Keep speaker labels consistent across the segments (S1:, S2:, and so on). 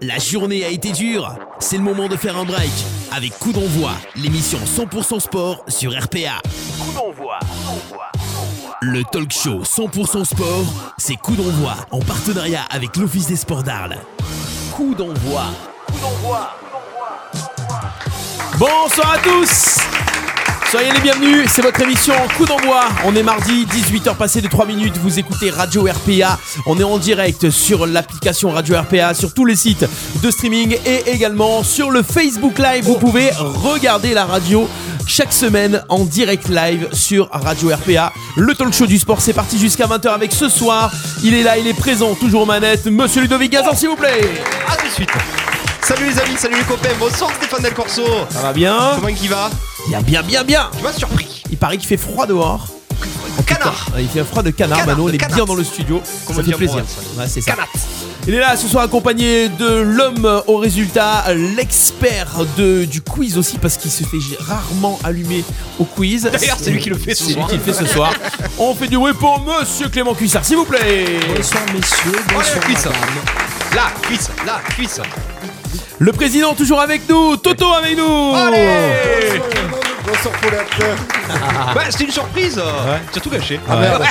S1: La journée a été dure. C'est le moment de faire un break avec Coup d'envoi, l'émission 100% sport sur RPA. Coup d'envoi. Le talk show 100% sport, c'est Coup d'envoi en partenariat avec l'Office des sports d'Arles. Coup d'envoi. Coup d'envoi.
S2: Bonsoir à tous Soyez les bienvenus, c'est votre émission Coup d'envoi. On est mardi, 18h passé de 3 minutes, vous écoutez Radio RPA. On est en direct sur l'application Radio RPA, sur tous les sites de streaming et également sur le Facebook Live. Vous pouvez regarder la radio chaque semaine en direct live sur Radio RPA. Le talk show du sport, c'est parti jusqu'à 20h avec ce soir. Il est là, il est présent, toujours aux manettes. Monsieur Ludovic Gazan, s'il vous plaît
S3: A tout de suite Salut les amis, salut les copains, bonsoir Stéphane Del Corso
S2: Ça va bien
S3: Comment il va
S2: Bien, bien, bien, bien
S3: Tu m'as surpris
S2: Il paraît qu'il fait froid dehors.
S3: Canard
S2: Il fait un froid de canard,
S3: Canard,
S2: Manon, on
S3: de
S2: est
S3: canard.
S2: bien dans le studio.
S3: Comment
S2: ça
S3: on dit
S2: fait
S3: en
S2: plaisir.
S3: Provence
S2: Ouais, c'est ça.
S3: Canard
S2: Il est là ce soir accompagné de l'homme au résultat, l'expert de, du quiz aussi parce qu'il se fait g- rarement allumer au quiz.
S3: D'ailleurs, c'est lui qui le fait ce
S2: C'est lui
S3: soir.
S2: qui le fait ce soir. On fait du bruit pour Monsieur Clément Cuissard, s'il vous plaît.
S4: Bonsoir messieurs,
S3: Allez, la
S4: bonsoir
S3: cuisse
S4: madame.
S3: La cuisse La cuisse
S2: Le président toujours avec nous, Toto avec nous.
S3: Allez
S5: Bonsoir Paul Acteur.
S3: Bah, c'était une surprise Surtout gâché
S5: Ah merde,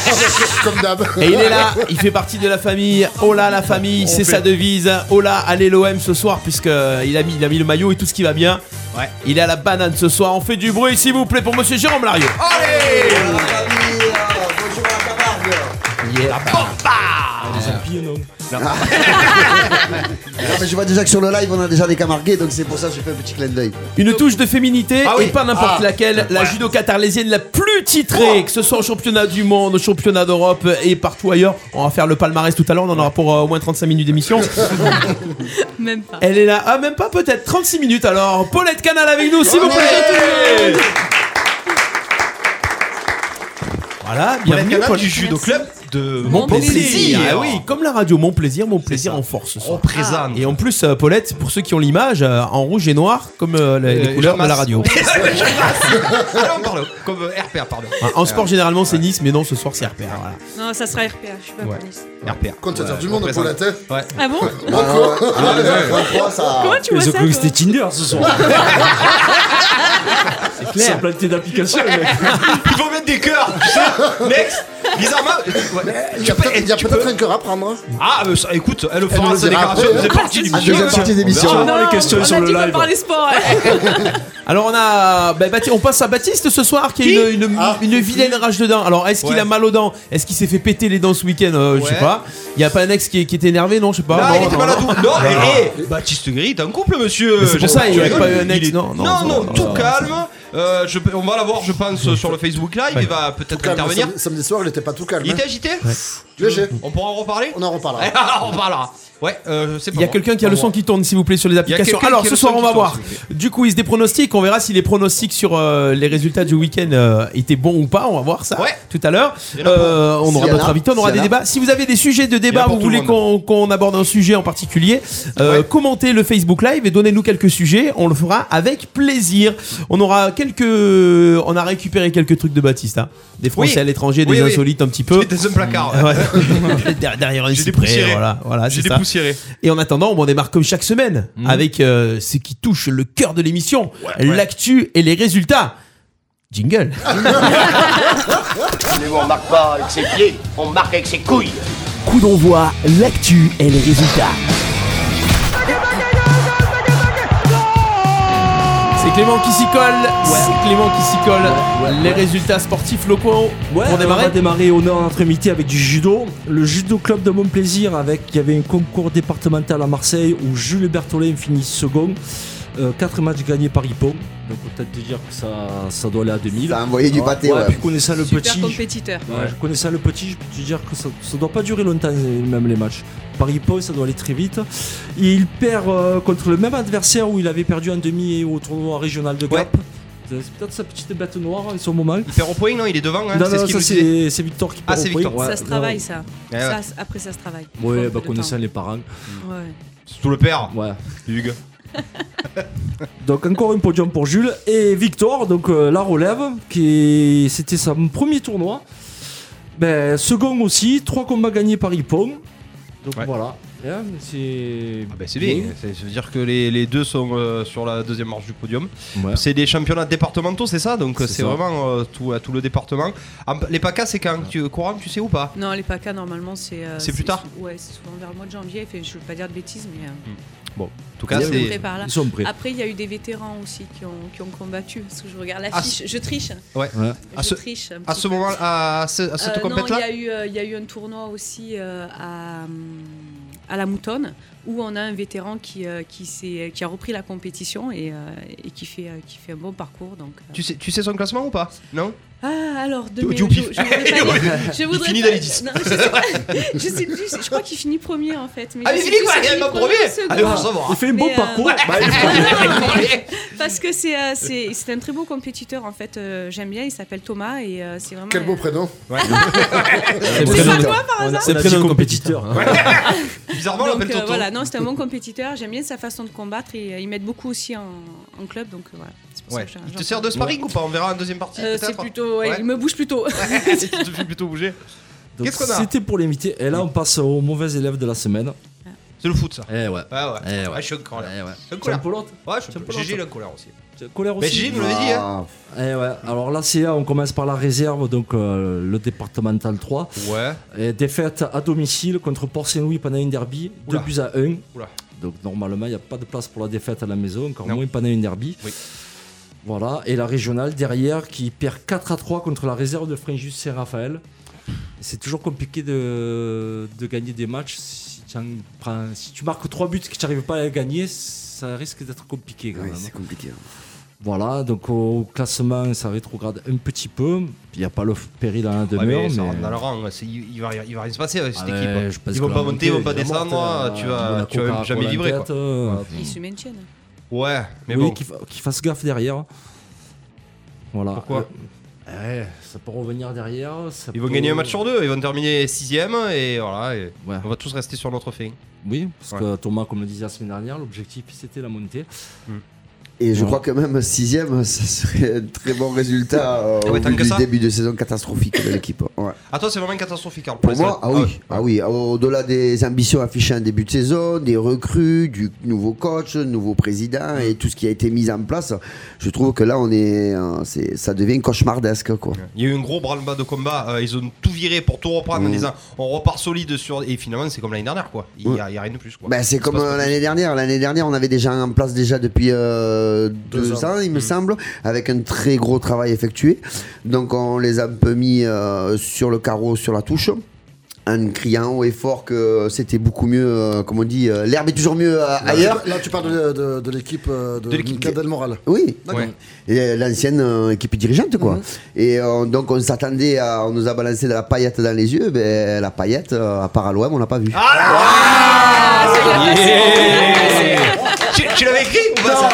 S5: comme d'hab.
S2: Et il est là, il fait partie de la famille. Hola la famille, c'est
S3: fait-
S2: sa devise. Hola allez l'OM ce soir puisque euh, il a mis, il a mis le maillot et tout ce qui va bien.
S3: Ouais.
S2: Il est à la banane ce soir. On fait du bruit s'il vous plaît pour Monsieur Jérôme Larieux.
S3: Oh. Allez
S4: Bonjour à Camargue.
S5: Ah,
S3: Ah,
S5: Non, mais je vois déjà que sur le live, on a déjà des camargués, donc c'est pour ça que j'ai fait un petit clin d'œil.
S2: Une touche de féminité
S3: Ah Oh. oui.
S2: et pas n'importe laquelle. La judoka tarlésienne la plus titrée, que ce soit au championnat du monde, au championnat d'Europe et partout ailleurs. On va faire le palmarès tout à l'heure, on en aura pour euh, au moins 35 minutes d'émission.
S6: Même pas.
S2: Elle est là, ah même pas peut-être, 36 minutes alors. Paulette Canal avec nous, s'il vous plaît.
S5: Allez
S2: Voilà,
S3: On a
S2: bienvenue
S3: canard
S2: Paulette.
S3: du judo club de
S2: Mon plaisir.
S3: Montplaisir.
S2: Ah oui, comme la radio, mon plaisir, mon plaisir
S3: ça.
S2: en force. ce soir.
S3: On présente
S2: Et en plus, euh, Paulette, pour ceux qui ont l'image, euh, en rouge et noir, comme euh, les, les
S3: Euh,
S2: couleurs de la
S3: Jamas.
S2: radio.
S3: Allons, pardon Comme euh, RPA, pardon
S2: Hein, En
S3: Ah.
S2: sport, généralement, c'est Nice, mais non, ce soir, c'est RPR. Voilà.
S6: Non, ça sera RPA, je suis pas
S3: Ouais.
S6: police.
S3: RPA
S5: Comptateur
S3: Ouais,
S5: du
S3: on
S5: monde, Paul
S3: présente.
S5: Acteur.
S3: Ouais
S6: Ah bon
S5: Ah, le 23, ça.
S6: Comment tu vois
S4: Ils ont
S6: ça
S4: cru que
S6: toi
S4: c'était Tinder ce soir.
S2: C'est
S4: Ils sont
S2: clair.
S4: plantés d'applications. les mecs.
S3: Il faut mettre des cœurs Next Bizarrement ouais.
S5: Il y
S3: Tu
S5: a
S3: peux-
S5: peut-être il y a
S3: tu
S5: peut-être
S3: peux-
S5: un cœur à prendre. hein.
S3: Ah, euh, ça- écoute, elle
S5: Elle
S3: fera
S5: nous
S3: sa
S5: le dira
S3: déclaration
S5: après.
S3: deuxième partie
S5: Ah,
S3: d'émission.
S5: deuxième partie d'émission.
S4: On verra.
S6: Non,
S4: les questions
S6: on
S4: sur
S6: a
S4: le
S6: dit qu'on
S4: live.
S6: parlait sport. ouais.
S2: Alors, on a. bah, Bapti- on passe à Baptiste ce soir, qui, a une, une,
S5: Ah.
S2: une vilaine rage de dents. Alors, est-ce qu'il
S3: Ouais.
S2: a mal aux dents Est-ce qu'il s'est fait péter les dents ce week-end Euh, Je sais
S3: Ouais.
S2: pas. Il y a pas un ex qui, qui était énervé, non Je sais pas.
S3: Ah,
S2: Non,
S3: il était
S2: non,
S3: malade
S2: non.
S3: ou- Non, mais hé, Baptiste Gris, est en couple, monsieur.
S2: c'est pour
S3: Je-
S2: ça, il
S3: tu
S2: avait pas
S3: rigoles,
S2: eu un ex,
S3: il est-
S2: non, non,
S3: non,
S2: non, non,
S3: tout
S2: non,
S3: calme. Euh, je peux- on va la voir, je pense, sur le Facebook Live. Il va peut-être
S5: Calme,
S3: intervenir.
S5: sam- Samedi soir, il était pas tout calme.
S3: Il
S5: hein.
S3: était agité
S5: Tu vois, j'ai-
S3: On pourra en reparler Ah,
S5: On en reparlera.
S3: On parlera. Ouais, euh, c'est pas
S2: Il y a
S3: moi.
S2: quelqu'un qui a le son qui tourne, s'il vous plaît, sur les applications.
S3: quelqu'un
S2: Alors,
S3: qui a
S2: ce
S3: le
S2: soir,
S3: son
S2: on
S3: qui
S2: va
S3: tourne,
S2: voir.
S3: s'il vous
S2: Du quiz des pronostics. On verra si les pronostics sur euh, les résultats du week-end euh, étaient bons ou pas. On va voir ça
S3: Ouais.
S2: tout à l'heure.
S3: Il y en a
S2: Euh, on
S5: S'il
S2: aura
S5: y en a,
S2: notre invité, on aura
S5: s'il
S2: des
S5: y en a.
S2: débats. Si vous avez des sujets de débat,
S3: pour
S2: vous
S3: tout le
S2: voulez qu'on qu'on aborde un sujet en particulier, euh,
S3: Ouais.
S2: commentez le Facebook Live et donnez-nous quelques sujets. On le fera avec plaisir. On aura quelques. On a récupéré quelques trucs de Baptiste. hein. Des Français
S3: Oui.
S2: à l'étranger,
S3: Oui,
S2: des
S3: oui.
S2: insolites un petit peu.
S3: J'étais dans un placard. ouais.
S2: Ouais. Derrière un
S3: J'ai
S2: cyprès,
S3: dépoussiéré.
S2: voilà, voilà,
S3: J'ai
S2: c'est ça.
S3: dépoussiéré.
S2: Et en attendant, on démarre comme chaque semaine avec euh, ce qui touche le cœur de l'émission, l'actu et les résultats. Jingle.
S7: Mais on marque pas avec ses pieds, on marque avec ses couilles.
S1: Coup d'envoi, l'actu et les résultats.
S2: C'est Clément qui s'y colle. C'est Clément qui s'y colle. les résultats sportifs locaux.
S4: Ouais,
S2: on
S4: on va
S2: démarre.
S4: démarrer au nord après-midi avec du judo. Le judo club de Montplaisir avec il y avait un concours départemental à Marseille où Jules Berthollet finit second. Euh, Quatre matchs gagnés par Hippon. Donc peut-être te dire que ça, ça doit aller à 2000.
S5: Il a envoyé du pâté, ouais.
S4: puis connaissant le
S6: Super
S4: petit.
S6: compétiteur.
S4: Ouais, je connais ça le petit, je peux te dire que ça, ça doit pas durer longtemps euh, même les matchs. Paris Pau, ça doit aller très vite. Et il perd euh, contre le même adversaire où il avait perdu en demi au tournoi régional de Cap. C'est peut-être sa petite bête noire et son moment.
S3: Il perd au point, non Il est devant, hein
S4: non,
S3: C'est ce
S4: non,
S3: qu'il
S4: ça
S3: me disait.
S4: c'est c'est Victor qui
S3: Ah,
S4: perd
S3: c'est
S4: au point.
S3: Victor.
S4: Ouais,
S6: ça se travaille,
S4: non.
S6: ça.
S3: Ouais,
S6: Ça,
S3: Eh ouais.
S6: c'est- Après, ça se travaille.
S4: Ouais,
S6: Faut un
S4: bah
S6: peu de
S4: connaissant les parents.
S6: temps. Ouais.
S3: Surtout le père,
S4: Ouais.
S3: Hugues.
S4: Donc encore un podium pour Jules et Victor, donc euh, la relève qui est- c'était son premier tournoi. Ben, second aussi, trois combats gagnés par Hippon. Donc
S3: Ouais.
S4: voilà. Hein, mais c'est.
S3: Ah bah, c'est bien, C'est- ça veut dire que les, les deux sont euh, sur la deuxième marche du podium.
S4: Ouais.
S3: C'est des championnats départementaux, c'est ça Donc euh,
S4: C'est
S3: c'est
S4: ça.
S3: vraiment euh, tout, à tout le département. Ah, les PACA, c'est quand tu, courant, tu sais ou pas
S6: Non, les PACA, normalement, c'est. euh,
S3: C'est plus tard
S6: sou- Ouais, c'est souvent vers le mois de janvier. Fait, je veux pas dire de bêtises, mais. euh,
S3: En tout cas,
S6: c'est à peu
S3: c'est.
S6: près par là.
S4: Ils sont prêts.
S6: Après, il y a eu des vétérans aussi qui ont, qui ont combattu. Parce que je regarde
S3: Ah,
S6: l'affiche. je triche.
S3: Ouais.
S4: Ouais.
S6: Je
S3: À ce-
S6: triche. un
S3: À
S6: petit
S3: ce
S6: peu.
S3: moment, à, ce- à cette
S6: Euh, non, il y,
S3: compète-là
S6: a eu, euh, il y a eu un tournoi aussi euh, à, hum, à la Moutonne où on a un vétéran qui, euh, qui, s'est- qui a repris la compétition et, euh, et qui, fait, euh, qui fait un bon parcours. Donc, euh.
S3: tu sais, tu sais son classement ou pas Non
S6: Ah, alors, de
S3: Du-
S6: mes-
S3: du
S6: je,
S3: pif.
S6: je voudrais pas dire- je voudrais
S3: finit
S6: pas-
S3: dans les dix.
S6: non, je, sais pas, je sais plus, je crois qu'il finit premier en fait. Mais
S3: Ah,
S6: je
S3: mais
S6: sais
S3: Philippe,
S6: plus
S3: ouais,
S6: s'il
S3: il est
S6: finit
S3: pas
S6: premier ou
S3: premier.
S6: second.
S3: Allez, on va
S4: Il
S3: savoir.
S4: fait un bon
S6: Mais, euh,
S4: parcours. Bah,
S6: Parce que c'est euh, c'est c'est un très beau compétiteur en fait. euh, J'aime bien. Il s'appelle Thomas et euh, c'est vraiment.
S8: Quel beau prénom.
S2: C'est
S6: C'est pas
S2: prénom-
S6: toi par hasard.
S2: c'est le prénom de compétiteur.
S6: hein.
S3: Bizarrement, Ah on
S6: Donc
S3: l'appelle
S6: euh,
S3: Toto.
S6: voilà, non, c'est un bon compétiteur. J'aime bien sa façon de combattre et euh, ils mettent beaucoup aussi en, en club. Donc euh, voilà. C'est pour
S3: Ouais.
S6: ça que j'en-
S3: Il
S6: j'en
S3: te sert de
S6: parle.
S3: sparring ou pas On verra en deuxième partie.
S6: Euh, C'est
S3: peut-être
S6: plutôt. ouais,
S3: Ouais.
S6: Il me bouge plutôt.
S3: Tu te fais plutôt bouger.
S4: Donc,
S3: Qu'est-ce qu'on a
S4: C'était pour l'inviter. Et là, on passe au mauvais élève de la semaine.
S3: C'est le foot, ça. Ah
S4: Eh ouais.
S3: Ouais, ouais.
S4: Eh ouais.
S3: Ouais, je suis un colère.
S4: Eh ouais.
S3: Je suis un
S4: Tu as
S3: colère.
S4: une pelote
S3: Ouais, je suis un
S4: Tiens,
S3: colère. GG, il a un colère aussi.
S4: Tu as une colère
S3: Mais
S4: aussi
S3: Gilles me l'avait dit, hein.
S8: Ah,
S4: Eh ouais. Alors la CA, on commence par la réserve, donc euh, le départemental 3.
S3: Ouais.
S4: Et Euh, défaite à domicile contre Port-Saint-Louis pendant un derby, 2
S3: Oula.
S4: buts à 1.
S3: Oula.
S4: Donc normalement, il n'y a pas de place pour la défaite à la maison, encore
S3: Non.
S4: moins pendant un derby.
S3: Oui.
S4: Voilà, et la régionale derrière qui perd 4 à 3 contre la réserve de Fringis Saint-Raphaël. C'est toujours compliqué de, de gagner des matchs. Si tu, en prends- si tu marques 3 buts et que tu n'arrives pas à gagner, ça risque d'être compliqué quand
S8: ouais,
S4: même.
S8: c'est compliqué.
S4: Voilà, donc au classement, ça rétrograde un petit peu. Il n'y a pas le péril dans la
S3: Ouais,
S4: demeure.
S3: mais ça
S4: mais-
S3: rentre dans le rang. c'est- Il, il va, rien- il va rien se passer avec cette
S4: Ah ouais,
S3: équipe. hein.
S4: je pense
S3: Ils vont
S4: que
S3: pas
S4: la
S3: monter, ils vont
S4: montée,
S3: pas
S4: elle est
S3: descendre.
S4: morte,
S3: moi,
S4: euh,
S3: tu vas,
S4: Monaco,
S3: tu vas même
S4: Caracol
S3: jamais
S4: en
S3: vibrer.
S4: tête,
S3: Quoi.
S4: euh,
S6: Ils se maintiennent.
S3: Ouais, mais
S4: oui,
S3: bon.
S4: qu'il fa- qu'il fasse gaffe derrière. Voilà.
S3: Pourquoi
S4: Euh, ouais, Ça peut revenir derrière. ça
S3: Ils vont
S4: peut-
S3: gagner un match sur deux. Ils vont terminer sixième et voilà. et
S4: Oh. Ouais.
S3: On va tous rester sur notre fin.
S4: Oui, parce
S3: Ouais.
S4: que Thomas, comme le disait la semaine dernière, l'objectif c'était la montée.
S8: Et je
S4: Ouais.
S8: crois que même sixième, ça serait un très bon résultat euh,
S3: Ah ouais,
S8: au
S3: tant
S8: vu
S3: que
S8: du
S3: ça
S8: début de saison catastrophique de l'équipe. Ouais.
S3: Ah, toi, c'est vraiment catastrophique. Karl,
S8: Pour
S3: les
S8: moi,
S3: Saints.
S8: ah oui, ah oui, au-delà des ambitions affichées en début de saison, des recrues, du nouveau coach, nouveau président et tout ce qui a été mis en place, je trouve que là on est, euh, c'est- ça devient cauchemardesque quoi.
S3: Ah, Il y a eu un gros branle-bas de combat. euh, ils ont tout viré pour tout reprendre en
S8: Mm.
S3: disant on repart solide sur. Et finalement, c'est comme l'année dernière quoi. Il n'y a, il y a rien de plus quoi.
S8: Ben, c'est
S3: Il se
S8: comme
S3: passe pas
S8: euh, l'année dernière. L'année dernière, on avait déjà en place déjà depuis euh, deux,
S4: Deux
S8: ans, il me
S3: Mm.
S8: semble, avec un très gros travail effectué. Donc on les a un peu mis euh, sur le carreau, sur la touche, en criant haut et fort que c'était beaucoup mieux, euh, comme on dit, euh, l'herbe est toujours mieux
S3: Bah
S8: euh, ailleurs.
S5: Là, tu parles de, de- de l'équipe euh, de,
S3: De l'équipe.
S5: Mika Del Moral.
S8: Oui,
S3: D'accord. Ouais.
S8: Et, euh, l'ancienne euh, équipe dirigeante quoi. Et euh, donc on s'attendait à, on nous a balancé de la paillette dans les yeux, ben la paillette, euh, à part à l'OM, on l'a pas vu. euh,
S3: Tu, tu l'avais écrit ou pas, ça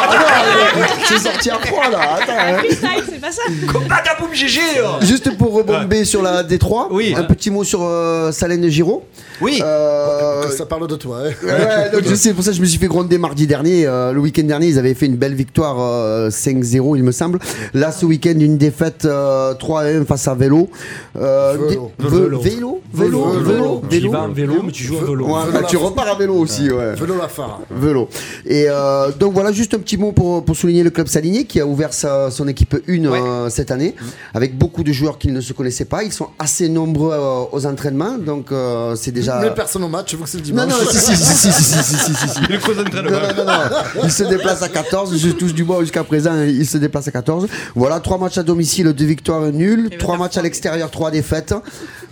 S8: C'est sorti à froid là, attends. hein.
S6: Ah, Freestyle, c'est pas ça.
S3: Combat d'un boum GG là.
S8: Juste pour rebomber sur la D3,
S3: Oui.
S8: un petit mot sur euh, Salène de Giraud.
S3: Oui.
S8: Euh,
S5: Ça parle de toi. hein.
S8: ouais, donc je sais, pour ça que je me suis fait gronder mardi dernier. euh, le week-end dernier, ils avaient fait une belle victoire euh, 5-0, il me semble. Là, ce week-end, une défaite euh, 3-1 face à Vélo. Euh,
S5: Velo.
S8: dé- ve-
S4: Velo.
S8: Vélo
S5: Vélo.
S8: Vélo Vélo
S4: Tu y
S8: Vélo
S4: vas en vélo, mais tu joues en vélo.
S8: Ouais, bah, tu repars à vélo aussi, ouais.
S5: Velo Lafare.
S8: Vélo. Et euh, donc voilà, juste un petit mot pour, pour souligner le club Saligné qui a ouvert sa- son équipe 1
S3: Ouais.
S8: euh, cette année avec beaucoup de joueurs qu'ils ne se connaissaient pas. Ils sont assez nombreux euh, aux entraînements, donc euh, c'est déjà.
S5: Mais personne au match, vous que c'est le
S8: non,
S5: dimanche.
S8: non, si, si, si, si, si, si, si, si, si, si.
S3: Il est cause d'entraînement.
S8: Non, non, non, non. Ils se déplacent à 14, je touche du bois jusqu'à présent, hein. ils se déplacent à 14. Voilà, trois matchs à domicile, deux victoires, un nul,
S6: Et
S8: trois
S6: vingt-quatre
S8: matchs à
S6: points.
S8: l'extérieur, trois défaites.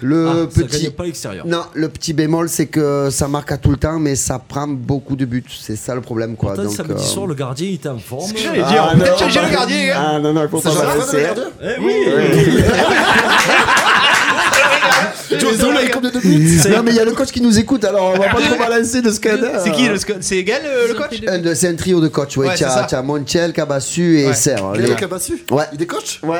S8: Le
S4: Ah, ça gagne
S8: petit.
S4: pas à l'extérieur.
S8: Non, le petit bémol, c'est que ça marque à tout le temps, mais ça prend beaucoup de buts. C'est ça le problème, quoi.
S4: Pourtant,
S8: Donc,
S4: samedi
S8: euh,
S4: soir, le gardien il était en forme.
S3: J'allais dire, peut-être changer oh, le gardien. hein.
S8: Ah non, non, il faut pas
S5: Jean-Jacques
S8: balancer.
S5: Lafare, le
S4: Eh oui,
S5: Désolé, comme de deux minutes.
S8: Non, mais il y a le coach qui nous écoute, alors on va pas trop balancer de ce qu'il y a.
S3: C'est qui le sco- C'est Egal euh, le
S6: Ils ont
S3: coach
S6: fait deux
S8: Un de- C'est un trio de coachs, ouais.
S3: Ouais,
S8: Tu
S3: c'est ça.
S8: as Montiel, Cabassu et
S3: Ouais.
S8: Serre.
S5: Il
S8: Les-
S5: est Cabassu
S8: Ouais.
S5: Il est coach
S8: Ouais.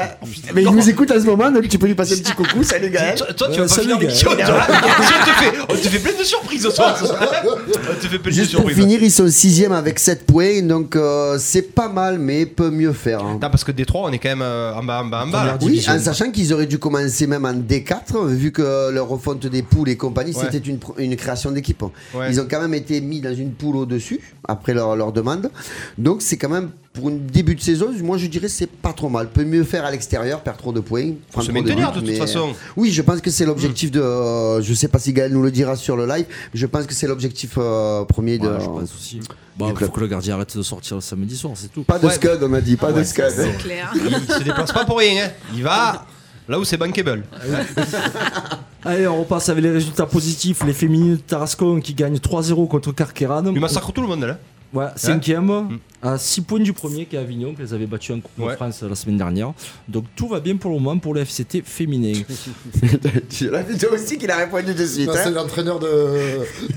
S8: Mais il nous écoute à ce moment, donc tu peux lui passer un petit coucou. Salut, Gaël.
S3: Toi, toi, tu
S4: Euh,
S3: vas pas
S4: salut,
S3: finir
S4: gars.
S3: l'émission, tu vois. on, te oh, fait, on te fait plein de surprises Oh, au soir. ce soir. on te fait plein de
S8: Juste pour
S3: surprises.
S8: finir, ils sont 6ème avec 7 points, donc euh, c'est pas mal, mais peut mieux faire. hein.
S3: Non, parce que Détroit, on est quand même euh, en bas, en bas, en bas. là.
S8: Oui, en sachant qu'ils auraient dû commencer même en D4, vu que euh, leur refonte des poules et compagnie,
S3: Ouais.
S8: c'était une, pr- une création d'équipe.
S3: Ouais.
S8: Ils ont quand même été mis dans une poule au-dessus, après leur, leur demande. Donc c'est quand même, pour un début de saison, moi je dirais c'est pas trop mal. Peut mieux faire à l'extérieur, perdre trop de points. prendre
S3: se
S8: trop
S3: maintenir,
S8: buts,
S3: de toute
S8: mais-
S3: façon. Mm.
S8: Oui, je pense que c'est l'objectif de... euh, je sais pas si Gaël nous le dira sur le live, mais je pense que c'est l'objectif euh, premier de...
S4: Ouais, je pense aussi. Bah,
S8: du
S4: faut
S8: club.
S4: que le gardien arrête de sortir le samedi soir, c'est tout.
S8: Pas de
S3: Ouais.
S8: scud, on a dit, pas de scud.
S6: C'est clair.
S3: Il se déplace pas pour rien. hein. Il va là où c'est bankable.
S4: Allez, on repasse avec les résultats positifs. Les féminines de Tarascon qui gagnent 3-0 contre Carqueran.
S3: Il massacre tout le monde là.
S4: Ouais, cinquième, à 6 points du premier qui est Avignon, qui les avait battus en Coupe
S3: Mm. Ouais.
S4: de France la semaine dernière. Donc tout va bien pour le moment pour le FCT féminin.
S8: Tu l'as vu, toi aussi qu'il a répondu de suite.
S5: Non,
S8: hein.
S5: c'est l'entraîneur de,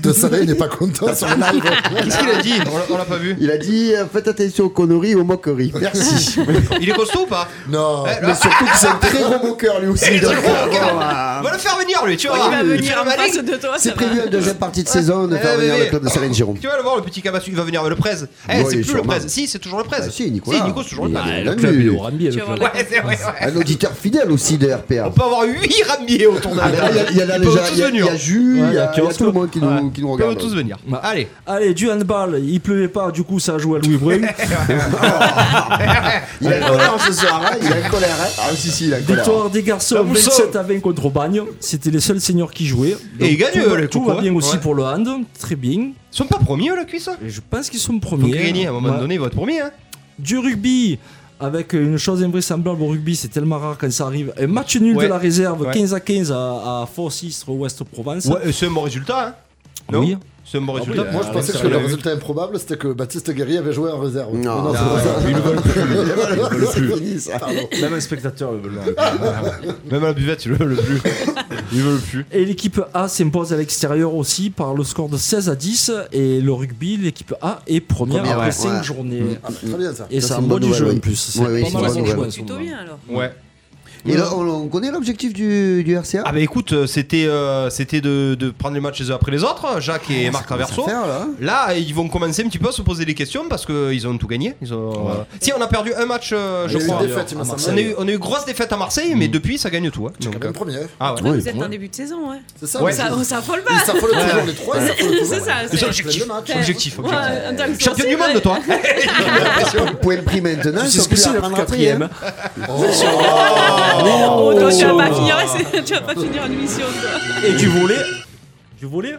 S5: de Salé, il n'est pas content sur le live.
S3: Qu'est-ce qu'il a dit On l'a- On l'a pas vu.
S8: Il a dit euh, faites attention aux conneries et aux moqueries. Merci.
S3: Il est costaud ou pas
S5: Non,
S8: Mais surtout que c'est un très gros moqueur lui aussi. donc, bon, bah,
S3: On va le faire venir lui, tu
S6: Il
S3: vois.
S6: va venir en
S3: malin.
S6: face de toi.
S8: C'est
S6: ça
S8: prévu
S6: va.
S8: une deuxième partie de saison de
S3: Eh,
S8: faire
S3: mais
S8: venir
S3: oui.
S8: le club de Salène Giron.
S3: Tu vas le voir, le petit cabassu, il va venir avec le presse. Eh, c'est
S8: Bon, il est
S3: plus le
S8: sûrement.
S3: presse. Si, c'est toujours le presse.
S8: Bah si, Nicolas.
S3: Si, Nico, c'est toujours le
S8: Il
S3: presse.
S8: est
S4: Le
S8: là,
S4: club,
S8: lui.
S4: il est au Rambi avec
S6: Tu vas
S4: le
S6: voir
S4: club.
S6: la-
S3: Ouais, c'est vrai, ouais.
S8: Un auditeur fidèle aussi de RPA.
S3: On peut avoir 8 ramiers autour d'un
S8: Ah, là, Il y a- il y a là
S3: Ils peuvent
S8: déjà-
S3: tous
S8: il y a- il y
S3: venir.
S8: a Jus,
S4: Ouais,
S8: il y a il y a
S4: Kiosque.
S8: tout le monde qui nous qui nous
S3: Ils peuvent
S8: regarde.
S3: tous venir. Allez.
S4: Allez, du handball, il pleuvait pas, du coup ça a joué à Louis Breuil.
S8: Il a une colère ce soir, hein, il a une colère. hein. Ah si si, il a une colère.
S4: Victoire des garçons,
S3: La boussole.
S4: 27 à 20 contre Bagne. C'était les seuls seniors qui jouaient.
S3: Et ils gagnent,
S4: tout,
S3: euh,
S4: va-
S3: les
S4: tout
S3: cocos,
S4: va bien
S3: ouais.
S4: aussi
S3: Ouais.
S4: pour le hand, très bien.
S3: Ils sont pas premiers, eux, la cuisse
S4: Et je pense qu'ils sont
S3: Faut
S4: premiers.
S3: gagner, à un moment
S4: Ouais.
S3: donné, ils vont être premiers. hein.
S4: du rugby avec une chose invraisemblable au rugby, c'est tellement rare quand ça arrive. Un match nul
S3: Ouais.
S4: de la réserve,
S3: Ouais.
S4: 15 à 15 à, à Fort-Istre, Ouest-Provence.
S3: Ouais, euh, c'est un bon résultat. hein. Non
S4: Oui.
S3: C'est un bon
S5: Ah oui,
S3: résultat.
S5: moi je pensais que le résultat improbable c'était que Baptiste Guerrier avait joué en réserve.
S8: Non.
S5: c'est
S8: Ah,
S5: pas ça.
S8: C'est fini ça.
S3: Même un spectateur le veut. Même à la buvette, ils le veulent plus. Ils veulent plus.
S4: Et l'équipe A s'impose à l'extérieur aussi par le score de 16 à 10. Et le rugby, l'équipe A est première,
S8: Première,
S4: après
S8: ouais.
S4: 5
S8: Ouais.
S4: journées.
S5: Ah, très bien ça.
S4: Et
S8: Ça,
S4: ça
S8: c'est
S4: a un
S8: une
S4: bon
S8: bonne
S4: du jeu
S8: nouvelle,
S4: en plus.
S8: oui. Ouais, oui,
S4: pas
S8: c'est
S4: mal
S8: une
S4: à
S8: bonne
S4: jouer
S8: nouvelle.
S4: en ce
S6: Plutôt
S4: moment.
S6: bien alors.
S3: Ouais.
S8: Et là, on on connaît l'objectif du du RCA
S3: Ah bah écoute, euh, c'était euh, c'était de, de prendre les matchs les uns après les autres, Jacques et
S5: Ah,
S3: Marc Traverso.
S8: Faire, là.
S3: Là, ils vont commencer un petit peu à se poser des questions parce qu'ils ont tout gagné. Ils ont, euh, Si, on a perdu un match, euh, je
S5: Ah, Il y a eu
S3: crois.
S5: une défaite, il me
S4: à
S5: semble.
S3: On a, eu, on a eu grosse défaite à Marseille, mais depuis, ça gagne tout. hein.
S5: C'est quand
S3: Donc,
S5: même
S3: euh,
S5: première.
S3: ah ouais.
S6: Ouais, vous
S8: Ouais,
S6: êtes en début de saison, ouais.
S5: C'est ça.
S3: Ouais.
S5: mais
S6: Ça,
S5: c'est-
S6: on s'affole
S5: Ils
S6: pas.
S5: s'affolent toujours les trois. ils s'affolent toujours.
S6: C'est ça.
S3: C'est
S5: Les
S3: objectif.
S5: deux matchs.
S3: Objectif.
S6: Ouais, en tant que
S3: Champion
S6: sorcier,
S3: du monde,
S6: ouais.
S3: toi.
S8: Vous pouvez le prix maintenant,
S4: Tu sais
S8: ils
S4: ce
S8: sont
S4: que
S8: plus
S4: c'est
S8: à
S4: la
S8: prendre après, hein.
S4: quatrième
S6: Oh, toi, tu vas pas finir, tu vas pas finir une mission. toi.
S4: Et du volet Du volet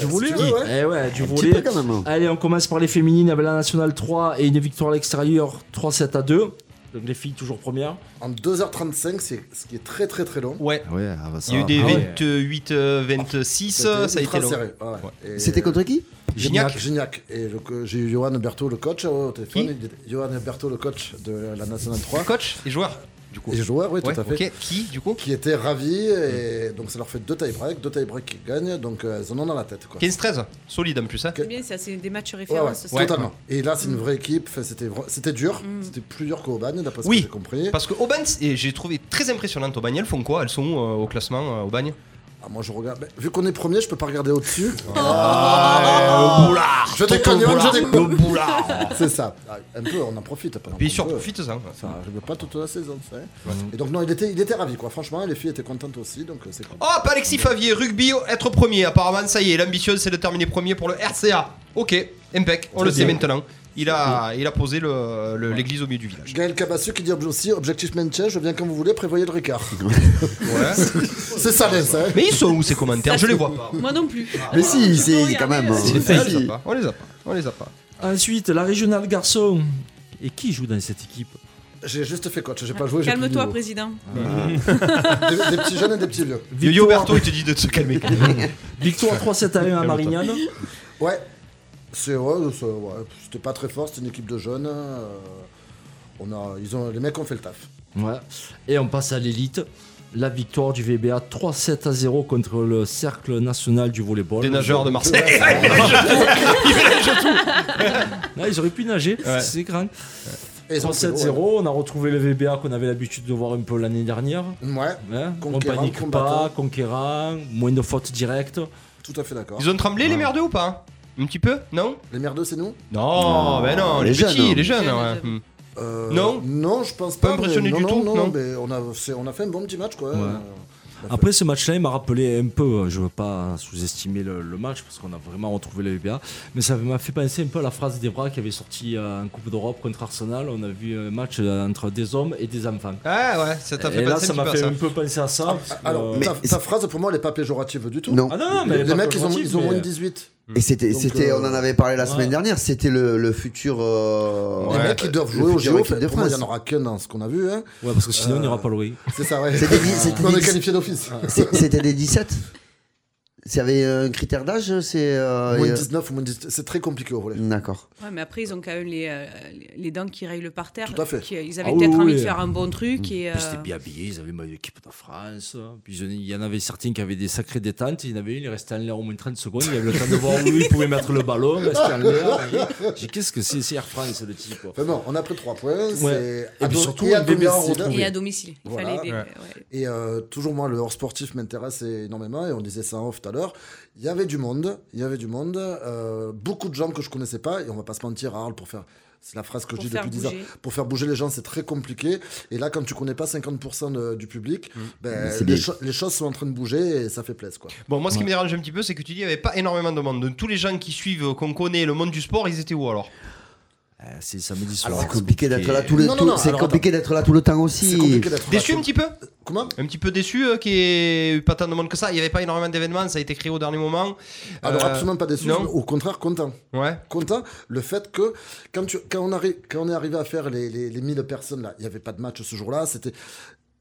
S4: Du volet
S5: tu veux, ouais.
S4: Eh ouais, du
S8: petit peu
S4: volet.
S8: quand même. hein.
S4: Allez, on commence par les féminines avec la nationale 3 et une victoire à l'extérieur 3-7 à 2. Donc les filles toujours premières.
S5: En 2h35, c'est ce qui est très très très long.
S3: Ouais.
S4: Ouais,
S3: Il y a eu des
S4: Ah ouais.
S3: 28, euh, 26, euh, ça a été
S5: ultra
S3: long.
S5: serré, Ah ouais. Et-
S8: C'était contre qui
S3: Gignac.
S5: Gignac. Et le co- j'ai eu Johan Berthaud, le coach, au téléphone.
S3: Qui
S5: Il était- Johan Berthaud, le coach de la Nationale 3.
S3: Coach et joueur. Du coup.
S5: Et joueur, oui,
S3: Ouais,
S5: tout à fait.
S3: ok. Qui, du coup
S5: Qui était ravi. Et donc, ça leur fait deux tie-breaks. Deux tie-breaks qui gagnent. Donc, euh, elles en ont dans la tête. Quoi.
S3: 15-13. Solide en plus. hein.
S6: C'est bien, ça, c'est des matchs
S5: Ouais, ouais,
S6: références. ça.
S5: totalement. Et là, c'est une vraie équipe. Enfin, c'était, vra- c'était dur. C'était plus dur qu'au Bagne, d'après ce
S3: Oui.
S5: que j'ai compris.
S3: Parce que Aubagne, c'est- et j'ai trouvé très impressionnante Aubagne. Elles font quoi Elles sont où euh, au classement euh, Aubagne
S5: Ah, moi, je regarde. mais vu qu'on est premier, je peux pas regarder au-dessus.
S3: Ah, Le boulard
S5: Je déconne,
S3: Le boulard.
S5: je déconne.
S3: Le boulard
S5: C'est ça. Ah, Un peu, on en profite. pas
S3: Bien
S5: un
S3: sûr,
S5: peu.
S3: profite-en.
S5: Ça arrive pas toute la saison, ça. hein. Et donc, non, il était, il était ravi, quoi. Franchement, les filles étaient contentes aussi, donc euh, c'est cool.
S3: Hop, Alexis Favier, rugby, être premier. Apparemment, ça y est, l'ambition, c'est de terminer premier pour le RCA. Ok, impec, on le sait maintenant. Il a, il a posé le- le- l'église au milieu du village.
S5: Gaël Cabassu qui dit aussi objectif maintien, je viens quand vous voulez, prévoyez le Ricard. c'est ça, les, ça. hein.
S3: Mais ils sont où ces commentaires Je les vois pas.
S6: Moi non plus.
S8: Mais si, c'est quand même.
S3: On
S8: euh,
S3: les a
S8: si.
S3: pas. On les a pas. On les a pas.
S4: Ensuite, la régionale garçon. Et qui joue dans cette équipe
S5: J'ai juste fait coach, j'ai pas joué. j'ai plus
S6: Calme-toi,
S5: de
S6: président.
S5: niveau. Des, des petits jeunes et des petits vieux.
S3: Yo Berto, il te dit de se calmer. quand même.
S4: Victoire 3-7 à 1 à Marignane.
S5: Ouais, c'est ouais, c'est- ouais, c'était pas très fort, c'était une équipe de jeunes. euh, on a, ils ont, les mecs ont fait le taf.
S4: Ouais. Et on passe à l'élite. La victoire du VBA 3-7 à 0 contre le Cercle National du Volleyball.
S3: Des nageurs de Marseille.
S4: Ah, ils auraient pu nager, c'est grand.
S5: Et ils ont fait
S4: 3-7-0,
S5: gros,
S4: on a retrouvé le VBA qu'on avait l'habitude de voir un peu l'année dernière.
S5: Ouais, Ouais,
S4: Hein, on
S5: Conquérant,
S4: panique
S5: combattant.
S4: pas, conquérant, moins de fautes directes.
S5: tout à fait d'accord.
S3: Ils ont tremblé les merdeux ou pas Un petit peu Non
S5: Les merdeux, c'est nous
S3: Non, ben non, les,
S8: les jeunes,
S3: petits,
S8: hein.
S3: les jeunes.
S6: Les
S3: ouais.
S6: jeunes, les
S3: Hmm.
S5: Euh,
S3: Non.
S5: Non, je pense
S3: Pas
S5: pas. mais
S3: impressionné
S5: non,
S3: du
S5: non,
S3: tout,
S5: Non,
S3: non.
S5: mais on a, c'est- on a fait un bon petit match, quoi. Euh,
S9: Après ce match-là, il m'a rappelé un peu, euh, je veux pas sous-estimer le, le match parce qu'on a vraiment retrouvé le VBA, mais ça m'a fait penser un peu à la phrase d'Ebra qui avait sorti euh, en Coupe d'Europe contre Arsenal. On a vu un match euh, entre des hommes et des enfants.
S3: Ah ouais, ça t'a fait
S9: Et là,
S3: passer
S9: ça
S3: un
S9: m'a
S3: petit peu à
S9: fait
S3: ça.
S9: un peu penser à ça. parce que,
S5: Alors,
S9: euh,
S5: ta, ta phrase pour moi, elle n'est pas péjorative du tout.
S8: Non.
S9: Ah non, non, mais
S5: Les,
S9: elle est pas
S5: mecs, ils ont,
S9: péjorative,
S5: ils ont
S9: mais- euh,
S5: moins de 18.
S8: Et c'était,
S5: Donc,
S8: c'était,
S5: euh,
S8: on en avait parlé la
S9: ouais.
S8: semaine dernière, c'était le, le futur. euh,
S5: les mecs, ils doivent
S8: le
S5: jouer au
S8: futur
S5: JO.
S8: équipe
S5: enfin,
S8: de
S5: Pour moi, il n'y
S8: France.
S5: en aura qu'un dans ce qu'on a vu. Hein.
S9: euh, Ouais, parce que sinon, on n'ira pas loin.
S5: C'est ça, ouais.
S8: C'était dit- c'était
S5: on
S8: dit-
S5: est qualifié d'office.
S8: C'est- C'était des 17 Il y avait un critère d'âge C'est. euh,
S5: Moins
S8: il y a-
S5: 19 ou moins 18. C'est très compliqué au volet.
S8: D'accord.
S6: Ouais, mais après, ils ont quand même les, euh, les dents qui rayent le parterre.
S5: Tout à fait.
S6: Qui- Ils avaient
S9: Ah oui,
S6: peut-être
S9: oui,
S6: envie
S9: oui.
S6: de faire un bon truc. Et,
S9: Puis
S6: euh,
S9: c'était bien habillé, ils avaient le maillot d'équipe de France. Puis ils en- il y en avait certains qui avaient des sacrées détentes. Il y en avait un, il restait en l'air au moins 30 secondes. Il y avait le temps de voir où il pouvait mettre le ballon, rester en l'air. J'ai dit, qu'est-ce que c'est, c'est Air France, le type. quoi.
S5: Enfin, bon, on a pris 3 points.
S9: Ouais.
S5: c'est
S9: Et puis
S5: à
S9: surtout,
S5: do- et à
S9: un demi-heure
S5: domicile.
S9: retrouvé.
S6: et à domicile. Il
S5: Voilà.
S6: fallait des-
S3: Ouais.
S6: ouais.
S5: Et euh, toujours moi, le hors sportif m'intéresse énormément, et on disait ça en off tout à l'heure. Il y avait du monde, il y avait du monde, euh, beaucoup de gens que je connaissais pas, et on va pas se mentir, Arles, pour faire, c'est la phrase que
S6: Pour
S5: je dis
S6: faire
S5: depuis 10 ans,
S6: bouger.
S5: pour faire bouger les gens, c'est très compliqué. Et là, quand tu connais pas 50% de- du public,
S3: Mm.
S5: ben,
S8: C'est
S5: les,
S8: bien.
S5: cho- les choses sont en train de bouger, et ça fait plaisir, quoi.
S3: Bon, moi, ce qui me dérange un petit peu, c'est que tu dis il n'y avait pas énormément de monde. De tous les gens qui suivent, euh, qu'on connaît, le monde du sport, ils étaient où alors
S9: Euh, c'est samedi soir.
S8: Alors, c'est compliqué d'être là tout le
S5: Non, non,
S8: tout-
S5: non,
S8: C'est
S5: alors,
S8: compliqué d'être là tout le temps
S5: C'est
S8: aussi.
S5: compliqué d'être
S3: Déçu
S5: là.
S3: un petit peu
S5: Comment
S3: Un petit peu déçu euh, qu'il n'y ait eu pas tant de monde que ça. Il n'y avait pas énormément d'événements, ça a été créé au dernier moment.
S5: Alors,
S6: Ah, bah,
S3: Euh,
S5: absolument pas déçu,
S3: non.
S5: au contraire, content.
S3: Ouais.
S5: content le fait que quand, tu, quand, on, arrive, quand on est arrivé à faire les, les, les 1000 personnes, là, il n'y avait pas de match ce jour-là, c'était...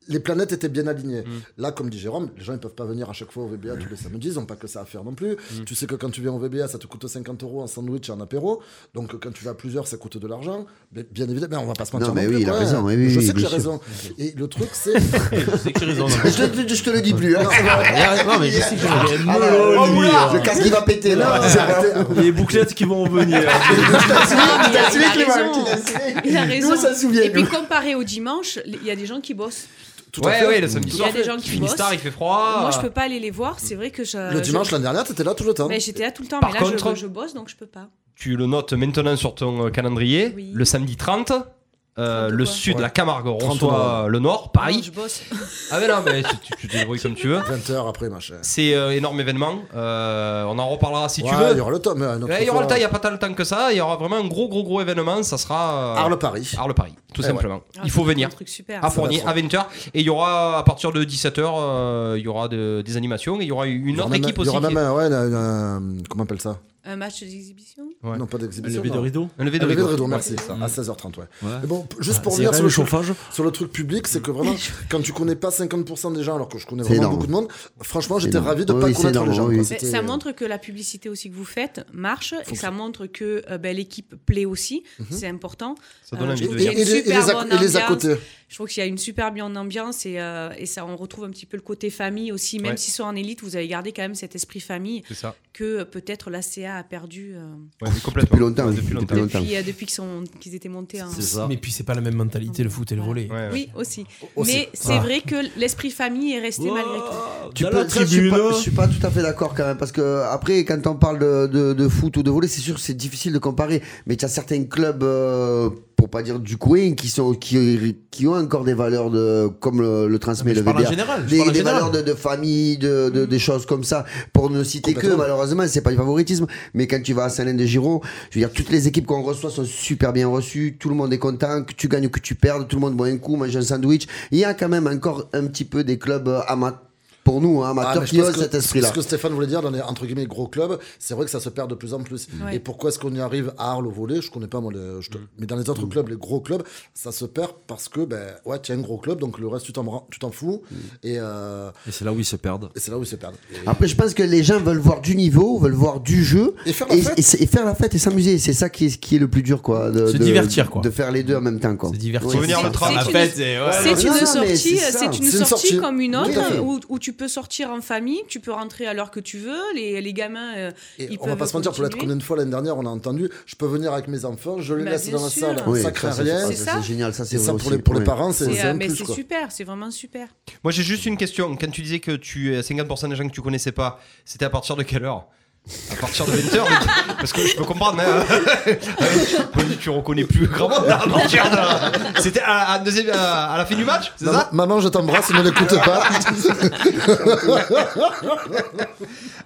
S5: Les planètes étaient bien alignées.
S3: Mm.
S5: Là, comme dit Jérôme, les gens ne peuvent pas venir à chaque fois au VBA tous les samedis, ils n'ont pas que ça à faire non plus.
S3: Mm.
S5: Tu sais que quand tu viens au VBA, ça te coûte 50 euros un sandwich et un apéro. Donc quand tu vas à plusieurs, ça coûte de l'argent. Mais Bien évidemment, on va pas se mentir.
S8: Non, mais
S5: plus,
S8: oui, il a
S5: quoi.
S8: raison, oui, oui,
S5: je
S8: oui,
S5: sais que j'ai
S8: bien sûr. Ah,
S5: raison. Et le truc, c'est.
S8: Je, te- je te le dis plus. Hein.
S2: Non, Ah, mais je sais que j'en avais un
S8: Ah, là,
S2: melon,
S8: oh,
S2: lui.
S8: oula, le casque il va péter là.
S5: Ah, j'ai arrêté.
S9: Les bouclettes qui vont venir.
S6: Ah,
S8: T'as
S6: mais il a
S8: suivi, Clément,
S6: raison.
S8: tu l'as suivi.
S6: Il a
S8: Nous,
S6: raison.
S8: on s'en souvient,
S6: Et puis
S8: nous.
S6: comparé au dimanche, il y a des gens qui bossent.
S5: Tout à
S3: ouais,
S5: fait.
S3: ouais, le samedi
S6: Il y
S3: soir.
S6: a des gens qui
S3: Finistère,
S6: bossent.
S3: il fait froid.
S6: Moi, je peux pas aller les voir. C'est vrai que je.
S5: Le dimanche, l'année dernière, t'étais là tout le temps.
S6: Mais j'étais là tout le temps.
S3: Par
S6: mais là, je-
S3: contre-
S6: je, bosse, donc je peux pas.
S3: Tu le notes maintenant sur ton euh, calendrier.
S6: Oui.
S3: Le samedi 30. euh,
S6: 30
S3: le
S6: quoi
S3: sud, la Camargue, on
S5: 30
S3: reçoit
S5: Nord.
S3: euh, le Nord,
S6: Non,
S3: Paris.
S6: je bosse.
S3: Ah mais non, mais tu- tu tu te débrouilles comme tu veux.
S5: 20h après, machin.
S3: C'est euh, énorme événement. Euh, on en reparlera si tu
S5: Ouais,
S3: veux.
S5: Il y aura le euh, tome.
S3: Ouais, Il y aura le temps, il n'y a pas tant le temps que ça. Il y aura vraiment un gros, gros, gros événement. Ça sera euh,
S5: Arles-Paris.
S3: Arles Paris, tout
S5: Eh Ah,
S3: simplement.
S6: Ah,
S3: Il
S6: c'est
S3: faut venir
S6: Un truc super.
S3: à
S5: va
S3: Fournier
S5: trop.
S3: à 20h. Et il y aura, à partir de 17h, euh, il y aura de- des animations. Et il y aura
S5: Il
S3: une
S5: y aura
S3: autre
S5: même-
S3: équipe
S5: Il y
S3: aussi.
S5: aura
S3: qui
S5: même un- ouais, un- un- comment on appelle ça
S6: Un match d'exhibition. Ben,
S3: Ouais.
S5: Non, pas d'exhibition.
S9: Levé de
S5: non.
S9: rideau.
S3: est- Un lever
S5: Un
S3: de
S5: lever de
S3: rideau.
S5: rideau,
S3: Ouais. Ah,
S5: merci. ça, À 16h30, ouais.
S9: Ouais.
S5: Mais bon, p- juste pour
S9: C'est
S5: revenir
S9: rien,
S5: sur
S9: le
S5: le, truc,
S9: chauffage.
S5: sur le truc public, c'est que vraiment, quand tu connais pas 50% des gens, alors que je connais
S8: C'est
S5: vraiment
S8: énorme.
S5: beaucoup de monde, franchement, j'étais
S8: énorme.
S5: ravi de
S8: Oui,
S5: pas
S8: oui, c'est
S5: connaître
S8: énorme,
S5: les gens.
S8: oui,
S5: quoi.
S8: oui.
S6: Ben,
S5: C'était- euh,
S6: ça montre que la publicité aussi que vous faites marche et ça montre que euh, ben, l'équipe plaît aussi. C'est important.
S3: Ça donne
S6: Euh,
S3: envie
S5: Et,
S3: de
S5: et-
S6: je
S3: venir.
S6: trouve qu'il
S5: et les,
S6: y a une
S5: et les
S6: super
S5: à,
S6: bonne
S5: et les à
S6: ambiance.
S5: côté.
S6: Je trouve qu'il y a une super bien ambiance et, euh, et ça, on retrouve un petit peu le côté famille aussi. Même
S3: Ouais.
S6: s'ils sont en élite, vous avez gardé quand même cet esprit famille
S3: C'est ça.
S6: que euh, peut-être la CA a perdu euh,
S3: Ouais, complètement.
S8: Depuis longtemps,
S3: Ouais,
S8: oui,
S3: Depuis
S8: depuis
S3: longtemps.
S8: longtemps.
S6: depuis, euh, depuis qu'ils sont- qu'ils étaient montés en.
S9: C'est ça.
S2: Mais puis, c'est pas la même mentalité, le foot et le volet.
S3: Ouais, ouais.
S6: Oui,
S5: Aussi.
S6: aussi.
S5: Ah. Oh.
S6: Mais c'est vrai que l'esprit famille est resté
S4: Oh,
S6: malgré tout.
S8: Tu peux, ça, je, suis pas, je suis pas tout à fait d'accord quand même parce que après quand on parle de, de- de foot ou de volley c'est sûr c'est difficile de comparer mais tu as certains clubs euh, pour pas dire du coin qui sont qui, qui ont encore des valeurs de comme le, le transmet
S2: Mais je
S8: le
S2: parle en
S8: VBA
S2: général, je
S8: des,
S2: parle en
S8: des
S2: général.
S8: valeurs de, de famille de, de- des choses comme ça pour ne citer que
S5: Mm. Complètement.
S8: malheureusement c'est pas du favoritisme mais quand tu vas à Salin de Giro je veux dire toutes les équipes qu'on reçoit sont super bien reçues tout le monde est content que tu gagnes ou que tu perdes tout le monde boit un coup mange un sandwich il y a quand même encore un petit peu des clubs euh, amateurs pour nous, hein,
S5: Ah,
S8: amateurs
S5: mais je
S8: qui
S5: pense
S8: osent
S5: que
S8: cet esprit-là.
S5: Ce que Stéphane voulait dire dans les entre guillemets gros clubs, c'est vrai que ça se perd de plus en plus.
S6: Ouais.
S5: Et pourquoi est-ce qu'on y arrive à Arles au volet Je connais pas moi, les- je te- mais dans les
S8: Mm.
S5: autres clubs, les gros clubs, ça se perd parce que ben ouais, tu as un gros club, donc le reste tu t'en rends- tu t'en fous.
S8: Mm.
S5: Et, euh,
S9: Et c'est là où ils se perdent.
S5: et c'est là où ils se perdent. Et-
S8: Après, je pense que les gens veulent voir du niveau, veulent voir du jeu
S5: Et faire la fête.
S8: et, c'est- et faire la fête et s'amuser. C'est ça qui est, qui est le plus dur, quoi. De,
S2: Se
S8: de-
S2: divertir, quoi.
S8: De faire les deux en même temps, quoi.
S2: C'est divertir.
S8: Ouais,
S3: Revenir
S8: c'est
S3: le
S8: ça.
S3: train.
S6: C'est
S2: La
S6: une-
S2: fête, c'est. ouais.
S6: C'est
S8: Non,
S6: une,
S8: mais
S6: sortie,
S8: c'est ça.
S6: c'est une
S5: C'est une
S6: sortie
S5: sortie.
S6: comme une
S5: Tout à
S6: autre
S5: fait.
S6: où, où tu peux sortir en famille, tu peux rentrer à l'heure que tu veux. Les, les gamins, euh,
S5: Et
S6: ils
S5: on va
S6: peuvent
S5: pas se mentir, pour l'être
S6: continuer.
S5: combien de fois l'année dernière, on a entendu je peux venir avec mes enfants, je les
S6: Bah,
S5: laisse
S6: bien
S5: dans la
S6: sûr.
S5: salle,
S8: Oui,
S5: ça craint
S8: ça,
S5: rien.
S8: c'est-
S6: C'est
S8: ça,
S6: ça.
S8: C'est génial, ça c'est
S5: Et ça
S8: vrai
S5: pour
S8: aussi.
S5: les, pour les
S8: Ouais.
S5: parents, c'est
S6: C'est,
S5: c'est
S6: euh,
S5: un
S6: mais
S5: plus.
S6: c'est
S5: quoi.
S6: super, c'est vraiment super.
S3: Moi j'ai juste une question. Quand tu disais que tu euh, 50% des gens que tu connaissais pas, c'était à partir de quelle heure À partir de 20h, parce que je peux comprendre, mais euh, vas-y, tu reconnais plus grand monde. là, à partir de- C'était à, à deuxième- à- à la fin du match, c'est
S5: Maman,
S3: ça
S5: maman, je t'embrasse, ne l'écoute pas.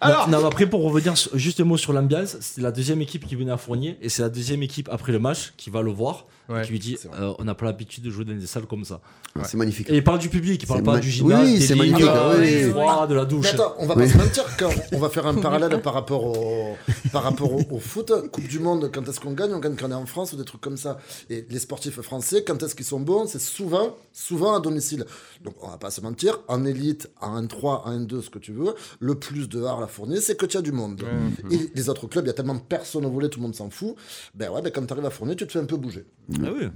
S3: Alors,
S9: Non, mais après, pour revenir sur- juste un mot sur l'ambiance, c'est la deuxième équipe qui venait à Fournier et c'est la deuxième équipe après le match qui va le voir
S3: Ouais,
S9: et qui lui dit
S5: c'est vrai.
S9: euh, On n'a pas l'habitude de jouer dans des salles comme ça.
S8: C'est magnifique.
S9: Et il parle du public, il parle
S8: C'est
S9: pas
S8: ma-
S9: du gymnase,
S8: Oui,
S9: des
S8: c'est
S9: lignes,
S8: magnifique,
S9: euh,
S8: oui,
S9: du
S8: oui.
S9: froid, de la douche.
S5: Mais attends, on va pas
S8: Oui.
S5: se mentir, quand on va faire un parallèle par rapport au, par rapport au, au foot. Coupe du Monde, quand est-ce qu'on gagne On gagne quand on est en France ou des trucs comme ça. Et les sportifs français, quand est-ce qu'ils sont bons C'est souvent, souvent à domicile. Donc on va pas se mentir, en élite, en N3, en N2, ce que tu veux, le plus de hard à fournir, c'est que tu as du monde. Et les autres clubs, il y a tellement de personnes au volet, tout le monde s'en fout. Ben ouais, ben quand tu arrives à fournir, tu te fais un peu bouger.
S9: Ah oui.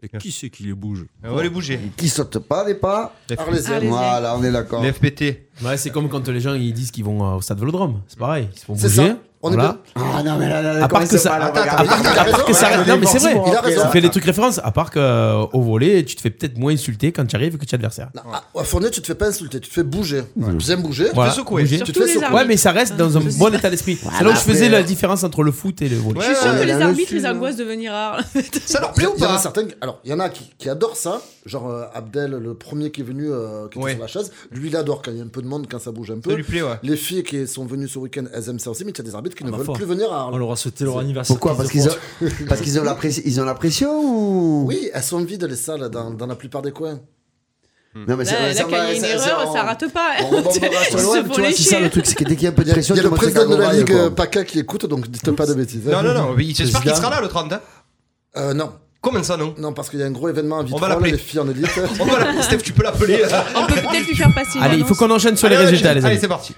S9: Et qui c'est qui les bouge
S3: on va les bouger.
S8: Qui saute pas des pas
S5: Arlésien.
S6: Arlésien.
S8: Voilà, on est d'accord.
S3: Les FPT.
S2: Ouais, c'est comme quand les gens ils disent qu'ils vont euh, au stade Vélodrome. C'est pareil, ils se font
S5: C'est
S2: bouger.
S5: ça. On est
S2: Voilà.
S5: bien.
S8: Ah non, mais là, là, là,
S2: À part que
S8: commencez
S2: ça-
S8: pas, là,
S2: Attends,
S8: regarde.
S2: À part, à part que ça
S5: Il a
S2: reste. Non, mais c'est vrai.
S5: Il a raison.
S2: Ça fait des trucs références. À part que euh, au volet, tu te fais peut-être moins insulter quand tu arrives que tu adversaires.
S5: Non, à, à Fournier, tu te fais pas insulter, tu te fais bouger. Bien bouger.
S2: Voilà.
S3: secouer.
S2: Bouger.
S5: Tu te
S6: Surtout
S5: fais
S6: les
S5: secouer.
S6: arbitres.
S2: Ouais, mais ça reste dans un bon état d'esprit. C'est là où je
S8: après,
S2: faisais
S8: euh,
S2: la différence entre le foot et le volley.
S3: Ouais,
S6: Je suis sûre
S8: Ouais,
S6: que les
S8: là,
S6: arbitres
S8: dessus,
S6: les
S8: là.
S6: angoissent de venir à.
S3: Ça leur
S5: Il
S3: plaît
S5: y,
S3: ou
S5: il y en a
S3: pas
S5: certains, qui- alors il y en a qui, qui adorent ça, genre euh, Abdel, le premier qui est venu, euh, qui était
S3: Ouais.
S5: sur la chaise, lui il adore quand il y a un peu de monde, quand ça bouge un
S3: Ça
S5: peu.
S3: lui plaît, ouais.
S5: Les filles qui sont venues ce week-end, elles aiment ça aussi, mais il y a des arbitres
S3: Ah
S5: qui ne
S9: bah,
S5: veulent
S9: fort.
S5: plus venir à
S9: On
S5: Arles.
S9: leur a sauté leur anniversaire.
S8: Pourquoi Parce qu'ils ont, parce qu'ils ont la pression, ils ont la pression ou
S5: Oui, elles sont vides les salles dans, dans la plupart des coins.
S8: Non mais
S6: Là,
S8: vrai,
S6: là,
S8: ça
S6: quand
S8: va,
S6: il y a une
S8: ça-
S6: erreur,
S8: on-
S6: ça rate pas.
S8: on rebondira sur
S6: Ils se
S8: l'OM,
S6: font
S8: tu vois, c'est ça
S6: lécher.
S8: le truc, c'est que dès qu'il y a un peu de
S5: Il y a,
S8: pression,
S5: il y a le
S8: tout le monde se
S5: président de la
S8: cagouraille,
S5: Ligue
S8: quoi.
S5: euh, PACA qui écoute, donc dites pas de bêtises.
S3: Non, non, non, mais j'espère qu'il
S5: Président.
S3: sera là le 30. hein.
S5: Euh, non.
S3: Comment ça, non
S5: Non, parce qu'il y a un gros événement à Vitrolles,
S3: l'appeler.
S5: les filles en élite.
S3: On va l'appeler, Steph, tu peux l'appeler.
S6: On peut peut-être lui faire passer une
S2: Allez, il faut
S6: annonce.
S2: qu'on enchaîne sur les
S3: Allez, allez,
S2: résultats, les
S3: Allez,
S2: amis.
S3: c'est parti.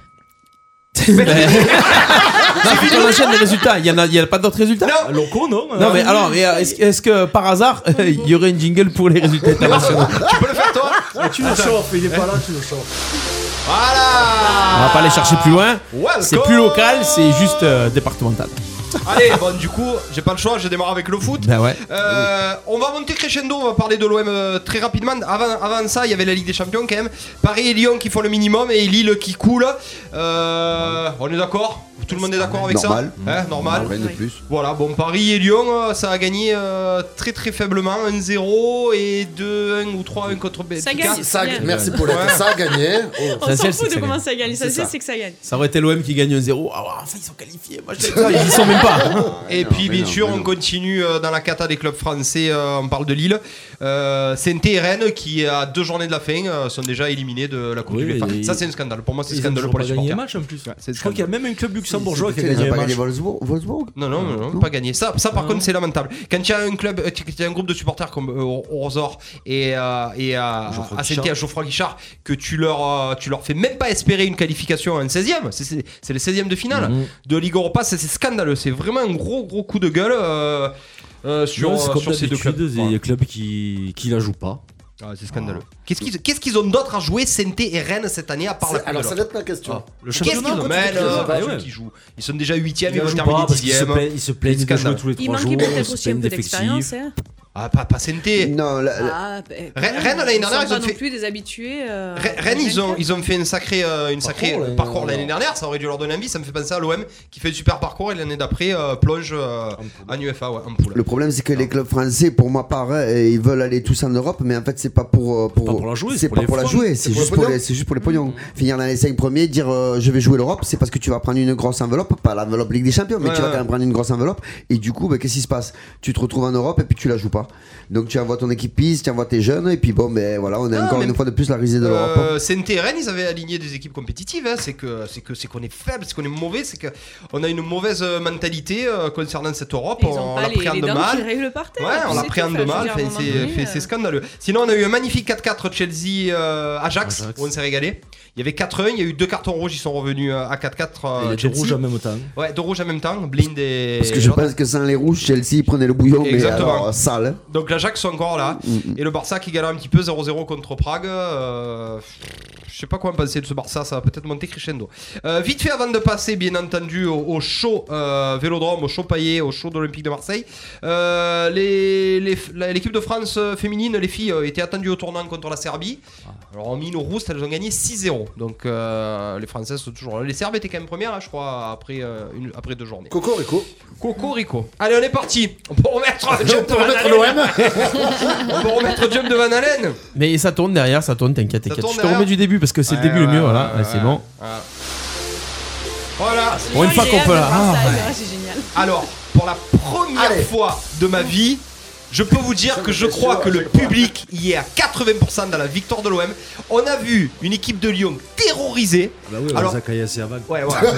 S2: Non, faut qu'on enchaîne les résultats. Il y en a, il y a pas d'autres résultats.
S3: Non,
S9: Loco, non
S2: Non mais alors, mais, euh, est-ce est-ce que par hasard il y aurait une jingle pour les résultats internationaux
S3: tu peux le faire, toi
S9: Ah, tu le chauffes, il est pas là, tu le chauffes.
S3: Voilà
S2: On va pas les chercher plus loin.
S3: Welcome.
S2: C'est plus local, c'est juste euh, départemental.
S3: Allez, bon, du coup, j'ai pas le choix, je démarre avec le foot.
S2: Ben ouais.
S3: Euh,
S9: Ah
S3: on va monter crescendo, on va parler de l'OM euh, très rapidement. Avant, avant ça, il y avait la Ligue des Champions quand même. Paris et Lyon qui font le minimum et Lille qui coule. Euh, on est d'accord Tout le monde est d'accord avec
S8: Normal.
S3: ça Hein,
S5: euh,
S3: Normal.
S8: Rien de plus.
S3: Voilà, bon, Paris et Lyon, euh, ça a gagné euh, très très faiblement 1-0 et 2-1 ou 3-1 contre
S6: Ça
S3: Benfica.
S6: gagne.
S5: Ça,
S6: Bien.
S5: merci Paulette, ça a gagné. Oh.
S6: On
S2: Ça,
S6: s'en
S2: c'est que
S6: fout de
S2: ça
S6: comment ça gagne. Ça,
S5: C'est
S6: c'est
S5: ça.
S6: c'est que ça gagne.
S2: Ça aurait été l'OM qui gagne 1-0. Ah ouais, enfin ils sont qualifiés. Moi, je sais pas, ils y sont même pas.
S3: Et
S8: non,
S3: puis
S8: mais
S3: bien
S8: non,
S3: sûr
S8: mais
S3: on
S8: non.
S3: continue euh, dans la cata des clubs français, euh, on parle de Lille. Euh, Saint et Rennes qui à deux journées de la fin euh, sont déjà éliminés de la Coupe
S9: Oui,
S3: du UEFA.
S9: et-
S3: Ça c'est un scandale, pour moi c'est
S9: Ils ont
S3: scandaleux
S9: toujours
S3: pour
S9: pas
S3: les
S9: gagné un
S3: supporters.
S9: match en plus.
S3: Ouais, c'est
S9: Je crois qu'il y a même un club luxembourgeois qui a
S8: Ils
S9: gagné
S8: ont
S9: un
S8: pas
S9: match.
S8: gagné Wolfsburg. Wolfsburg
S3: Non, non, non, pas gagné. Ça, ça par contre, c'est lamentable. Quand il y a un club, euh, quand il y a un groupe de supporters comme euh, au- au Rosor et, euh, et à,
S9: Geoffroy
S3: à
S9: Guichard.
S3: Saint-Étienne, à Geoffroy Guichard, que tu leur, euh, tu leur fais même pas espérer une qualification à une 16ème, c'est- c'est c'est les 16ème de finale
S9: Mhm.
S3: de Ligue Europa, c'est c'est scandaleux. C'est vraiment un gros, gros coup de gueule euh, euh, sur,
S9: Non, c'est
S3: euh,
S9: comme
S3: sur ces deux
S9: d'habitude,
S3: clubs.
S9: Il y a des clubs qui, qui la jouent pas.
S3: Ah, c'est scandaleux. Qu'est-ce qu'ils qu'est-ce qu'ils ont d'autre à jouer, Senté et Rennes, cette année, à part la
S5: C'est- Alors,
S3: Coupe
S5: ça
S3: de
S5: va être ma question.
S3: l'Europe Ah, le championnat,
S5: Qu'est-ce qu'ils ont
S3: mais
S5: contre-
S3: le-
S5: Bah
S3: euh, ceux
S9: ouais.
S3: qui jouent. Ils sont déjà 8ème,
S9: Ils
S3: ils
S9: la
S3: vont
S9: jouent pas
S3: terminer
S9: parce qu'ils se
S3: 10
S9: plaignent- ils se plaignent de jouer
S3: scandale.
S9: tous les
S6: Il
S9: trois jours.
S6: manquait peut-être
S9: on se
S6: aussi un
S9: plaigne
S6: peu
S9: d'effectifs.
S6: d'expérience. hein.
S3: Ah, pas, pas Senté.
S8: Non, la- la-
S6: Ah, ben,
S3: Rennes- Rennes, l'année
S6: ils sont
S3: dernière, ils
S6: pas
S3: ont
S6: non
S3: fait-
S6: plus des habitués. euh,
S3: Re- Rennes, ils ont,
S6: Rennes.
S3: ils ont fait une sacrée, euh, une sacrée
S9: Parcours, l'année
S3: parcours
S9: dernière.
S3: l'année dernière. Ça aurait dû leur donner envie. Ça me fait penser à l'OM qui fait du super parcours et l'année d'après euh, plonge euh, en UFA, ouais, en poule.
S8: le problème c'est que les clubs français, pour ma part, hein, ils veulent aller tous en Europe, mais en fait c'est pas pour euh,
S9: pas pour la jouer,
S8: c'est pas pour la
S9: fonds.
S8: jouer, c'est
S5: pour
S8: juste
S5: le
S8: pour
S5: pognon.
S8: les, c'est juste pour les pognons. Finir dans les 5 premiers, dire euh, je vais jouer l'Europe, c'est parce que tu vas prendre une grosse enveloppe, pas l'enveloppe Ligue des Champions, mais
S3: Ouais,
S8: tu vas
S3: ouais.
S8: quand même prendre une grosse enveloppe. Et du coup, bah, qu'est-ce qui se passe Tu te retrouves en Europe et puis tu la joues pas. Donc tu envoies ton équipiste, tu envoies tes jeunes, et puis bon, ben voilà, on est
S3: Ah,
S8: encore
S3: mais-
S8: une fois de plus la risée de l'Europe. hein.
S3: Euh, CNT et Rennes, ils avaient aligné des équipes compétitives. hein. C'est que c'est que c'est qu'on est faible, c'est qu'on est mauvais, c'est qu'on a une mauvaise euh, mentalité euh, concernant cette Europe.
S6: Ils ont
S3: on
S6: pas les-
S3: l'appréhende
S6: les dents qui
S3: mal.
S6: règlent par terre,
S3: Ouais,
S6: tu
S3: on
S6: sais
S3: l'appréhende
S6: tout, enfin,
S3: mal.
S6: je veux
S3: Enfin,
S6: dire, à
S3: c'est-
S6: un moment donné,
S3: fait-
S6: euh,
S3: c'est scandaleux. Sinon, on a eu un magnifique 4-4 Chelsea euh, Ajax,
S9: Ajax.
S3: où on s'est régalé. Il y avait 4-1, il y a eu deux cartons rouges, ils sont revenus euh, à 4-4 euh,
S9: Il y a du
S3: Chelsea.
S9: rouge en même temps.
S3: Ouais, deux rouges en même temps, Blind et.
S8: Parce que je
S3: Jordan.
S8: pense que sans les rouges, Chelsea prenait le bouillon,
S3: Exactement.
S8: mais alors, sale. Mm,
S3: Donc l'Ajax sont encore là. Et le Barça qui galère un petit peu 0-0 contre Prague. euh, je sais pas quoi en penser de ce Barça, ça va peut-être monter crescendo. Euh, vite fait, avant de passer, bien entendu, au, au show euh, Vélodrome, au show Paillet, au show de l'Olympique de Marseille, euh, les- les- la- l'équipe de France euh, féminine, les filles, euh, étaient attendues au tournant contre la Serbie.
S8: Ah.
S3: Alors en mine au Roust, elles ont gagné 6-0. Donc euh, les Françaises sont toujours là. Les Serbes étaient quand même premières, hein, je crois, après, euh, une, après deux journées.
S5: Coco Rico.
S3: Cocorico. Allez, on est parti. On peut remettre Jump de
S5: Pour
S3: Van
S5: remettre
S3: Halen.
S5: l'OM.
S3: On peut remettre Jump de Van Halen.
S2: Mais ça tourne derrière, ça tourne, t'inquiète,
S3: Ça
S2: t'inquiète.
S3: tourne
S2: Je te
S3: derrière Ah,
S2: remets du début parce que c'est le début le mieux, voilà, Ouais, c'est bon.
S3: Voilà. Voilà.
S2: Bon, une fois qu'on peut là. Ah,
S6: C'est génial.
S3: Alors, pour la première
S5: Allez.
S3: fois de ma vie, je peux vous dire que je crois que le public y est à 80% dans la victoire de l'OM. On a vu une équipe de Lyon terrorisée.
S4: Bah oui,
S3: Alors-
S4: on les a caillassés avant.
S3: Ouais, ouais. Mais non,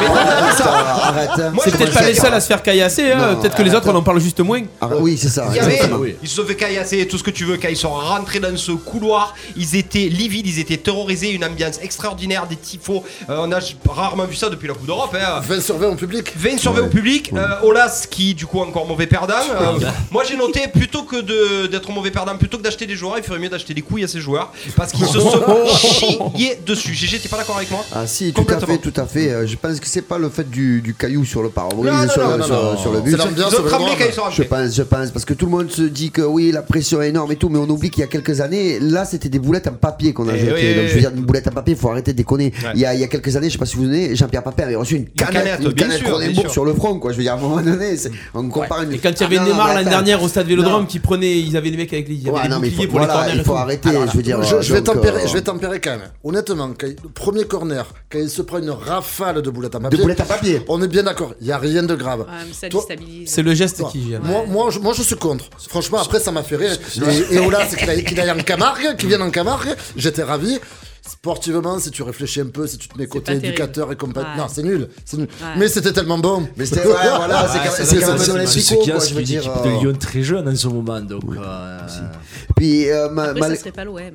S3: mais on a vu ça.
S8: Arrête. hein.
S3: Moi,
S2: C'est
S3: je
S2: peut-être
S3: pense
S2: pas les
S3: que-
S2: seuls à se faire caillasser, hein.
S8: Non,
S2: peut-être que les autres on en parle juste moins.
S8: Arrête- Oui, c'est ça.
S3: Il y avait-
S8: Ah, exactement.
S3: ils se sont fait caillasser, tout ce que tu veux, quand ils sont rentrés dans ce couloir, ils étaient livides, ils étaient terrorisés, une ambiance extraordinaire, des typhos. Euh, on a rarement vu ça depuis la Coupe d'Europe. Hein.
S5: 20 sur 20 en public.
S3: 20 sur 20 au public, euh, Olas qui du coup encore mauvais perdant. Euh, moi j'ai noté plutôt que de- d'être mauvais perdant, plutôt que d'acheter des joueurs, il ferait mieux d'acheter des couilles à ces joueurs parce qu'ils se sont chiés dessus. GG t'es pas d'accord avec moi
S8: Ah si, tout à
S3: Complètement.
S8: fait, tout à fait. Euh, Je pense que c'est pas le fait du, du caillou sur le pare-brise,
S3: Non, non,
S8: sur,
S3: non,
S8: le-
S3: non,
S8: sur-
S5: non.
S8: sur le
S5: C'est
S8: but.
S5: la-
S3: Ils ont
S5: L'ambiance, c'est
S3: tremblé
S5: vraiment-
S3: quand ils sont
S8: Je
S3: rentrés.
S8: pense, je pense, parce que tout le monde se dit que oui, la pression est énorme et tout, mais on oublie qu'il y a quelques années, là, c'était des boulettes en papier qu'on a
S3: Eh
S8: jetées.
S3: oui,
S8: Donc,
S3: oui,
S8: je veux dire, une boulette en papier, il faut arrêter de déconner.
S3: Ouais.
S8: Il, y a, il y a quelques années, je sais pas si vous vous souvenez, Jean-Pierre Papin avait reçu une
S3: canette,
S8: canette, une
S3: bien
S8: canette
S3: sûr, bien
S8: Cronenbourg
S3: sûr.
S8: sur le front, quoi. Je veux dire, à un moment donné, c'est- on compare une.
S2: Et quand il y
S8: Ah,
S2: avait
S8: non, non,
S2: Neymar
S8: mais
S2: l'année
S8: attends.
S2: dernière au stade Vélodrome
S8: Non.
S2: qui prenait, ils avaient les mecs avec les, il y avait
S8: Ouais,
S2: les
S8: non, mais il
S2: boucliers
S8: faut,
S2: pour
S8: voilà,
S2: les corners.
S8: il
S2: et
S8: faut
S2: tout.
S8: arrêter, je veux dire.
S5: Je,
S8: euh,
S5: je vais
S8: donc,
S5: tempérer,
S8: euh,
S5: je vais tempérer quand même. Honnêtement, quand il- le premier corner, quand il se prend une rafale de boulettes à
S8: De
S5: papier,
S8: boulettes à papier.
S5: on est bien d'accord, il n'y a rien de grave.
S6: Ouais, mais ça
S5: Toi-
S6: déstabilise.
S2: C'est le geste qui vient.
S5: Moi, moi, je, moi, je suis contre. Franchement, après, ça m'a fait rire. Et, et Ola, c'est qu'il aille- qu'il aille en Camargue, qu'il vienne en Camargue, j'étais ravi. Sportivement, si tu réfléchis un peu, si tu te mets côté
S6: pas terrible.
S5: éducateur et compagnie.
S6: Ouais.
S5: Non, c'est nul. C'est nul.
S6: Ouais.
S5: Mais c'était tellement bon.
S8: Mais c'était, ouais, voilà, c'est
S4: Ah,
S8: quand-
S4: ça,
S8: c'est
S4: ça,
S8: quand même
S4: ça,
S8: un
S4: c'est
S8: Olympico,
S4: ce qu'il y a,
S8: quoi,
S4: c'est
S8: je
S4: une
S8: veux dire.
S4: équipe
S8: euh,
S4: de Lyon très jeune en ce moment. Donc, euh,
S8: Puis, euh, ma-
S6: Après,
S8: mal-
S6: ça serait pas l'OM. Hein.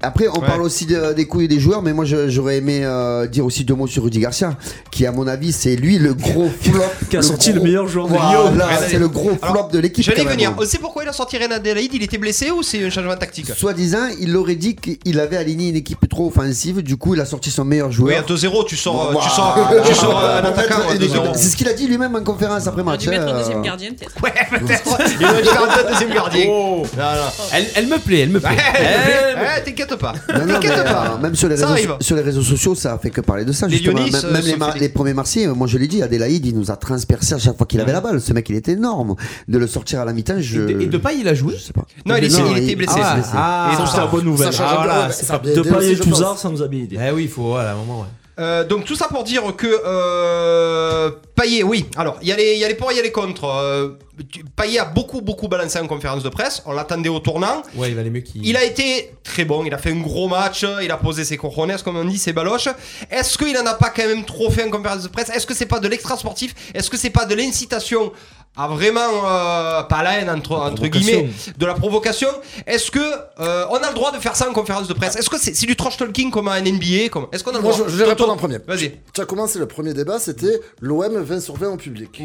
S8: Après, on
S3: Ouais.
S8: parle aussi de- des couilles des joueurs, mais moi je- j'aurais aimé euh, dire aussi deux mots sur Rudy Garcia, qui à mon avis c'est lui le gros flop.
S4: Qui a sorti
S8: gros-
S4: le meilleur joueur de
S8: Voilà,
S4: Lyon.
S8: C'est le gros flop
S3: Alors,
S8: de l'équipe.
S3: J'allais
S8: quand même.
S3: venir. On sait pourquoi il a sorti Renan Adelaide Il était blessé ou c'est un changement tactique
S8: Soi-disant, il aurait dit qu'il avait aligné une équipe trop offensive, du coup il a sorti son meilleur
S3: Oui, à
S8: joueur.
S3: 2-0, tu sors, euh,
S8: Voilà.
S3: tu sors, tu sors euh, un
S8: Pour mettre
S3: attaquant à
S8: une équipe-
S3: 2-0.
S8: C'est ce qu'il a dit lui-même en conférence après
S6: On aurait
S8: match.
S6: dû mettre un
S8: hein.
S6: deuxième gardien, peut-être.
S3: Ouais, peut-être. Il aurait dû faire un deuxième gardien.
S8: Oh.
S3: Non, non.
S2: Elle, elle me plaît, elle me plaît.
S3: Ouais,
S2: Elle me plaît.
S3: ouais, eh, T'inquiète pas.
S8: Eh, Non, non, mais,
S3: T'inquiète pas.
S8: euh, même sur les,
S3: Ça
S8: réseaux,
S3: arrive.
S8: sur les réseaux sociaux, ça a fait que parler de ça.
S3: Les euh,
S8: justement.
S3: Lyonnais,
S8: même
S3: se-
S8: même
S3: se
S8: les, mar-
S3: fait des-
S8: les premiers Marseillais, euh, moi je l'ai dit, Adélaïde, il nous a transpercé à chaque fois qu'il avait la balle. Ce mec, il était énorme. De le sortir à la mi-temps, je.
S2: Et de- Et de pas, il a joué.
S8: Je sais pas.
S3: Non, il, est- il était
S8: il-
S3: blessé.
S8: ah, ouais,
S2: Ah,
S3: Et
S2: ça,
S3: donc, ça,
S2: c'est la bonne nouvelle.
S5: change un
S2: Ah,
S5: peu,
S2: voilà,
S5: ouais,
S2: c'est pas-
S5: ça bien
S9: De
S5: aidé
S9: Paris
S5: aussi,
S9: et
S5: je
S9: Touzard,
S5: pense.
S9: ça nous a bien aidé.
S2: Eh oui, il faut, voilà, à un moment, ouais.
S3: Euh, donc tout ça pour dire que euh, Payet, oui. Alors il y, a les- il y a les pour, il y a les contre. Euh, tu- Payet a beaucoup beaucoup balancé en conférence de presse. On l'attendait au tournant.
S2: Ouais, il valait mieux qu'il.
S3: Il a été très bon. Il a fait un gros match. Il a posé ses cojones, comme on dit, ses baloches. Est-ce qu'il en a pas quand même trop fait en conférence de presse Est-ce que c'est pas de l'extra sportif Est-ce que c'est pas de l'incitation à vraiment euh, pas la haine entre, entre guillemets de la provocation Est-ce que euh, on a le droit de faire ça en conférence de presse Est-ce que c'est c'est du trash talking comme à un NBA comme Est-ce qu'on a le
S5: Moi,
S3: droit
S5: je, je vais
S3: Toto,
S5: répondre en premier.
S3: Vas-y.
S5: Tu as commencé le premier débat, c'était l'OM 20 sur 20 en public.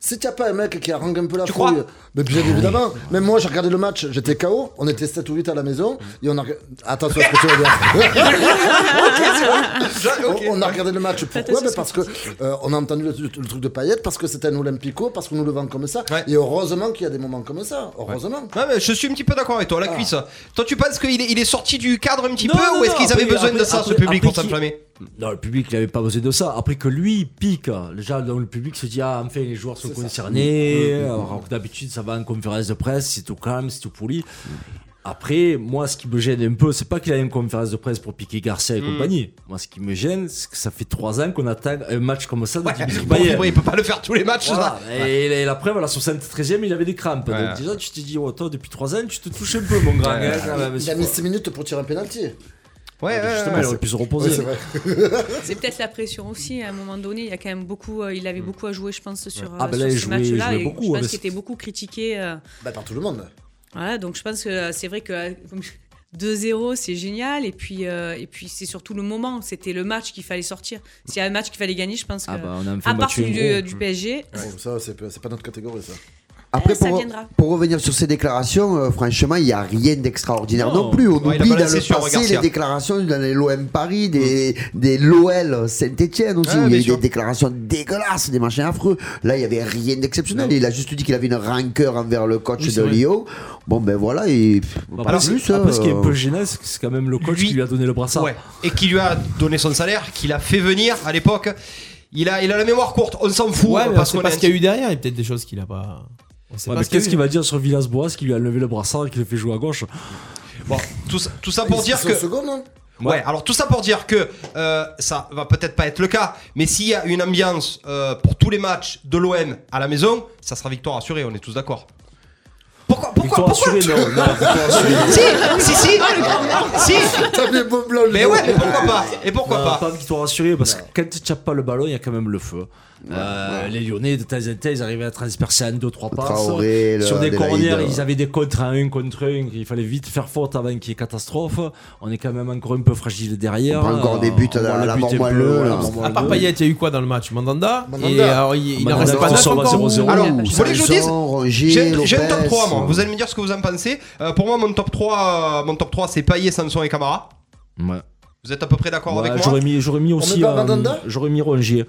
S5: Si t'as pas un mec qui harangue un peu la
S3: Mm. Tu
S5: trouille,
S3: crois
S5: mais bien évidemment, même moi j'ai regardé le match, j'étais KO, on était 7 ou 8 à la maison, et on a. reg- Attention à ce que tu vas dire.
S3: Je- ok.
S5: On on a regardé le match pourquoi
S6: Attention à
S5: Mais
S6: ce
S5: Parce que euh, on a entendu le, le truc de Payet, parce que c'était un Olympico, parce qu'on nous le vend comme ça.
S3: Ouais.
S5: Et heureusement qu'il y a des moments comme ça, heureusement.
S3: Ouais, mais je suis un petit peu d'accord avec toi, la
S5: Ah.
S3: cuisse. Toi, tu penses qu'il est, il est sorti du cadre un petit
S4: Non,
S3: peu
S4: non,
S3: ou est-ce
S4: non,
S3: qu'ils avaient
S4: après-
S3: besoin de
S4: après-
S3: ça, ce
S4: après-
S3: public,
S4: après
S3: pour
S4: qu'il-
S3: s'enflammer
S4: Non, le public n'avait pas besoin de ça. Après que lui, il pique. Déjà, donc, le public se dit Ah, enfin, les joueurs sont concernés. Alors que d'habitude, ça va en conférence de presse, c'est tout calme, c'est tout poli. Après, moi, ce qui me gêne un peu, c'est pas qu'il a une conférence de presse pour piquer Garcia et
S3: Mm.
S4: compagnie. Moi, ce qui me gêne, c'est que ça fait trois ans qu'on attend un match comme ça de Dimitri
S3: Bon,
S4: Payet.
S3: bon, Il peut pas le faire tous les matchs,
S4: Voilà.
S3: ça.
S4: Et la, la preuve, à la 73 e il avait des crampes.
S3: Ouais.
S4: Donc déjà, tu te dis, oh, toi, depuis 3 ans, tu te touches un peu, mon grand.
S3: Ouais.
S4: hein, quand même.
S5: Il a mis 6 minutes pour tirer un penalty.
S3: Ouais, ouais,
S4: Justement,
S3: ouais.
S4: il aurait pu se reposer.
S5: Oui, c'est vrai.
S6: C'est peut-être la pression aussi. À un moment donné, il y a quand même beaucoup. euh, il avait beaucoup à jouer, je pense, sur, euh,
S4: Mm. Ah, ben
S6: sur
S4: là, il
S6: ce
S4: jouait- il
S6: match-là.
S4: jouait
S6: et
S4: beaucoup,
S6: je pense
S4: parce
S6: qu'il
S4: que-
S6: était beaucoup critiqué. euh,
S5: Bah, par tout le monde.
S6: Voilà, donc je pense que euh, c'est vrai que euh, comme je- 2-0, c'est génial. Et puis, euh, et puis c'est surtout le moment. C'était le match qu'il fallait sortir. S'il y a un match qu'il fallait gagner, je pense que.
S4: Ah bah, on a fait
S6: à
S4: un
S6: part
S4: match
S6: celui
S4: gros.
S6: du, du PSG,
S5: Bon, ça, c'est pas c'est pas notre catégorie, ça.
S8: Après,
S6: Eh, ça
S8: pour,
S6: viendra.
S8: pour revenir sur ces déclarations, euh, franchement, il n'y a rien d'extraordinaire non.
S4: Non.
S8: plus. On
S3: Ouais, il a
S8: oublie dans
S3: balancé
S8: le
S3: sur
S8: passé
S3: Garcia.
S8: les déclarations dans l'OM Paris, des, des l'OL Saint-Etienne aussi,
S3: Ouais,
S8: où il y
S3: bien
S8: a eu
S3: sûr.
S8: des déclarations dégueulasses, des machins affreux. Là, il n'y avait rien d'exceptionnel. Il a juste dit qu'il avait une rancœur envers le coach de Lyon. Bon, ben voilà, et pff, pas
S4: Après,
S8: plus.
S4: c'est- après, ce qui est un
S8: euh,
S4: peu gênant, c'est que c'est quand même le coach
S3: Lui-
S4: qui lui a donné le brassard.
S3: Ouais. Et qui lui a donné son salaire, qu'il a fait venir à l'époque. Il a, il a la mémoire courte, on s'en fout.
S2: Ouais, mais
S3: parce
S2: c'est
S3: qu'on
S2: pas
S3: est
S2: ce qu'il y a eu derrière. Il y a peut-être des choses qu'il a pas. On sait
S4: Ouais,
S2: pas
S4: mais
S2: ce qu'il y a
S4: qu'est-ce
S2: eu.
S4: qu'il va dire sur Villas-Boas qui lui a enlevé le brassard et qui le fait jouer à gauche
S3: Bon, tout, ça- tout ça pour dire que.
S5: Seconde, non
S3: Ouais. alors tout ça pour dire que euh, ça va peut-être pas être le cas, mais s'il y a une ambiance euh, pour tous les matchs de l'OM à la maison, ça sera victoire assurée, on est tous d'accord. Pourquoi, pourquoi,
S4: Victoire
S3: pourquoi
S4: assurée, non, non, victoire assurée.
S3: Si, si, si, si,
S5: T'as les beaux blancs, le
S3: mais
S5: dos.
S3: ouais, mais pourquoi pas Et pourquoi
S4: Non,
S3: Bah, pas
S4: Pas victoire assurée, parce que quand tu tapes pas le ballon, il y a quand même le feu. Euh, Les Lyonnais, de temps en temps, ils arrivaient à transpercer en 2-3 passes.
S8: Traoré, le
S4: Sur des
S8: Adélaïde.
S4: corners, ils avaient des contre à 1 contre 1. Il fallait vite faire faute avant qu'il y ait catastrophe. On est quand même encore un peu fragile derrière.
S8: On prend encore des buts
S4: On
S8: à la-
S4: voit
S8: à
S4: le
S8: la
S4: but
S8: mort
S4: et peu,
S8: moelleux,
S4: voilà,
S8: là.
S4: on voit
S2: À
S4: le
S2: part
S4: but.
S2: Payet, il y a eu quoi dans le match Mandanda, Et
S5: Mandanda.
S2: alors, il, il en
S4: Mandanda,
S2: reste pas
S4: on
S2: neuf
S4: sort à
S2: encore ou-
S4: 0-0.
S3: Alors,
S6: Il a pas
S3: vous
S6: joué.
S3: voulez que je vous dise
S8: Sanson, Rongier,
S3: J'ai un- j'ai un
S8: Lopez.
S3: top 3 moi, vous allez me dire ce que vous en pensez. Euh, pour moi mon top 3 euh, mon top 3 c'est Payet, Samson et Camara.
S4: Ouais.
S3: Vous êtes à peu près d'accord
S4: Ouais,
S3: avec moi
S4: j'aurais mis, j'aurais mis aussi.
S5: met pas
S4: euh,
S5: Mandanda
S4: j'aurais mis Rongier.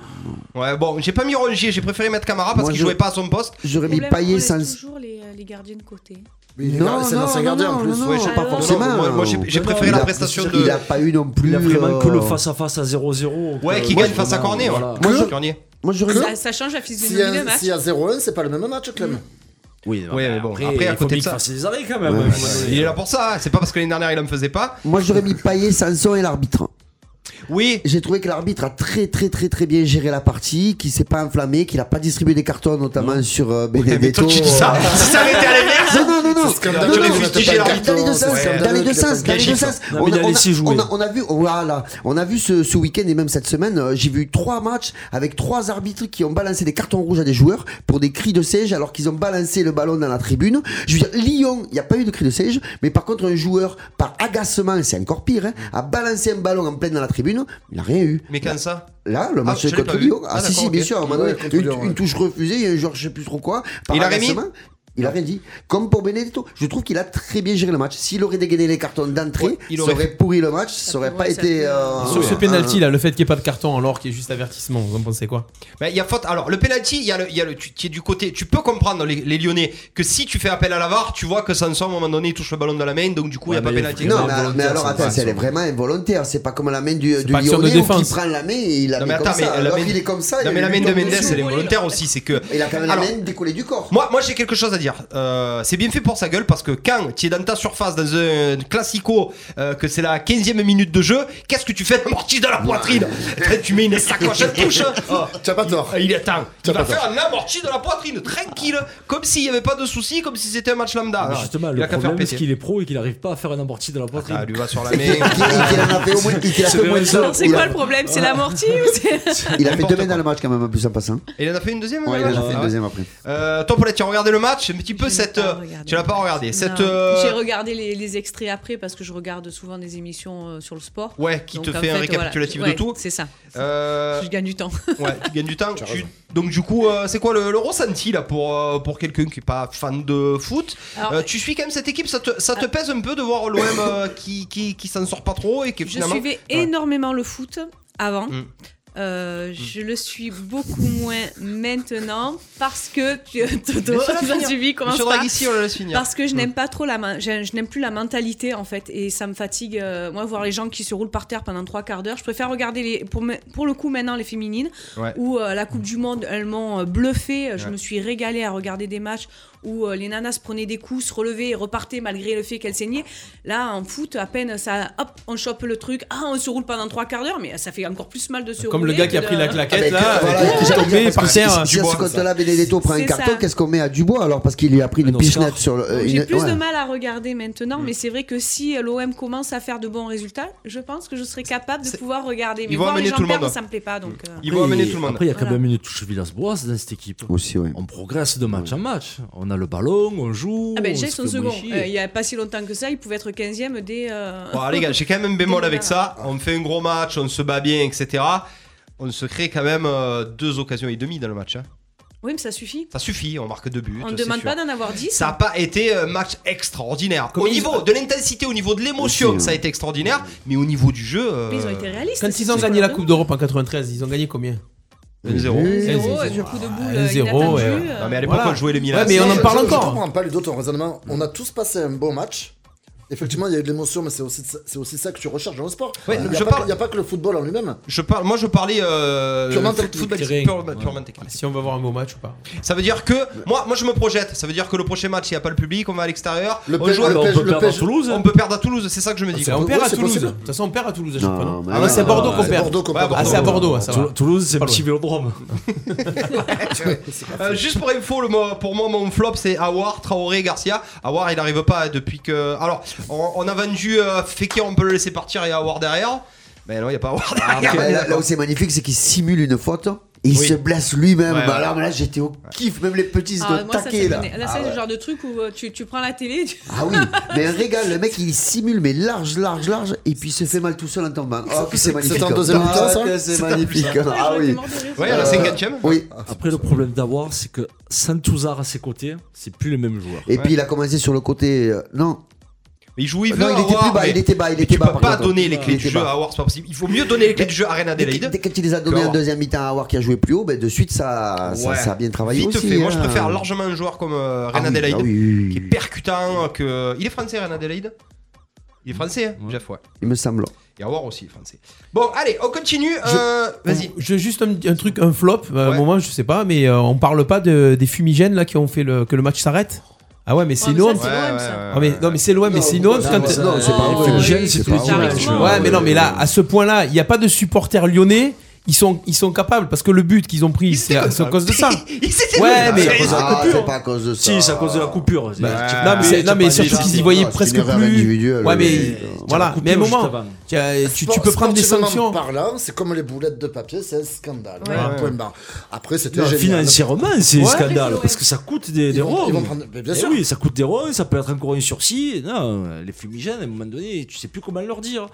S3: Ouais, bon, j'ai pas mis Rongier, j'ai préféré mettre Camara parce
S8: Moi,
S3: qu'il
S8: je-
S3: jouait pas à son poste.
S8: J'aurais
S6: Le
S8: mis
S6: problème,
S8: Payet
S6: on laisse
S8: sans.
S6: toujours les, euh, les gardiens de côté.
S5: Il est
S8: Non,
S5: gar- C'est
S8: non,
S5: l'ancien gardien en plus.
S3: Ouais, j'ai
S6: pas
S3: Non,
S8: forcément. euh,
S3: moi, moi, j'ai j'ai
S4: Non,
S3: préféré
S4: il
S3: la
S4: a-
S3: prestation de
S8: Il a pas eu non plus.
S4: Il a vraiment que
S8: euh,
S4: le face-à-face à 0-0.
S3: Ouais, qui
S4: Euh,
S3: gagne face à
S4: vraiment,
S3: Cornet.
S4: voilà.
S3: ouais.
S5: Moi, je-
S3: Cornet.
S8: Moi, j'aurais mis.
S6: Ça, ça change la
S5: Hein S'il y,
S6: physionomie de
S5: a-
S6: match.
S5: s'il y a 0-1, c'est pas le même match, Clem.
S4: Oui,
S3: Ouais, mais bon, après, à
S4: il faut
S3: côté de
S4: qu'il
S3: ça-
S4: fasse les arrêts quand même.
S8: Ouais.
S4: à un moment donné.
S3: Il est là pour ça, hein. c'est pas parce que l'année dernière il en faisait pas.
S8: Moi, j'aurais mis Payet, Sanson et l'arbitre.
S3: Oui,
S8: J'ai trouvé que l'arbitre a très, très, très, très bien géré la partie, qu'il s'est pas enflammé, qu'il a pas distribué des cartons, notamment sur euh,
S3: mais
S8: Benedetto.
S3: toi tu dis ça. Si ça avait été à l'inverse,
S8: Non, non, non, non.
S3: scandaleux,
S8: Non, non,
S3: on
S8: non,
S3: a tapé
S8: dans-
S3: le
S8: dans les deux sens,
S3: Ouais.
S8: dans les deux sens, dans les deux
S3: chiffres.
S8: sens.
S4: Non,
S8: On
S4: mais
S8: a-
S4: il a
S8: on a-
S4: laissé jouer.
S8: on a- On a vu, voilà, on a vu ce, ce week-end et même cette semaine, euh, j'ai vu trois matchs avec trois arbitres qui ont balancé des cartons rouges à des joueurs pour des cris de siège alors qu'ils ont balancé le ballon dans la tribune. Je veux dire, Lyon, il n'y a pas eu de cri de siège, mais par contre, un joueur, par agacement, c'est encore pire, hein, a balancé un ballon en pleine dans la tribune, il n'a rien eu.
S3: mais quand ça
S8: Là, le match
S3: je l'ai
S8: contre
S3: pas vu.
S8: Lyon.
S3: Ah,
S8: Ah, si, si,
S3: d'accord,
S8: bien
S3: ok.
S8: sûr. à un moment
S5: Ouais,
S8: donné,
S5: contre
S8: une,
S5: Lyon, ouais.
S8: une touche refusée, il y a un joueur, je sais plus trop quoi. par
S3: Il a remis
S8: renversement. Il a rien dit. Comme pour Benedetto, je trouve qu'il a très bien géré le match. S'il aurait dégainé les cartons d'entrée,
S3: Ouais, il
S8: ça
S3: aurait
S8: aurait,
S3: fait-
S8: pourri le match, ça aurait
S6: pourrait,
S8: pas
S6: ça
S8: été.
S6: pourrait.
S8: euh,
S2: Sur ce
S8: un-
S2: penalty là, le fait qu'il n'y ait pas de carton alors qu'il y ait juste avertissement, vous en pensez quoi
S3: Ben, il y a faute. Alors, le penalty, il y a le, il y a le, tu, tu es du côté. Tu peux comprendre les, les Lyonnais que si tu fais appel à la VAR, tu vois que Sanson, à un moment donné, il touche le ballon de la main, donc du coup, il
S4: Ouais,
S3: n'y a pas
S4: mais
S3: penalty.
S8: euh, Non,
S4: C'est
S8: mais,
S4: involontaire,
S8: mais alors
S4: c'est
S8: attends,
S4: pas
S8: c'est
S4: ça.
S8: vraiment involontaire. C'est pas comme la main du, du
S2: pas action de
S8: Lyonnais où qui
S2: défense.
S8: prend la main et il la
S3: Non,
S8: met
S3: mais
S8: comme
S3: attends, mais
S8: ça.
S3: la
S8: Alors
S3: main-
S8: qu'il est comme ça. il
S3: Non, mais
S8: a
S3: la
S8: lui
S3: main de
S8: tombe
S3: Mendes,
S8: dessus.
S3: elle est volontaire aussi. C'est que.
S8: Il a quand même la
S3: Alors-
S8: main décollée du corps.
S3: Moi, moi j'ai quelque chose à dire. Euh, c'est bien fait pour sa gueule parce que quand tu es dans ta surface, dans un classico, euh, que c'est la 15 e minute de jeu, qu'est-ce que tu fais d'un mortier dans la poitrine Tu mets une sacoche à touche. Oh.
S5: T'as pas tort.
S3: Ah, Il attend.
S5: T'as
S3: Il va
S5: pas
S3: faire un amorti de la poitrine, tranquille, comme s'il n'y avait pas de soucis, comme si c'était un match lambda.
S4: Mais
S3: Ah,
S4: justement,
S3: il
S4: le
S3: a qu'à faire
S4: problème,
S3: péter.
S4: c'est qu'il est pro et qu'il n'arrive pas à faire un amorti de la poitrine.
S3: Ah, lui va sur la
S8: Et qu'il- qu'il
S3: main.
S8: en a fait au moins- qu'il a fait au moins deux.
S6: Alors, c'est
S8: Il
S6: quoi
S8: a-
S6: le problème C'est l'amorti ou c'est
S8: Il a fait deux
S3: N'importe
S8: mains dans le match quand même, en plus en passant.
S3: Et il en a fait une deuxième
S8: Ouais, il
S3: là, là
S8: en a fait
S3: Ah
S8: une
S3: ouais.
S8: deuxième après.
S3: Euh, toi, Paulette, tu as regardé le match, mais tu peux
S6: Je l'ai
S3: cette.
S6: pas
S3: euh,
S6: regardé.
S3: tu l'as pas regardé. Cette.
S6: Non.
S3: euh,
S6: J'ai regardé les, les extraits après parce que je regarde souvent des émissions euh, sur le sport.
S3: Ouais, qui te
S6: Donc, en
S3: fait un
S6: voilà,
S3: récapitulatif
S6: ouais,
S3: de tout.
S6: C'est ça.
S3: Euh,
S6: Je gagne du temps.
S3: ouais, tu gagnes du temps.
S5: T'as
S3: Tu-
S5: raison.
S3: Donc, du coup, euh, c'est quoi le, le ressenti là pour, euh, pour quelqu'un qui est pas fan de foot
S6: Alors, Ah.
S3: Euh, Tu suis quand même cette équipe, ça te, ça te pèse un peu de voir l'OM euh, qui, qui, qui s'en sort pas trop et qui
S6: je
S3: finalement.
S6: suivais énormément le foot avant.
S3: Mm.
S6: Euh, je le suis beaucoup moins maintenant parce que Toto,
S3: Laisse-la
S6: tu m'as
S3: finir.
S6: suivi, commence
S3: Monsieur
S6: pas.
S3: Draghi, si, on le laisse finir.
S6: Parce que je n'aime pas trop la main, je, je n'aime plus la mentalité en fait, et ça me fatigue. euh, moi, voir les gens qui se roulent par terre pendant trois quarts d'heure, je préfère regarder les, pour, me- pour le coup maintenant les féminines,
S3: Ouais.
S6: où euh, la Coupe du Monde, elles m'ont euh, bluffé. Je
S3: Ouais.
S6: me suis régalée à regarder des matchs où euh, les nanas se prenaient des coups, se relevaient et repartaient malgré le fait qu'elles saignaient. Là, en foot, à peine ça, hop, on chope le truc, ah, on se roule pendant trois quarts d'heure, mais ça fait encore plus mal de se
S2: Comme
S6: rouler
S2: le gars qui
S6: que
S2: a
S6: de-
S2: pris la claquette
S8: Ah,
S2: là,
S8: ben,
S2: qui
S8: voilà,
S2: est
S8: que j'allais
S2: tombé
S8: dire, parce
S2: par
S8: que
S3: Ah,
S2: terre.
S8: Si si à ce compte-là, Benedetto prend un
S6: C'est
S8: carton,
S6: ça.
S8: qu'est-ce qu'on met à Dubois alors Parce qu'il lui a pris une
S4: Un Oscar.
S8: pichenette sur le.
S6: Donc,
S8: euh,
S6: J'ai
S8: une-
S6: plus
S8: ouais. Mm.
S6: de mal à regarder maintenant, mais c'est vrai que si l'OM commence à faire de bons résultats, je pense que je serais capable de
S3: C'est-
S6: pouvoir regarder. Mais
S3: vont
S6: voir les
S3: amener
S6: gens
S3: tout le monde.
S6: perdre, ça me plaît pas. Donc, euh,
S3: Ils vont amener tout le monde.
S4: Après, il y a quand
S6: Voilà.
S4: même une touche Villas-Boas dans cette équipe.
S8: Aussi, ouais.
S3: Ah,
S4: On progresse de match en match. On a le ballon, on joue.
S6: Ah ben,
S3: Oh,
S6: déjà,
S4: on
S6: ils
S4: se
S6: sont
S4: fait
S6: second.
S4: bouger.
S6: Euh, Il y a pas si longtemps que ça, ils pouvaient être 15e dès. euh,
S3: Bon, les gars, j'ai quand même un bémol avec ça. On fait un gros match, on se bat bien, etc. On se crée quand même euh, deux occasions et demie dans le match. hein.
S6: Oui, mais ça suffit.
S3: Ça suffit, on marque deux buts.
S6: On ne
S3: c'est
S6: demande
S3: sûr.
S6: pas d'en avoir 10.
S3: Ça n'a pas été un match extraordinaire.
S4: Comme
S3: au
S4: ils-
S3: niveau de l'intensité, au niveau de l'émotion, ça a été extraordinaire, mais au niveau du jeu. euh,
S6: Mais ils ont été réalistes.
S2: Quand ils ont
S6: c'est
S2: gagné la
S6: complètement-
S2: Coupe d'Europe en 93, ils ont gagné combien
S3: 1-0.
S2: Ils ont-
S6: Zéro,
S2: ils ont-
S6: du coup de boule
S2: Ah, zéro,
S6: inattendu,
S2: ouais.
S6: euh,
S3: Non, mais à l'époque,
S2: Voilà.
S3: on jouait les Milan.
S2: Ouais, mais on en
S5: Je-
S2: parle
S5: je-
S2: encore.
S5: Je comprends pas Ludo ton raisonnement. On a tous passé un beau match. Effectivement, il y a eu de l'émotion, mais c'est aussi, c'est aussi ça que tu recherches dans le sport.
S3: Ouais,
S5: il n'y
S3: je
S5: a, pas-
S3: parle-
S5: il y a pas que le football en lui-même.
S3: Je parle, moi, je parlais euh,
S5: Purement
S3: foot-
S5: technique,
S3: footballiste,
S4: terrain.
S3: pure-
S4: Ouais.
S3: purement technique.
S2: Si on va voir un beau match ou pas
S3: Ça veut dire que moi, moi, je me projette. Ça veut dire que le prochain match, il n'y a pas le public, on va à l'extérieur.
S5: Le
S3: on
S5: P-
S3: joue
S5: le
S3: à-
S4: on
S5: PSG
S4: peut perdre à
S5: PSG
S4: Toulouse.
S3: on peut perdre à Toulouse, c'est ça que je me dis.
S2: Ah, C'est- On
S5: oui,
S2: perd à
S5: c'est
S2: Toulouse. De
S5: possible.
S2: toute façon, on perd à Toulouse à chaque
S8: Non,
S2: fois. non
S8: mais
S2: Ah non, c'est à
S5: non,
S2: Bordeaux
S5: non,
S2: qu'on
S5: c'est
S2: perd.
S5: Bordeaux qu'on
S3: Ouais,
S5: perd.
S2: Ah, c'est à Bordeaux, ah, ça va.
S4: Tou- Toulouse, c'est
S2: Pas
S4: un
S2: loin.
S4: petit vélodrome.
S3: Euh, juste pour info, le mo- pour moi, mon flop, c'est Awar, Traoré, Garcia. Awar, il n'arrive pas depuis que. Alors, on, on a vendu euh, Fekir, on peut le laisser partir et Awar derrière. Mais non, il n'y a pas Awar derrière.
S8: Là, là- là où c'est magnifique, c'est qu'il simule une faute et il
S3: Oui.
S8: se blesse lui-même.
S3: Ouais,
S8: Bah
S3: ouais.
S8: là, mais là, j'étais au kiff, même les petits
S6: Ah,
S8: de
S6: moi, ça, ça
S8: taquet
S6: me
S8: là.
S6: connaît. Là,
S8: Ah
S6: c'est le
S8: ouais.
S6: genre de truc où euh, tu, tu prends la télé, tu-
S8: Ah oui, mais un régal, le mec il simule mais large, large, large et puis il se fait mal tout seul en tombant. Oh, que c'est magnifique.
S5: en deuxième
S8: Ah,
S5: mi-temps, ça
S8: que C'est magnifique. Ah
S6: j'aurais été
S8: oui.
S6: mort de rire.
S3: Ouais, à la
S8: Euh,
S3: 50 e
S8: Oui.
S4: Après, le problème d'avoir, c'est que sans Touzard à ses côtés, c'est plus le même joueur.
S8: Et puis il a commencé sur le côté. euh, Non.
S3: Il joue, Euh, il veut
S8: Non, il était
S3: Aouar,
S8: plus bas,
S3: mais-
S8: il était bas, il
S3: mais
S8: était
S3: tu
S8: bas.
S3: peux
S8: par
S3: pas
S8: contre.
S3: donner les clés
S8: Il
S3: du
S8: était
S3: jeu
S8: bas.
S3: à Awar, c'est pas possible. Il faut mieux donner les clés du jeu à Arena
S8: Dès que-
S3: Adelaide.
S8: dès- Quand il les a donnés
S3: Claro.
S8: en deuxième mi-temps à Awar qui a joué plus haut, ben de suite ça, ça,
S3: Ouais.
S8: ça a bien travaillé
S3: Vite
S8: aussi.
S3: fait, moi je
S8: hein.
S3: préfère largement un joueur comme euh,
S8: Ah
S3: Renan
S8: oui,
S3: Adelaide,
S8: ah oui, oui, oui.
S3: qui est percutant, que... il est français Renan Adelaide Il est français, hein, Jeff, ouais.
S8: Il me semble.
S3: Et Awar aussi est français. Bon, allez, on continue. euh, Vas-y.
S2: Je veux juste un, un truc, un flop. euh,
S3: Ouais.
S2: Moment, je sais pas, mais euh, on parle pas de, des fumigènes là qui ont fait le, que le match s'arrête. Ah ouais, mais c'est
S6: Ouais,
S2: une
S6: mais ça,
S2: honte.
S6: c'est l'OM, ça.
S2: Ah, mais, non, mais c'est loin, mais c'est une honte
S8: non,
S2: quand.
S8: mais non, c'est pas
S6: Ah,
S8: vrai.
S6: oui,
S4: Fumigène, c'est
S8: C'est
S4: tous les
S8: pas
S4: jours.
S8: vrai.
S4: je-
S6: Ouais,
S2: Ouais, mais non, mais là, à ce point-là, il n'y a pas de supporters lyonnais. Ils sont, ils sont capables parce que le but qu'ils ont pris, c'est à c'est à cause de ça.
S3: Il s'était
S2: Ouais, mais-
S8: C'est
S3: Ah,
S8: ah, c'est pas à cause de ça.
S4: Si, c'est à cause de la coupure.
S2: non, mais, c'est-
S4: Ah. Bah, tu
S2: non, mais
S4: parles
S2: surtout
S4: des-
S2: qu'ils y voyaient
S8: Non, c'est
S2: presque
S8: une erreur
S2: plus.
S8: individuelle,
S2: Ouais,
S8: mais-
S2: mais voilà.
S4: coupure
S2: Mais à un
S4: juste
S2: moment,
S4: avant.
S2: tu, as- tu- tu
S5: Sport-
S2: peux prendre des
S5: sportivement
S2: sanctions.
S5: parlant, c'est comme les boulettes de papier, c'est un scandale.
S6: Ouais.
S5: Un point barre. Après, c'était
S4: Non,
S5: génial.
S4: Financièrement, c'est
S2: Ouais.
S4: un scandale
S6: Ouais.
S4: parce que ça coûte des,
S5: Ils
S4: des
S5: vont- ils vont
S4: ronds.
S5: prendre- mais bien
S4: Eh
S5: sûr.
S4: oui, ça coûte des ronds, ça peut être encore un sursis. Non, les fumigènes, à un moment donné, tu sais plus comment leur dire.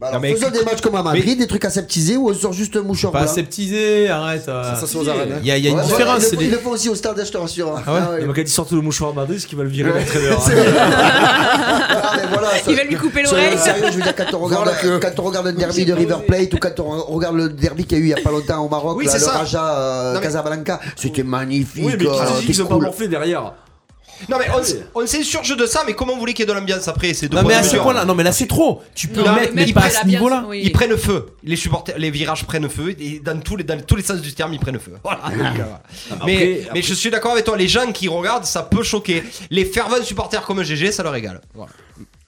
S8: Bah alors,
S3: Non, mais-
S8: faisons des matchs comme à Madrid, des trucs aseptisés où on sort juste un mouchoir
S2: Pas
S8: blanc.
S2: aseptisé, arrête. euh.
S5: Ça, ça, c'est aux arènes. hein.
S2: Il y a, il y a une
S8: Ouais,
S2: différence.
S8: ouais,
S2: c'est
S8: Ils Ah, le, font-
S2: des-
S8: ils le font aussi au stade, je te rassure.
S2: Ah ouais
S4: Et quand ils sortent le mouchoir à Madrid, c'est qu'ils veulent virer l'entraîneur.
S8: Ah, mais voilà, ça-
S6: Ils veulent lui couper
S8: ça-
S6: l'oreille.
S8: sérieux, je veux dire, quand on regarde, quand on regarde le derby de River Plate ou quand on regarde le derby qu'il y a eu il y a pas longtemps au Maroc,
S3: Oui,
S8: là,
S3: c'est
S8: le
S3: ça.
S8: Raja euh,
S3: Non, mais-
S8: Casablanca, c'était magnifique.
S4: oui, mais qui
S8: euh,
S4: te dit qu'ils
S8: c'était
S4: ont pas
S8: cool.
S4: morflé derrière
S3: Non, mais on, s- on s'insurge de ça, mais comment vous voulez qu'il y ait de l'ambiance après ces deux
S2: Non, mais à ce
S3: mesures
S2: point-là, non, mais là, c'est trop. Tu peux
S3: Non,
S2: mettre,
S3: mais
S2: mais
S3: il
S2: pas à
S6: fait la
S2: ce
S6: bien-
S2: niveau-là.
S6: oui.
S3: Ils prennent feu. Les supporters, les virages prennent feu. Et dans tous les, dans tous les sens du terme, ils prennent feu. Voilà.
S2: Ah.
S3: Donc, euh, mais, mais
S4: après-
S3: je suis d'accord avec toi. Les gens qui regardent, ça peut choquer. Les fervents supporters comme GG, ça leur égale. Voilà.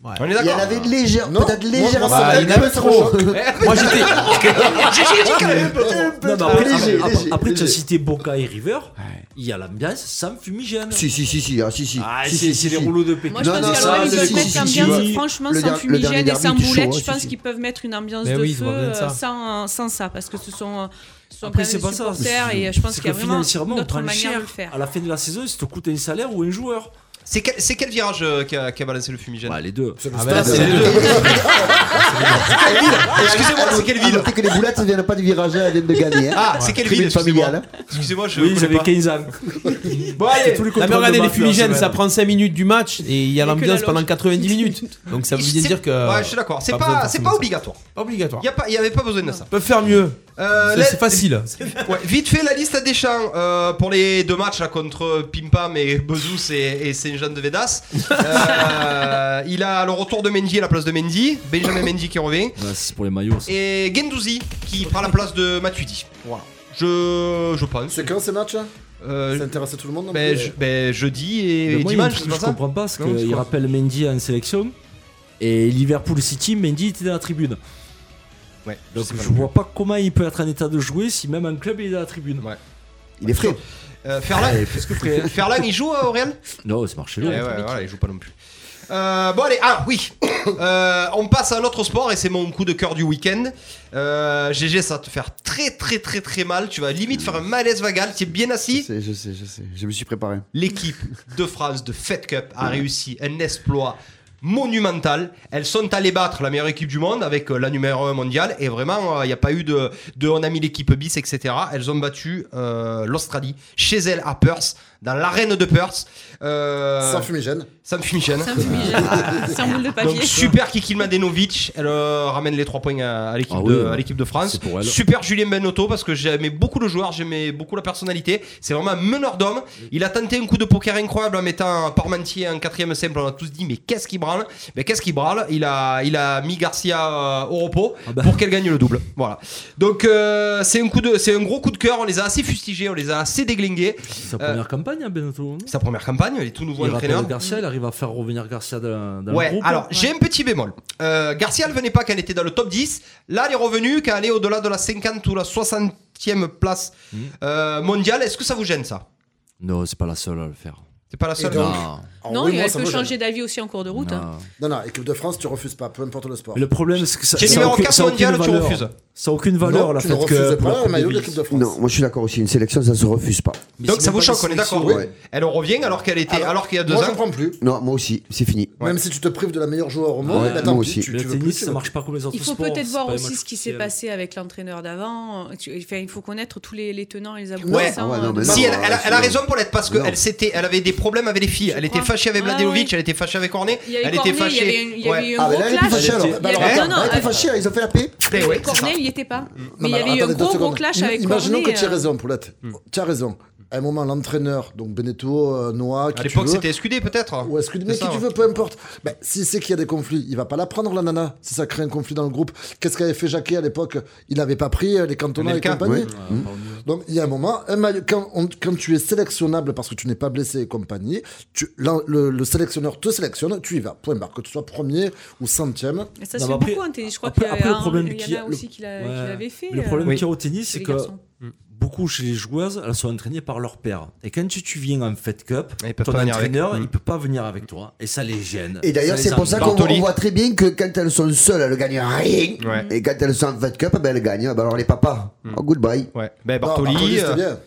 S2: Ouais.
S3: On est
S8: Il y en
S3: d'accord.
S8: avait de légère,
S5: Non,
S8: peut-être
S5: moi,
S8: légère.
S5: moi,
S2: ça m'a- il y en avait trop. Moi, j'étais.
S3: GG dit quand même.
S4: Non, mais
S8: trop
S4: après,
S8: léger,
S4: après-
S8: léger,
S4: après, tu as
S8: léger.
S4: cité Boca et River, il y a l'ambiance sans fumigène.
S8: Si, si, si, si, ah, si, si.
S4: Ah,
S8: Si,
S4: c'est
S8: si, si,
S4: c'est les
S8: si.
S4: rouleaux de Pékin.
S6: Moi, je
S8: Non,
S6: pense
S8: non,
S6: qu'à
S8: ça,
S6: l'OM, ils
S8: c'est-
S6: peuvent
S8: si, si,
S6: mettre
S8: si,
S6: l'ambiance,
S8: si.
S6: franchement,
S8: Le
S6: sans
S8: der- le dernier
S6: fumigène et
S8: derby,
S6: sans
S8: t'es chaud,
S6: boulette.
S8: ouais,
S6: Je pense
S8: si, si.
S6: qu'ils peuvent mettre une ambiance
S2: Mais
S6: de
S2: oui, ils se
S6: feu
S2: vendent
S6: euh,
S2: ça.
S6: sans, sans ça, parce que ce sont, euh, ce sont
S4: Après,
S6: quand
S4: c'est
S6: même
S4: pas
S6: des
S4: ça.
S6: supporters et euh, je pense
S4: C'est
S6: qu'il y a
S4: que
S6: vraiment
S4: financièrement,
S6: une
S4: on
S6: autre
S4: prend le
S6: manière de
S4: cher.
S6: le faire.
S4: À la fin de la saison, ça te coûte un salaire ou un joueur.
S3: C'est quel, c'est quel virage euh, qui, a, qui a balancé le fumigène
S4: Bah, les deux.
S5: C'est le
S2: Ah, mais là,
S5: stade.
S2: c'est les deux.
S3: Ah, Excusez-moi, c'est quelle ville
S8: À noter que les boulettes ne viennent pas de virager, elles viennent de gagner. hein.
S3: Ah, c'est quelle ville
S8: Tribune familiale.
S3: Excusez-moi, Excusez-moi, je.
S4: Oui,
S3: connais
S4: j'avais
S3: pas.
S4: 15 ans.
S3: Bon, allez.
S4: Tous les
S2: Non,
S4: contrôles
S2: mais
S4: de
S2: regardez les
S4: maths, là,
S2: fumigènes,
S4: c'est
S2: ça
S4: vrai.
S2: prend 5 minutes du match et il y a
S6: que
S2: l'ambiance
S6: la
S2: pendant
S6: loge.
S2: 90 minutes. Donc ça veut
S3: C'est-
S2: dire que.
S3: Ouais, je suis d'accord. C'est
S2: pas besoin
S3: pas,
S2: de
S3: c'est
S2: faire
S3: pas
S2: ça.
S3: obligatoire.
S2: Pas obligatoire.
S3: Il n'y avait pas besoin de ça.
S2: Ils peuvent faire mieux.
S3: Euh,
S2: C'est
S3: la-
S2: c'est facile.
S3: Ouais, vite fait la liste à Deschamps euh, pour les deux matchs là, contre Pimpam et Bezous et, et Saint-Jean de Vedas. Euh, il a le retour de Mendy à la place de Mendy, Benjamin Mendy qui revient
S4: Ouais, Bah, c'est pour les maillots. ça.
S3: et Gendouzi qui prend la place de Matuidi. Voilà. Je, je pense.
S5: C'est quand ces matchs là
S3: Euh,
S5: Ça intéressait tout le monde non
S3: ben,
S5: plus
S3: je- ben, jeudi et,
S4: Mais
S3: et
S4: moi, il y a un
S3: dimanche,
S4: truc
S3: c'est
S4: que
S3: pas
S4: je
S3: ça
S4: comprends pas parce
S3: Non, c'est
S4: qu'il
S3: quoi
S4: rappelle Mendy en sélection et Liverpool City, Mendy était dans la tribune.
S3: Ouais,
S4: Donc
S3: je sais
S4: je
S3: pas.
S4: vois pas comment il peut être en état de jouer si même en club il est dans la tribune.
S3: Ouais.
S8: Il est frais.
S3: Euh, Ferland,
S4: près.
S3: Ferland, il joue euh, au Real
S4: Non, c'est marché hein.
S3: Eh ouais, voilà, il joue pas non plus. Euh, bon allez, ah oui, Euh, on passe à un autre sport et c'est mon coup de cœur du week-end. Euh, GG, ça va te faire très très très très mal. Tu vas limite faire un malaise vagal. Tu es bien
S8: Je
S3: assis.
S8: sais, je sais, je sais. Je me suis préparé.
S3: L'équipe de France de Fed Cup a réussi un exploit monumentale. Elles sont allées battre la meilleure équipe du monde avec euh, la numéro 1 mondiale. Et vraiment, il n'y a pas eu de, de on a mis l'équipe bis, etc. Elles ont battu euh, l'Australie chez elles à Perth, dans l'arène de Perth. Euh,
S5: Sans fumigène.
S3: Sans fumigène.
S6: Sans fumigène, sans boule de papier.
S3: Donc super Kiki Mladenovic, elle euh, ramène les 3 points à, à l'équipe
S4: Ah
S3: de,
S4: oui,
S3: à l'équipe de France.
S4: c'est pour elle.
S3: Super Julien Benotto parce que j'aimais beaucoup le joueur, j'aimais beaucoup la personnalité. C'est vraiment un meneur d'homme. Il a tenté un coup de poker incroyable en mettant Parmentier en quatrième simple. On a tous dit mais qu'est-ce qu'il branle Mais qu'est-ce qu'il branle Il a il a mis Garcia euh, au repos
S4: Ah bah.
S3: pour qu'elle gagne le double. Voilà. Donc euh, c'est un coup de c'est un gros coup de cœur. On les a assez fustigés, on les a assez déglingués.
S4: C'est sa
S3: Euh,
S4: première campagne à Benotto.
S3: Sa première campagne, il est tout nouveau
S4: Il
S3: entraîneur.
S4: rappelle Garcia, il arrive à faire revenir Garcia dans, dans
S3: Ouais,
S4: le groupe.
S3: alors j'ai un petit bémol. Euh, Garcia ne venait pas quand elle était dans le top 10. Là, elle est revenue quand elle est au-delà de la 50 ou la 60e place euh, mondiale. Est-ce que ça vous gêne ça
S4: Non, c'est pas la seule à le faire.
S3: C'est pas la
S5: Et
S3: seule.
S5: donc-
S4: Ah,
S5: Alors,
S6: Non,
S5: oui,
S6: et
S5: moi,
S6: elle
S5: ça
S6: peut
S5: me gêne.
S6: changer d'avis aussi en cours de route. hein.
S4: non.
S5: Non, non, équipe de France, tu refuses pas, peu importe le sport.
S4: Mais le problème, c'est que ça.
S3: T'es
S4: ça a
S3: numéro
S4: aucune-
S3: 4
S4: ça a aucune
S3: mondial, tu
S4: valeur.
S3: refuses.
S4: Ça a aucune valeur,
S5: non,
S4: la
S5: tu ne
S4: fait
S5: refuses
S4: que. pour la
S5: pas un
S4: Coupe
S5: maillot de
S4: des
S5: l'équipe de France.
S8: Non, moi je suis d'accord aussi. Une sélection, ça se refuse pas.
S4: Mais
S3: Donc
S4: c'est
S3: ça
S4: même
S3: vous
S4: pas
S3: choque,
S4: des
S3: on est d'accord.
S4: sélections.
S8: ouais.
S3: Elle revient alors qu'elle était, alors, qu'il y a deux
S5: moi,
S3: ans.
S5: j'en prends plus.
S8: Non, moi aussi, c'est fini.
S5: Même si tu te prives de la meilleure joueur au monde,
S8: Ouais,
S5: bah,
S8: moi
S5: tant pis,
S8: aussi.
S5: tu,
S4: Le
S5: tu veux plus.
S4: tennis,
S5: tu
S4: ça
S5: veux
S4: marche pas comme les autres
S6: Il faut
S4: sports,
S6: peut-être
S4: c'est
S6: voir
S4: pas un
S6: aussi
S4: match
S6: ce qui s'est
S4: officiel.
S6: passé avec l'entraîneur d'avant. Tu- enfin, il faut connaître tous les, les tenants et les
S3: Ouais.
S6: aboutissants.
S8: Ouais, non, mais
S6: de-
S8: non.
S3: Si elle, elle a, elle a
S8: c'est-
S3: raison Paulette parce
S8: Non.
S3: qu'elle s'était, elle avait des problèmes avec les filles. Elle était
S6: crois.
S3: fâchée avec
S6: Ouais,
S3: Mladenovic,
S6: ouais.
S3: elle était fâchée avec Cornet.
S6: Il y a eu
S3: elle
S6: Cornet,
S3: était fâchée.
S6: il y avait une- il y
S3: Ouais.
S5: plus.
S6: avait eu un
S5: Ah, bah
S6: gros
S5: là, elle est plus
S6: clash.
S5: fâchée alors. Bah, alors,
S6: Il y avait-
S5: attends,
S6: non, non,
S5: elle est plus
S6: elle-
S5: fâchée, ils ont fait la paix.
S3: Eh ouais, c'est ça.
S6: Cornet, il n'y était pas. Mais
S5: Non,
S6: il y
S5: mais
S6: avait eu un
S5: attendez deux
S6: gros, gros
S5: secondes.
S6: clash
S5: Im-
S6: avec
S5: Imaginons
S6: Cornet,
S5: que tu as
S6: euh,
S5: raison, Paulette. Tu as raison. À un moment, l'entraîneur, donc Beneteau, euh, Noah, qui
S3: À
S5: tu
S3: l'époque,
S5: veux,
S3: c'était SQD peut-être.
S5: Ou est-ce que mais
S3: C'est ça,
S5: qui tu
S3: ouais.
S5: veux, peu importe. Ben, S'il sait qu'il y a des conflits, il va pas la prendre, la nana. Si ça crée un conflit dans le groupe, qu'est-ce qu'avait fait Jacquet à l'époque Il n'avait pas pris euh, les cantonnats et
S3: Anelka,
S5: compagnie. Mmh. Donc il y a un moment, un maillot- quand, on- quand tu es sélectionnable parce que tu n'es pas blessé et compagnie, tu, l'en- le, le sélectionneur te sélectionne, tu y vas. Point barre. Que tu sois premier ou centième. bah,
S6: mais euh, ça
S4: Non,
S6: se fait
S4: mais après-
S6: beaucoup en tennis. Je crois qu'il
S4: après-
S6: y,
S4: après, le
S6: a un-
S4: problème
S6: il y
S4: qu'il y
S6: en
S4: a-
S6: a
S4: le-
S6: aussi qui l'a- qui
S4: Ouais.
S6: l'avait fait.
S4: Le problème
S6: euh,
S4: qu'il y a au tennis,
S6: chez
S4: c'est
S6: les
S4: que
S6: garçons.
S4: beaucoup chez les joueuses, elles sont entraînées par leur père. Et quand tu, tu viens en Fed Cup,
S3: Ils peuvent
S4: ton
S3: pas venir avec.
S4: entraîneur,
S3: Mm.
S4: il peut pas venir avec toi. Et ça les gêne.
S8: Et d'ailleurs,
S4: les
S8: c'est pour ça
S4: embête.
S8: qu'on
S3: Bartoli.
S8: on voit très bien que quand elles sont seules, elles gagnent rien.
S3: Ouais. Hmm.
S8: Et quand elles sont en Fed Cup, ben, elles gagnent. Ben, alors les papas, oh, goodbye.
S3: Ouais. Ben
S5: Non,
S3: Bartoli. euh,
S5: c'était bien.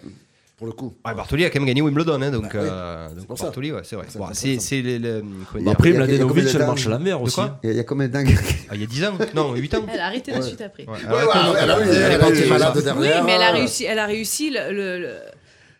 S5: Pour le coup.
S3: Ouais, Bartoli a quand même gagné Wimbledon, hein, donc,
S5: Bah oui,
S3: euh, donc
S5: pour ça.
S3: Bartoli, ouais, c'est vrai.
S5: C'est
S3: Bon,
S5: pour
S3: c'est
S5: ça.
S3: c'est le- le- comment
S4: Bon,
S3: dire
S4: Bah, Après,
S8: Il y a- il y a
S4: Mladenovic,
S8: combien de
S4: elle
S8: dingues
S4: marche à la mer
S3: De
S4: aussi.
S3: quoi
S8: Il y, a- il y a combien de dingues
S3: Ah, Il y a 10 ans Non, 8 ans
S6: Elle a arrêté de suite après.
S3: Ouais,
S5: Ouais,
S3: arrête,
S6: Ah,
S3: non,
S5: ouais, elle a eu-
S3: elle
S5: elle
S3: est
S5: a
S3: partie
S5: été
S3: malade.
S5: malade
S6: Oui,
S5: derrière.
S6: mais elle a
S4: euh,
S6: réussi, elle a réussi le- le- le-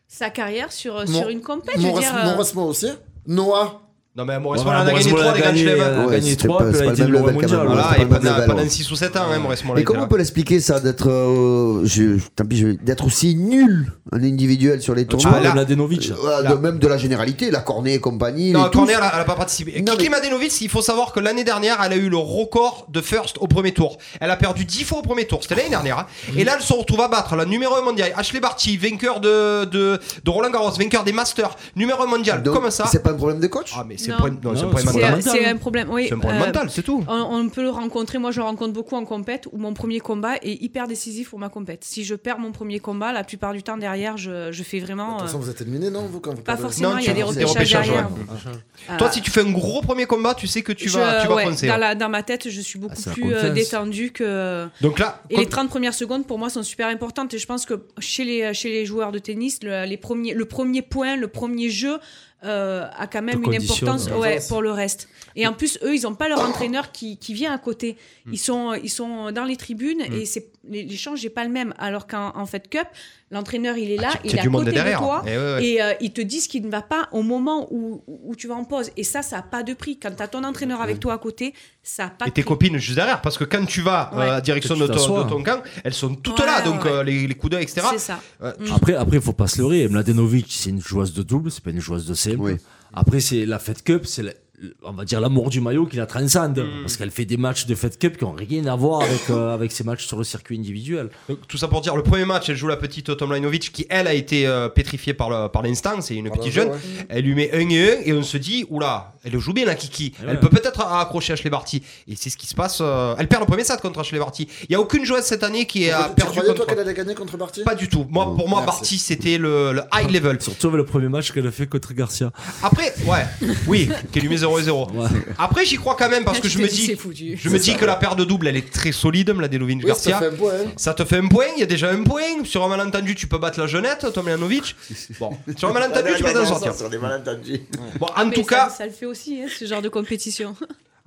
S6: sa carrière sur, sur une compète. je veux
S5: Mon
S6: dire, euh,
S5: Rasmo aussi. Noah.
S3: Non, mais à Maurice
S4: Ouais,
S3: Moore, elle a gagné
S4: Moresmo,
S3: 3 des
S4: elle a
S3: grands
S4: gagné, euh,
S3: chelems.
S4: elle a
S8: Ouais,
S4: gagné
S8: c'était
S4: 3,
S8: pas-
S4: puis
S8: c'est
S4: elle a
S8: pas
S4: été
S8: le même
S4: numéro un
S8: level quand
S4: mondial.
S8: même.
S4: Voilà.
S3: Voilà,
S8: c'est
S3: et
S8: pas le
S3: pendant
S8: level,
S3: pendant
S8: ouais.
S3: 6 ou 7 ans, hein, Maurice Moore,
S8: Mais
S3: était
S8: comment
S3: là.
S8: on peut l'expliquer ça d'être, euh, je- tant pis, je vais- d'être aussi nul en individuel sur
S3: Ah,
S8: les
S4: Tu
S8: tournois
S4: vois,
S3: là.
S4: Mladenovic.
S8: Euh, voilà,
S3: Là.
S8: de même de la généralité, la Cornet et compagnie.
S3: Non,
S8: les tous.
S3: Cornet, elle a elle a pas participé.
S8: Non,
S3: Kiki
S8: mais-
S3: Mladenovic, il faut savoir que l'année dernière, elle a eu le record de first au premier tour. Elle a perdu 10 fois au premier tour, c'était l'année dernière. hein. Et là, elle se retrouve à battre la numéro 1 mondiale. Ashley Barty, vainqueur de, de, de Roland Garros, vainqueur des Masters, numéro 1 mondial,
S8: Donc,
S3: comme ça.
S8: C'est pas un problème de coach
S3: Ah, mais c'est
S6: Non.
S3: pas une- non, c'est un
S4: Non,
S3: problème
S4: c'est-
S3: mental.
S6: C'est
S4: mental,
S6: c'est
S4: hein.
S6: un problème. Oui,
S3: C'est un problème
S6: euh,
S3: mental, c'est tout.
S6: On, on peut le rencontrer. Moi, je le rencontre beaucoup en compète où mon premier combat est hyper décisif pour ma compète. Si je perds mon premier combat, la plupart du temps derrière, je, je fais
S5: De
S6: vraiment.
S5: toute
S6: euh,
S5: façon, vous êtes éliminé, non vous, quand vous
S6: pas
S5: perdez
S6: forcément,
S3: Non,
S6: il y a
S3: tu-
S6: des
S3: des
S6: repêchages,
S3: repêchages,
S6: derrière.
S3: ouais.
S6: Euh,
S3: Toi, si tu fais un gros premier combat, tu sais que tu
S6: je-
S3: vas, tu vas
S6: ouais,
S3: foncer. Ah,
S6: dans,
S3: hein.
S6: la- dans ma tête, je suis beaucoup
S4: c'est la
S6: plus euh,
S4: confiance.
S6: détendue que.
S3: Donc là,
S6: Et les 30 premières secondes, pour moi, sont super importantes. Et je pense que chez les, chez les joueurs de tennis, le, les premiers, le premier point, le premier jeu euh, a quand même
S4: Te
S6: une
S4: conditionne,
S6: importance
S4: ouais.
S6: ouais, pour le reste. Et en plus, eux, ils n'ont pas leur entraîneur qui, qui vient à côté.
S3: Hmm.
S6: Ils sont, ils sont dans les tribunes et c'est, l'é- l'échange n'est pas le même. Alors qu'en en fait, Cup, l'entraîneur, il est là,
S3: il
S6: il est à côté de toi.
S3: Et Eh ouais, ouais.
S6: Et euh, ils te disent qu'il ne va pas au moment où, où tu vas en pause. Et ça, ça n'a pas de prix. Quand tu as ton entraîneur avec toi à côté, ça n'a pas
S3: Et
S6: de
S3: tes
S6: prix.
S3: copines juste derrière, parce que quand tu vas euh,
S6: Ouais.
S3: à direction
S4: Que
S3: de
S4: tu
S3: ton,
S4: t'assois.
S3: de ton camp, elles sont toutes
S6: Ouais,
S3: là,
S6: ouais,
S3: donc
S6: ouais.
S3: euh, les, les coups d'œil, etc.
S6: C'est ça.
S3: Euh, tu-
S4: Mm. Après, après, faut pas se leurrer. Mladenovic, c'est une joueuse de double, c'est pas une joueuse de simple.
S8: Oui.
S4: Après, c'est la Fed Cup, c'est la- on va dire l'amour du maillot qui la transcende. Parce qu'elle fait des matchs de Fed Cup qui ont rien à voir avec, euh, avec ses matchs sur le circuit individuel.
S3: donc, tout ça pour dire, le premier match, elle joue la petite Tomlanovic qui, elle, a été euh, pétrifiée par le- par l'instinct, c'est une
S5: Par
S3: petite
S5: le
S3: jeune.
S5: jeu,
S3: Elle lui met un et un, et on se dit, oula, elle joue bien la Kiki.
S4: Et
S3: Elle
S4: ouais.
S3: peut peut-être accrocher Ashley Barty. Et c'est ce qui se passe. euh, elle perd le premier set contre Ashley Barty. Il n'y a aucune joueuse cette année qui a
S5: Tu
S3: perdu
S5: croyais, toi,
S3: contre.
S5: qu'elle allait gagner contre Barty
S3: Pas du tout. Moi, pour moi,
S5: Merci.
S3: Barty, c'était le, le high level.
S4: Surtout avec le premier match qu'elle a fait contre Garcia.
S3: Après, ouais, oui, qui est lui met 0 et 0.
S4: Ouais.
S3: Après, j'y crois quand même parce
S6: Là,
S3: que
S6: Ah, tu
S3: je
S6: te
S3: me
S6: dis,
S3: dis,
S6: c'est foutu.
S3: je me dis que la paire de double, elle est très solide, la Delovinch
S5: Oui, ça
S3: Garcia. Euh.
S5: fait un point. hein.
S3: Ça te fait un point, il y a déjà un point. Sur un malentendu, tu peux battre la jeunette, Tom Janovic. Bon, sur un malentendu, tu peux t'en sortir.
S8: des malentendus.
S3: Bon, en
S6: Mais
S3: tout
S6: ça-
S3: cas,
S6: ça le fait aussi, hein, ce genre de compétition.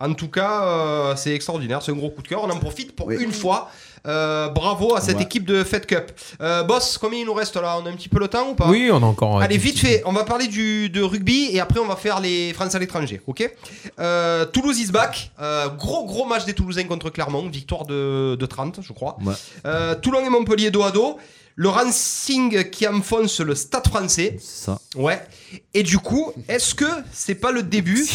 S3: En tout cas, euh, c'est extraordinaire, c'est un gros coup de cœur. On en profite pour
S8: Oui.
S3: une fois. Euh, bravo à cette
S8: Ouais.
S3: équipe de Fed Cup. Euh, boss, combien il nous reste là On a un petit peu le temps ou pas
S2: Oui, on a encore. euh,
S3: Allez,
S2: des-
S3: vite fait, on va parler du, de rugby et après on va faire les France à l'étranger, ok Euh, Toulouse is back. Euh, gros gros match des Toulousains contre Clermont, victoire de, de 30, je crois.
S4: Ouais.
S3: Euh, Toulon et Montpellier dos à dos. Le Racing qui enfonce le Stade français.
S4: C'est ça.
S3: Ouais. Et du coup, est-ce que c'est pas le début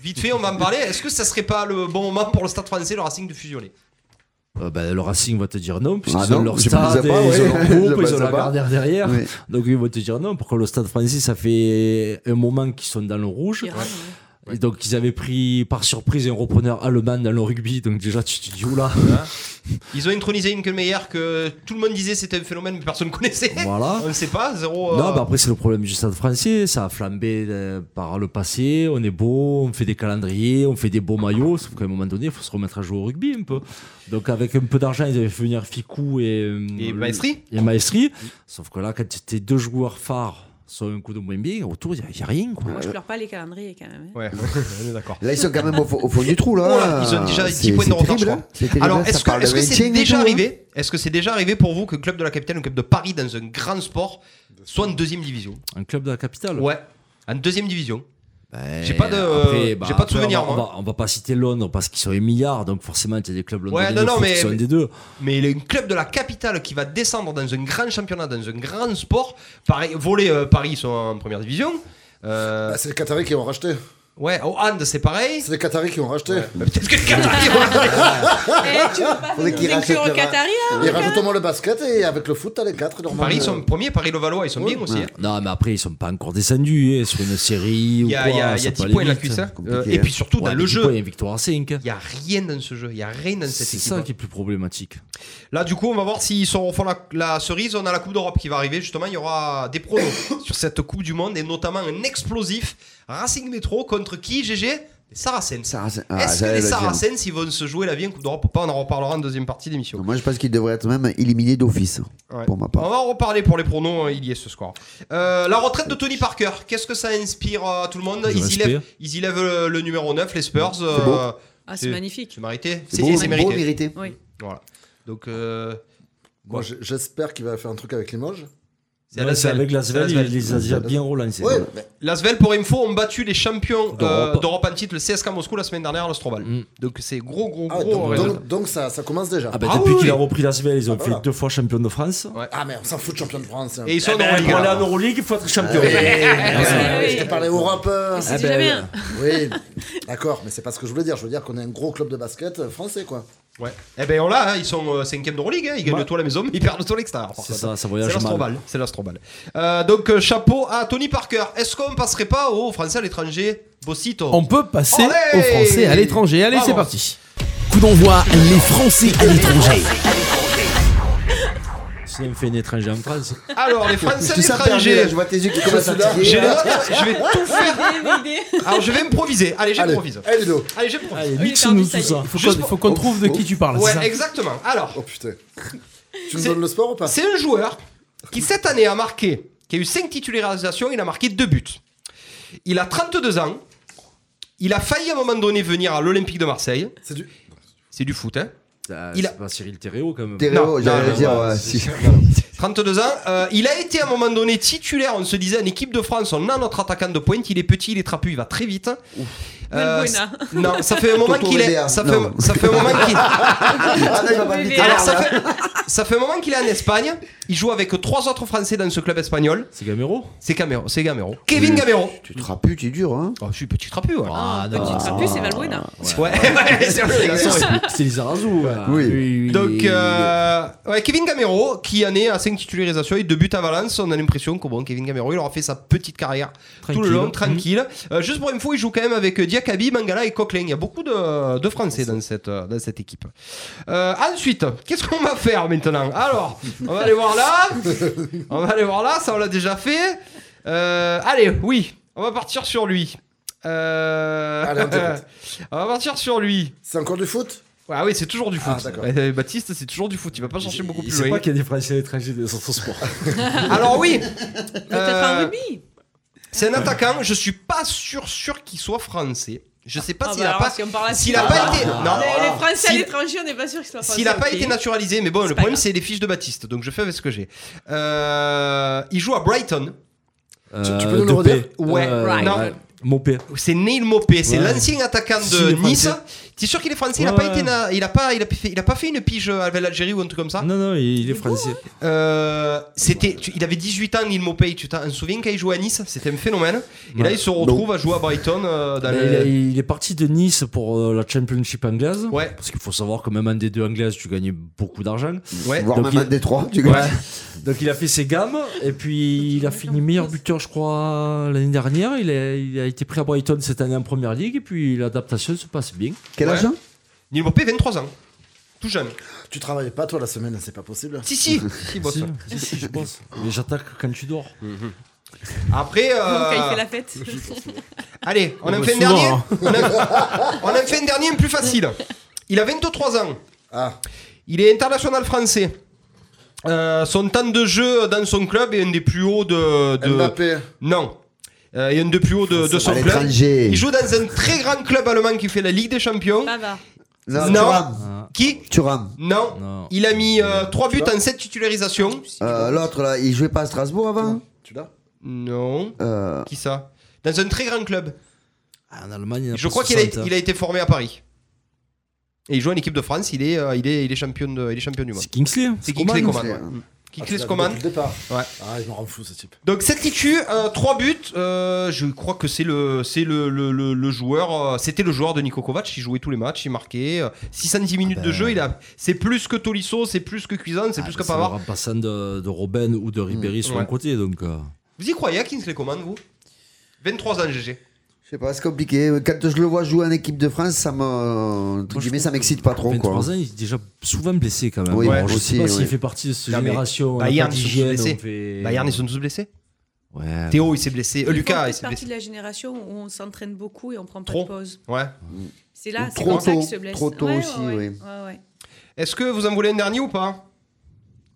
S3: Vite fait, on va en parler. Est-ce que ça serait pas le bon moment pour le Stade français, le Racing de fusionner
S4: Euh, ben, le Racing va te dire non, puisqu'ils
S8: Ah
S4: ont
S8: non,
S4: leur
S8: je pensais
S4: stade, et
S8: pas,
S4: ils ont
S8: ouais.
S4: leur
S8: Je
S4: groupe, ils
S8: pensais
S4: ont la
S8: pas.
S4: gardère derrière.
S8: Oui.
S4: Donc ils vont te dire non, pourquoi le stade français, ça fait un moment qu'ils sont dans le rouge.
S6: Iran, ouais.
S4: Et donc ils avaient pris par surprise un repreneur allemand dans le rugby, donc déjà tu te dis oula,
S3: Ils ont intronisé une meilleure que tout le monde disait c'était un phénomène, mais personne ne connaissait.
S4: voilà.
S3: On ne sait pas, zéro. euh,
S4: Non, bah après c'est le problème du stade français, ça a flambé euh, par le passé, on est beau, on fait des calendriers, on fait des beaux maillots, sauf qu'à un moment donné il faut se remettre à jouer au rugby un peu. Donc avec un peu d'argent ils avaient fait venir Ficou et, euh,
S3: Et bah, Maestri
S4: et Maestri, sauf que là quand tes deux joueurs phares sont un coup de moins bien, autour il n'y a, rien quoi.
S6: Moi, je pleure pas les calendriers quand même. hein.
S3: Ouais, on est d'accord.
S8: Là, ils sont quand même au, fo- au fond du trou, là.
S3: Oh là, ils ont déjà 10
S8: C'est-
S3: points de
S8: c'est
S3: retard, je
S8: terrible,
S3: crois.
S8: hein. C'est terrible, hein.
S3: Alors,
S8: Ça
S3: est-ce que
S8: parle de
S3: est-ce que c'est
S8: rating et
S3: déjà
S8: tout, hein.
S3: arrivé Est-ce que c'est déjà arrivé pour vous que club de la capitale, un club de Paris dans un grand sport, soit en deuxième division
S4: Un club de la capitale.
S3: Ouais, en deuxième division.
S4: Ben,
S3: J'ai pas de-
S4: après, bah,
S3: j'ai pas de
S4: après,
S3: souvenir,
S4: On va, on,
S3: moi.
S4: va, on va pas citer Londres parce qu'ils sont des milliards, donc forcément il y a des clubs londoniens
S3: non,
S4: de
S3: non,
S4: foot
S3: mais-
S4: qui sont des deux.
S3: Mais le- un club de la capitale qui va descendre dans un grand championnat, dans un grand sport, Paris, voler euh, Paris ils sont en première division. Euh,
S5: Bah, c'est les Qataris qui ont racheté.
S3: ouais, au Hand c'est pareil.
S5: C'est les Qataris qui ont racheté.
S3: Bah, Peut-être que le Qataris vont-
S6: Eh, tu veux pas
S8: Faudrait
S6: nous
S8: qu'ils
S6: inclure
S8: rachètent
S6: le
S8: les ra-
S6: Qatari hein,
S5: Et
S6: quand même
S5: rajoute au moins le basket et avec le foot, t'as les Euh, 4.
S3: Paris ils sont premiers, Paris Levallois ils sont bien aussi. hein.
S4: Non, mais après, ils sont pas encore descendus hein, sur une série ou
S3: Il y a,
S4: quoi.
S3: il y a-
S4: ça
S3: il y a
S4: peut
S3: 10
S4: aller
S3: points de la
S4: vite.
S3: cuisse. hein.
S8: compliqué,
S3: Euh, et
S8: hein.
S3: puis surtout
S4: Ouais,
S3: dans
S4: mais
S3: le
S4: 10 points,
S3: jeu,
S4: il y a une victoire à 5.
S3: il y a rien dans ce jeu, il y a rien dans
S4: C'est
S3: cette équipe. hein.
S4: ça qui est plus problématique.
S3: Là, du coup, on va voir s'ils sont au fond la, la cerise. On a la Coupe d'Europe qui va arriver. Justement, il y aura des pronos sur cette Coupe du Monde et notamment un explosif Racing Métro contre qui, GG Les Saracens.
S8: Saracens. Ah,
S3: Est-ce que
S8: j'allais
S3: les
S8: le dire.
S3: Saracens, ils vont se jouer la vie en Coupe d'Europe ou pas On en reparlera en deuxième partie d'émission.
S8: Moi, je pense qu'ils devraient être même éliminés d'office,
S3: Ouais.
S8: pour ma
S3: On
S8: part.
S3: va en reparler pour les pronos, hein, il y est ce soir. Euh, la retraite de Tony Parker, qu'est-ce que ça inspire euh, à tout le monde
S4: Je
S3: ils y,
S4: respire.
S3: lèvent, ils y lèvent le, le numéro 9, les Spurs. euh,
S8: beau.
S6: Ah, c'est
S3: c'est-
S6: magnifique.
S3: c'est mérité.
S8: C'est beau,
S3: c'est
S8: beau,
S3: mérité.
S8: mérité.
S6: Oui.
S3: Voilà. Donc, euh,
S5: Moi, j- j'espère qu'il va faire un truc avec Limoges.
S3: c'est à
S4: Ouais, c'est
S3: Lasvel.
S4: avec
S3: C'est à
S4: Lasvel,
S3: Lasvel.
S4: il les a déjà bien hein. relancés.
S5: Ouais,
S4: Voilà.
S5: mais
S3: L'Asvel, pour info, ont battu les champions euh,
S4: D'Europe.
S3: d'Europe en titre, le CSK Moscou, la semaine dernière, l'Ostrobal.
S4: Mm.
S3: Donc c'est gros, gros,
S5: ah,
S3: gros. euh,
S5: donc,
S3: résultat.
S5: donc- donc ça, ça commence déjà.
S4: Ah, bah,
S3: Ah
S4: depuis
S3: oui.
S4: qu'il a repris Lasvel, ils ont
S5: Ah,
S4: fait
S5: voilà.
S4: deux fois champion de France.
S5: Ah, mais on s'en fout de champion de France. hein.
S3: Et ils sont
S4: Eh ben,
S3: dans la Ligue
S4: pour aller
S3: un.
S4: en Euroleague, il faut être champion.
S6: Ah,
S5: Je
S6: oui.
S5: t'ai parlé Europe. euh,
S6: C'est
S4: Ah,
S6: déjà
S4: ben,
S6: bien.
S5: Oui, d'accord, mais c'est pas ce que je voulais dire. Je veux dire qu'on est un gros club de basket euh, français, quoi.
S3: Ouais. Eh ben on l'a, hein, ils sont 5ème d'Euroleague, hein, ils gagnent
S4: Ouais.
S3: le toit à la maison, mais ils perdent le toit à l'extérieur. par
S4: Bah. C'est
S3: contre.
S4: ça, ça
S3: C'est
S4: voyage mal.
S3: l'Astrobal. C'est l'Astrobal. Euh, donc euh, chapeau à Tony Parker. Est-ce qu'on passerait pas aux Français à l'étranger Bossito.
S2: On peut passer
S3: Allez
S2: aux Français à l'étranger. Allez, c'est
S3: Bravo.
S2: parti.
S10: Coup d'envoi, les Français à l'étranger.
S4: Sinon, il fait une étranger en France.
S3: Alors les Français à
S8: Tout ça perdu,
S3: l'étranger.
S8: là, je vois tes yeux qui commencent à tirer.
S3: J'ai le droit de- Je vais tout faire.
S6: Idée, idée.
S3: Alors je vais improviser. Allez,
S5: Allez,
S3: j'improvise.
S5: allez, Ludo.
S3: Allez, j'improvise.
S4: Allez,
S6: Oui,
S4: mixe-nous
S6: ça
S4: tout
S6: y est.
S4: ça.
S2: Il faut
S3: Juste
S2: qu'on-
S3: pour-
S2: faut qu'on trouve de qui tu parles. c'est ça
S3: Ouais, exactement. Alors,
S5: Oh putain. Tu me
S3: C'est-
S5: donnes le sport ou pas
S3: C'est un joueur qui cette année a marqué, qui a eu 5 titularisations, il a marqué 2 buts. Il a 32 ans. Il a failli à un moment donné venir à l'Olympique de Marseille.
S5: C'est du.
S3: C'est du foot, hein.
S4: Ah,
S3: Il
S4: C'est
S3: a-
S4: pas Cyril Terreau quand même.
S8: Terreau,
S3: Non,
S8: j'allais
S3: non,
S8: le dire.
S3: non,
S8: ouais,
S3: non,
S8: si.
S3: 32 ans. Euh, il a été à un moment donné titulaire. On se disait en équipe de France, on a notre attaquant de pointe. Il est petit, il est trapu, il va très vite. Euh,
S6: Valbuena.
S3: c- non, ça fait un moment
S8: Toto
S3: qu'il est.
S8: Weber,
S3: Ça fait,
S8: non.
S3: ça fait un moment qu'il.
S8: Ah, non, il va pas vite.
S3: Alors ça fait, ça fait un moment qu'il est en Espagne. Il joue avec trois autres Français dans ce club espagnol.
S4: C'est Gamero
S3: C'est Gamero. C'est Gamero. Kevin Gamero.
S8: Tu te rappes, tu es dur, hein.
S3: Oh, je suis petit trapu, ouais. Ah,
S4: Ah,
S6: Petit trapu, c'est Valbuena.
S3: Ouais, ouais, c'est vrai, ils sont-
S4: C'est les Arazu.
S3: Ah,
S8: Oui.
S3: Donc, euh, ouais, Kevin Gamero, qui en est à 5 titularisations et 2 buts à Valence, on a l'impression que bon, Kevin Gamero, il aura fait sa petite carrière tout
S4: Tranquille.
S3: le long, tranquille. Euh, juste pour info, il joue quand même avec euh, Diakabi, Mangala et Coquelin. Il y a beaucoup de, de Français dans cette, euh, dans cette équipe. Euh, ensuite, qu'est-ce qu'on va faire maintenant Alors, on va aller voir là. On va aller voir là, ça on l'a déjà fait. Euh, allez, oui, on va partir sur lui. Euh,
S5: Allez, on t'écoute.
S3: on va partir sur lui.
S5: C'est encore du foot
S3: Ah oui, c'est toujours du foot.
S5: Ah, d'accord.
S3: Euh, Baptiste, c'est toujours du foot. Il va pas chercher beaucoup
S4: Il
S3: plus
S4: sait
S3: loin.
S4: pas qu'il y a des Français à l'étranger dans son sport.
S3: Alors oui,
S6: Peut-être un
S3: Euh,
S6: rugby.
S3: c'est un attaquant. Je suis pas sûr sûr qu'il soit français. Je sais pas
S6: Ah
S3: s'il
S6: bah
S3: a
S6: alors,
S3: pas
S6: si on parle à
S3: s'il
S6: ça,
S3: a pas
S6: alors.
S3: été non.
S6: Les, les Français à
S3: S'il-
S6: l'étranger, on n'est pas sûr qu'ils soient français.
S3: ah, S'il n'a pas
S6: ok.
S3: été naturalisé, mais bon, le
S6: pas
S3: problème
S6: grave.
S3: c'est les fiches de Baptiste, donc je fais avec ce que j'ai. Euh, il joue à Brighton,
S5: tu
S4: Euh,
S5: peux nous le redire
S3: Ouais,
S6: right.
S3: non.
S4: Mopé.
S3: c'est Neil Mopé, c'est
S4: Ouais.
S3: l'ancien attaquant
S4: Si,
S3: de
S4: il est
S3: Nice.
S4: français.
S3: T'es sûr qu'il est français Il a
S4: Ouais,
S3: pas
S4: ouais.
S3: été, na- il a pas, il a fait, il a pas fait une pige avec l'Algérie ou un truc comme ça.
S4: Non, non,
S3: Ah.
S4: il est français.
S3: Euh, c'était, tu- il avait 18 ans, Neil Mopé. Tu t'en souviens quand il jouait à Nice C'était un phénomène. Et là, il se retrouve à jouer à Brighton euh, dans
S4: Mais
S3: le-
S4: il, est- il est parti de Nice pour euh, la Championship anglaise.
S3: Ouais.
S4: Parce qu'il faut savoir que même en D2 anglaise, tu gagnais beaucoup d'argent.
S3: Ouais.
S8: Voire
S4: Donc
S8: même
S4: il-
S8: un Détroit, tu
S3: Ouais.
S4: Donc il a fait ses gammes et puis il a fini meilleur buteur, je crois, l'année dernière. Il a, il a été pris à Brighton cette année en première ligue et puis l'adaptation se passe bien.
S8: Quel âge hein
S3: Ouais. Neil Mopé, 23 ans, tout jeune.
S5: Tu travaillais pas toi la semaine, c'est pas possible.
S3: Si si. si, bosse.
S4: Si, si, si, je pense. Mais j'attaque quand tu dors.
S3: Après.
S6: Donc,
S3: euh,
S6: quand il fait la fête.
S3: Allez, on en
S2: bah,
S3: fait un
S2: souvent,
S3: dernier.
S2: hein.
S3: On en- on en fait un dernier, un plus facile. Il a 23 ans.
S5: Ah,
S3: Il est international français. Euh, son temps de jeu dans son club est un des plus hauts de. de-
S5: Mbappé.
S3: Non. Euh, il est un des plus hauts de, de son
S8: À
S3: club.
S8: l'étranger.
S3: Il joue dans un très grand club allemand qui fait la Ligue des Champions.
S6: Bavard.
S8: Non,
S3: Non.
S8: Thuram.
S3: Qui
S8: Thuram.
S3: non.
S4: Non.
S3: Il a mis 3 buts en 7 titularisations.
S8: Euh, L'autre là, il jouait pas à Strasbourg avant
S5: Tu l'as
S3: Non.
S8: Euh,
S3: Qui ça Dans un très grand club.
S4: Ah, En Allemagne, il en a
S3: Je
S4: pas
S3: crois qu'il a,
S4: 60, hein.
S3: il a été formé à Paris. Et il joue en équipe de France. Il est, euh, il est, il est champion, de, il est champion du monde.
S4: C'est Kingsley. hein.
S3: C'est Kingsley
S8: Coman,
S3: Coman.
S8: c'est- euh,
S3: ouais. Mm.
S5: Ah, tu
S3: Kingsley
S5: l'as
S3: Coman.
S5: depuis le départ.
S3: Ouais.
S5: Ah, je me rends fou ce type.
S3: Donc cette TQ, 3 buts. euh, je crois que c'est le, c'est le, le, le- le joueur. euh, C'était le joueur de Niko Kovac. Il jouait tous les matchs. Il marquait euh, 610 minutes de jeu. Il a. C'est plus que Tolisso. C'est plus que Cuisine. C'est
S4: Ah,
S3: plus que
S4: bah,
S3: Pavard.
S4: le remplaçant de, de Robben ou
S8: Mm.
S4: de Ribéry sur
S3: Ouais.
S4: un côté. Donc, euh,
S3: Vous y croyez à Kingsley Coman, vous 23 ans, GG.
S8: Je sais pas, c'est compliqué. Quand je le vois jouer en équipe de France, ça me, entre guillemets, ça m'excite pas trop.
S4: 23
S8: Quoi.
S4: ans, il est déjà souvent blessé quand même.
S8: Oui,
S4: Bon,
S3: ouais,
S4: je
S8: aussi,
S4: sais pas
S8: ouais.
S4: s'il fait partie de cette
S3: Non, mais
S4: génération. on a
S3: Bayern,
S4: pas
S3: ils sont
S4: d'hygiène,
S3: blessés.
S4: on fait-
S3: Bayern, ils sont tous blessés.
S4: Ouais.
S3: Théo, il s'est blessé. euh,
S6: Ils font
S3: Lucas, il
S6: peut-être
S3: s'est
S6: partie
S3: blessé.
S6: de la génération où on s'entraîne beaucoup et on prend pas
S3: Trop.
S6: de pause.
S3: Ouais.
S6: C'est là, c'est
S8: Trop
S6: comme ça
S8: tôt.
S6: qu'ils se blessent.
S8: Trop tôt
S6: Ouais,
S8: aussi,
S6: ouais, ouais.
S8: oui.
S6: Ouais, ouais.
S3: Est-ce que vous en voulez un dernier ou pas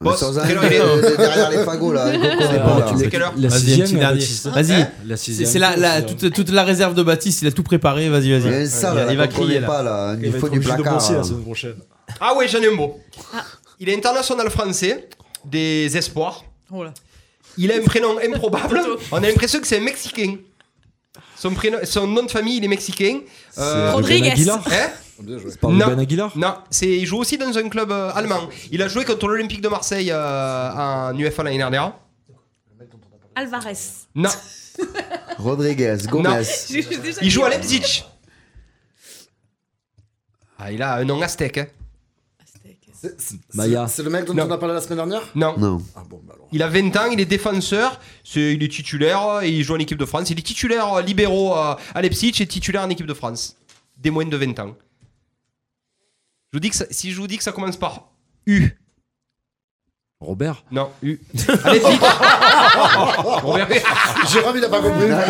S8: Mais
S3: Boss,
S8: Bah, sans
S3: quelle
S8: arrêt,
S3: heure il est hein
S8: euh, derrière les fagots là. Coco,
S4: Ouais,
S8: là.
S4: ouais, tu
S3: C'est
S4: mets-
S3: quelle heure
S4: La
S2: Vas-y,
S4: sixième,
S2: un petit dernier.
S4: Baptiste.
S2: Vas-y.
S4: La
S2: C'est
S4: sixième.
S2: c'est la, la- toute, toute la réserve de Baptiste, il a tout préparé, vas-y,
S8: Il y a
S2: vas-y.
S8: un sale,
S2: Il va-
S8: là,
S2: il va
S8: qu'on connaît
S2: crier, là.
S8: pas là. Il,
S4: va
S8: faut
S4: être
S8: du
S4: obligé de
S8: placard.
S4: bosser
S8: là.
S4: la semaine prochaine.
S3: Ah ouais, j'en ai un mot.
S6: Ah.
S3: Il est international français, des espoirs.
S6: Oh là.
S3: Il a un prénom improbable. On a l'impression que c'est un Mexicain. Son, prénom, son nom de famille, il est mexicain. Euh,
S4: Ruben
S6: Rodriguez.
S4: Aguilar
S3: hein
S5: Bien joué.
S4: Par
S3: Non.
S4: Ruben Aguilar
S3: Non, c'est, il joue aussi dans un club euh, allemand. Il a joué contre l'Olympique de Marseille euh, en UFA l'année dernière.
S6: Alvarez.
S3: Non,
S8: Rodriguez, Gomez.
S6: J'ai- j'ai déjà
S3: il joue à
S6: dit-
S3: Leipzig. Ah, il a un nom aztèque. hein.
S5: C'est- c'est-
S8: Bah,
S4: Maya.
S5: C'est le mec dont
S3: Non.
S5: on a parlé la semaine dernière
S3: Non.
S8: Non.
S5: Ah bon, bah alors.
S3: Il a 20 ans, il est défenseur, c'est, il est titulaire euh, et il joue en équipe de France. Il est titulaire euh, libéraux euh, à Leipzig et titulaire en équipe de France. Des moins de 20 ans. Je vous dis que ça- si je vous dis que ça commence par U.
S4: Robert
S3: Non, U. À Leipzig. On verra.
S5: Jérôme, il a pas compris.
S3: Ah,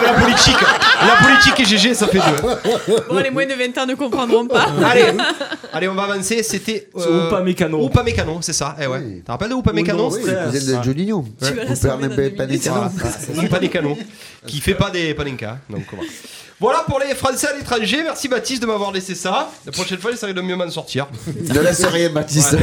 S3: mais la politique. La politique et GG, ça fait deux.
S6: Bon, les moins de 20 ans ne comprendront pas.
S3: Allez, allez, on va avancer. C'était. euh,
S4: C'est Upamecano.
S3: Oupa Mécano, c'est ça. Eh ouais.
S8: Oui.
S3: T'as rappelles de Oupa Mécano
S8: Oui, la cousine de Juninho.
S6: vas la sauver dans deux minutes.
S3: pas des canons, qui fait pas des palinkas. Donc on va. Voilà pour les Français à l'étranger. Merci Baptiste de m'avoir laissé ça. La prochaine fois, j'essaierai de mieux m'en sortir.
S8: Ne laisse rien, Baptiste.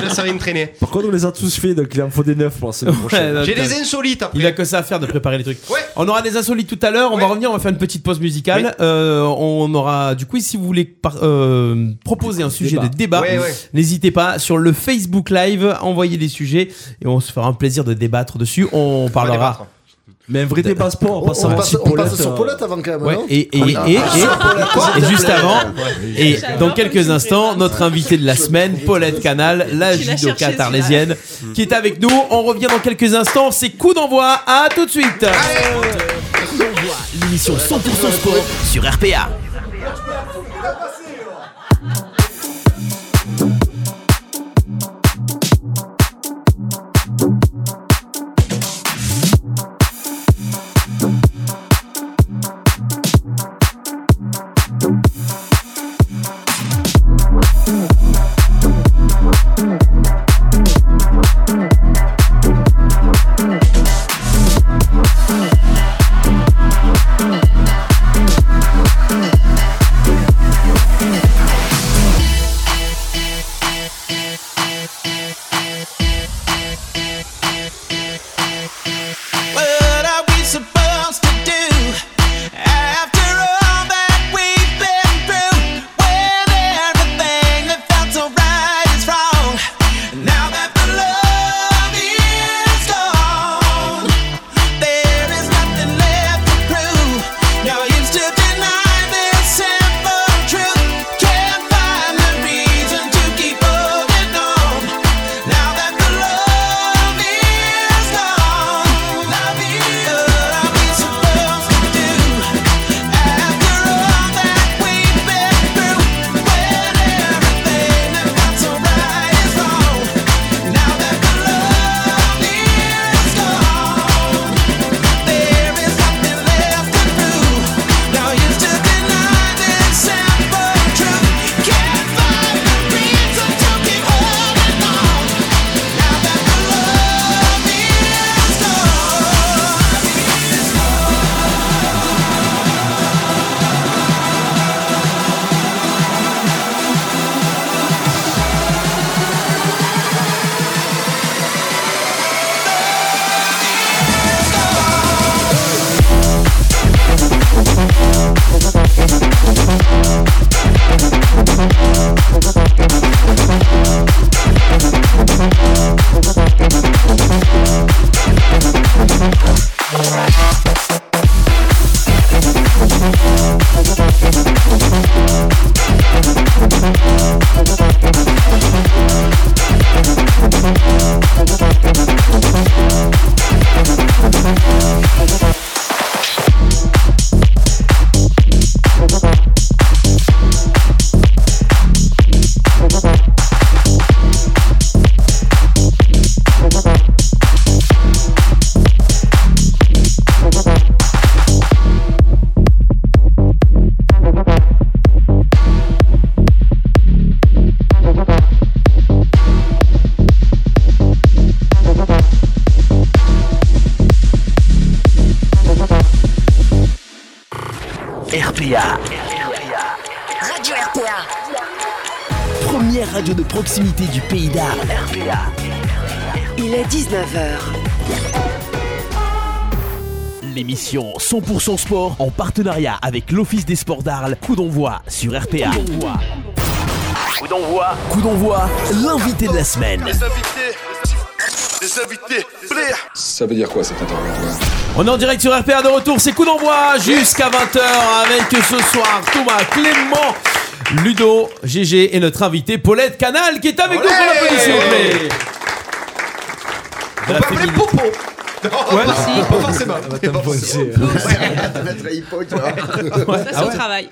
S3: Je laisserai me traîner.
S4: Par contre, on les a tous fait, donc il en faut des neufs pour la semaine prochaine.
S2: Ouais,
S3: J'ai
S2: putain.
S3: des insolites après.
S2: Il a que ça à faire de préparer les trucs.
S3: Ouais.
S2: On aura des insolites tout à l'heure. On
S3: Ouais.
S2: va revenir. On va faire une petite pause musicale. Euh, on aura du coup, si vous voulez par- euh, proposer un sujet de débat,
S3: Ouais, ouais.
S2: n'hésitez pas sur le Facebook Live. Envoyez des sujets et on se fera un plaisir de débattre dessus. On
S3: On va
S2: parlera.
S3: débattre.
S4: Mais un vrai débat sport, en
S5: On,
S4: passant
S5: on
S4: par
S5: passe,
S4: petite
S5: on passe
S4: Paulette,
S5: sur
S4: euh,
S5: Paulette avant quand même,
S2: Ouais,
S5: non
S2: et, et, et, et-
S6: Ah,
S2: et juste avant, et dans quelques instants, notre invité de la semaine, Paulette Canal, la
S6: Tu l'as Mm. cherché,
S2: judoka
S6: celui-là.
S2: tarlésienne, qui est avec nous. On revient dans quelques instants. C'est coup d'envoi. À tout de suite.
S10: L'émission 100% sport sur RPA.
S11: Thank
S10: RPA,
S11: Radio RPA.
S10: première radio de proximité du pays d'Arles.
S11: Il est 19h.
S10: L'émission 100% sport en partenariat avec l'Office des sports d'Arles. Coup d'envoi sur RPA.
S7: Coup d'envoi.
S10: Coup d'envoi, l'invité de la semaine.
S7: invités. Les invités.
S12: Ça veut dire quoi cet interrogatoire
S2: On est en direct sur RPA de retour, c'est coup d'envoi jusqu'à 20h avec ce soir Thomas, Clément, Ludo, GG et notre invité Paulette Canal qui est avec nous pour l'applaudissement. s'il vous plaît.
S3: On
S2: La
S3: peut appeler
S2: féminine.
S3: Popo
S2: Ouais.
S3: Pas forcément. Pas forcément.
S6: Ça,
S3: Ah
S6: c'est au travail.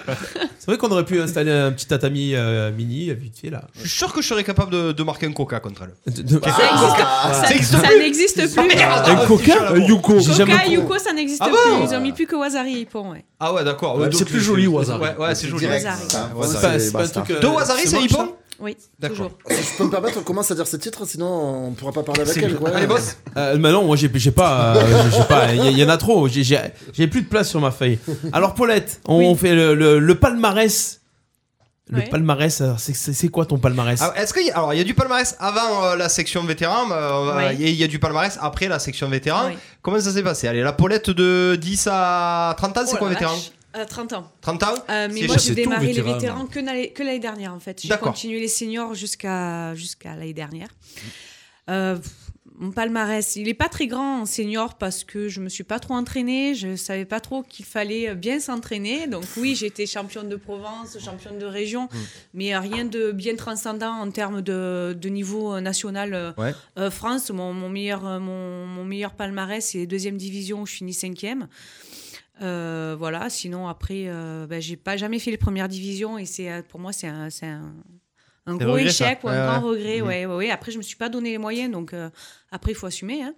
S2: C'est vrai qu'on aurait pu installer un petit tatami euh, mini vite fait là.
S3: Je suis sûr que je serais capable de, de marquer un coca contre elle.
S2: De- de-
S6: Ça
S3: ah,
S6: existe- Ah, ça-
S3: Ça existe
S6: ça
S3: plus.
S6: n'existe
S3: ah,
S6: plus.
S3: Merde.
S2: Un coca Un Yuko J'ai jamais-
S6: Coca, Yuko, ça n'existe
S3: Ah bon
S6: plus. Ils ont mis plus que Wasari et Pont. Ouais.
S3: Ah ouais, d'accord.
S4: Ouais,
S3: Donc,
S4: c'est
S3: tu-
S4: plus joli,
S3: tu-
S4: Wazari.
S3: Ouais, ouais, c'est joli.
S6: direct.
S2: C'est pas, c'est pas un truc. euh,
S3: De Wazari, c'est
S2: marche,
S3: Nippon
S6: Oui,
S3: D'accord.
S6: toujours.
S5: Si je peux me permettre, on commence à dire ses titres, sinon on pourra pas parler avec
S2: C'est
S5: elle.
S2: bien.
S5: ouais.
S3: Allez, boss.
S2: Euh, bah non, moi j'ai j'ai pas, euh, j'ai- j'ai pas, il y, y en a trop. J'ai- J'ai j'ai plus de place sur ma feuille. Alors Paulette, on
S6: Oui.
S2: fait le, le- le palmarès. Le
S6: Ouais.
S2: palmarès, alors, c'est- c'est c'est quoi ton palmarès
S3: Ah, Est-ce qu'il y a, alors il y a du palmarès avant euh, la section vétéran, mais, euh,
S6: Ouais.
S3: il y a- il y, a du palmarès après la section vétéran.
S6: Ouais.
S3: Comment Hein ça s'est passé Allez, la Paulette de 10 à 30 ans, c'est
S6: Oh
S3: quoi
S6: la
S3: vétéran
S6: vache. Euh, 30 ans.
S3: 30 ans
S6: Euh,
S3: C'est
S6: mais moi,
S3: chassé
S6: j'ai
S4: tout,
S6: démarré les
S4: vétéran.
S6: vétérans que l'année que l'année dernière, en fait. J'ai
S3: D'accord.
S6: continué les seniors jusqu'à jusqu'à l'année dernière. Euh, pff, mon palmarès, il n'est pas très grand en senior parce que je ne me suis pas trop entraînée. Je ne savais pas trop qu'il fallait bien s'entraîner. Donc, oui, j'ai été championne de Provence, championne de région,
S3: Mm.
S6: mais euh, rien de bien transcendant en termes de, de niveau euh, national euh,
S3: Ouais.
S6: euh, France. Mon, mon meilleur, euh, mon, mon meilleur palmarès, c'est deuxième division où je finis cinquième. Euh, voilà, sinon après, euh, ben, j'ai pas jamais fait les premières divisions et c'est euh, pour moi c'est un, c'est un, un
S3: Des
S6: gros
S3: regrets, ça.
S6: échec ou un
S3: Ouais, Mhm.
S6: grand regret. Ouais, ouais, ouais. Après, je me suis pas donné les moyens, donc euh, après il faut assumer. hein.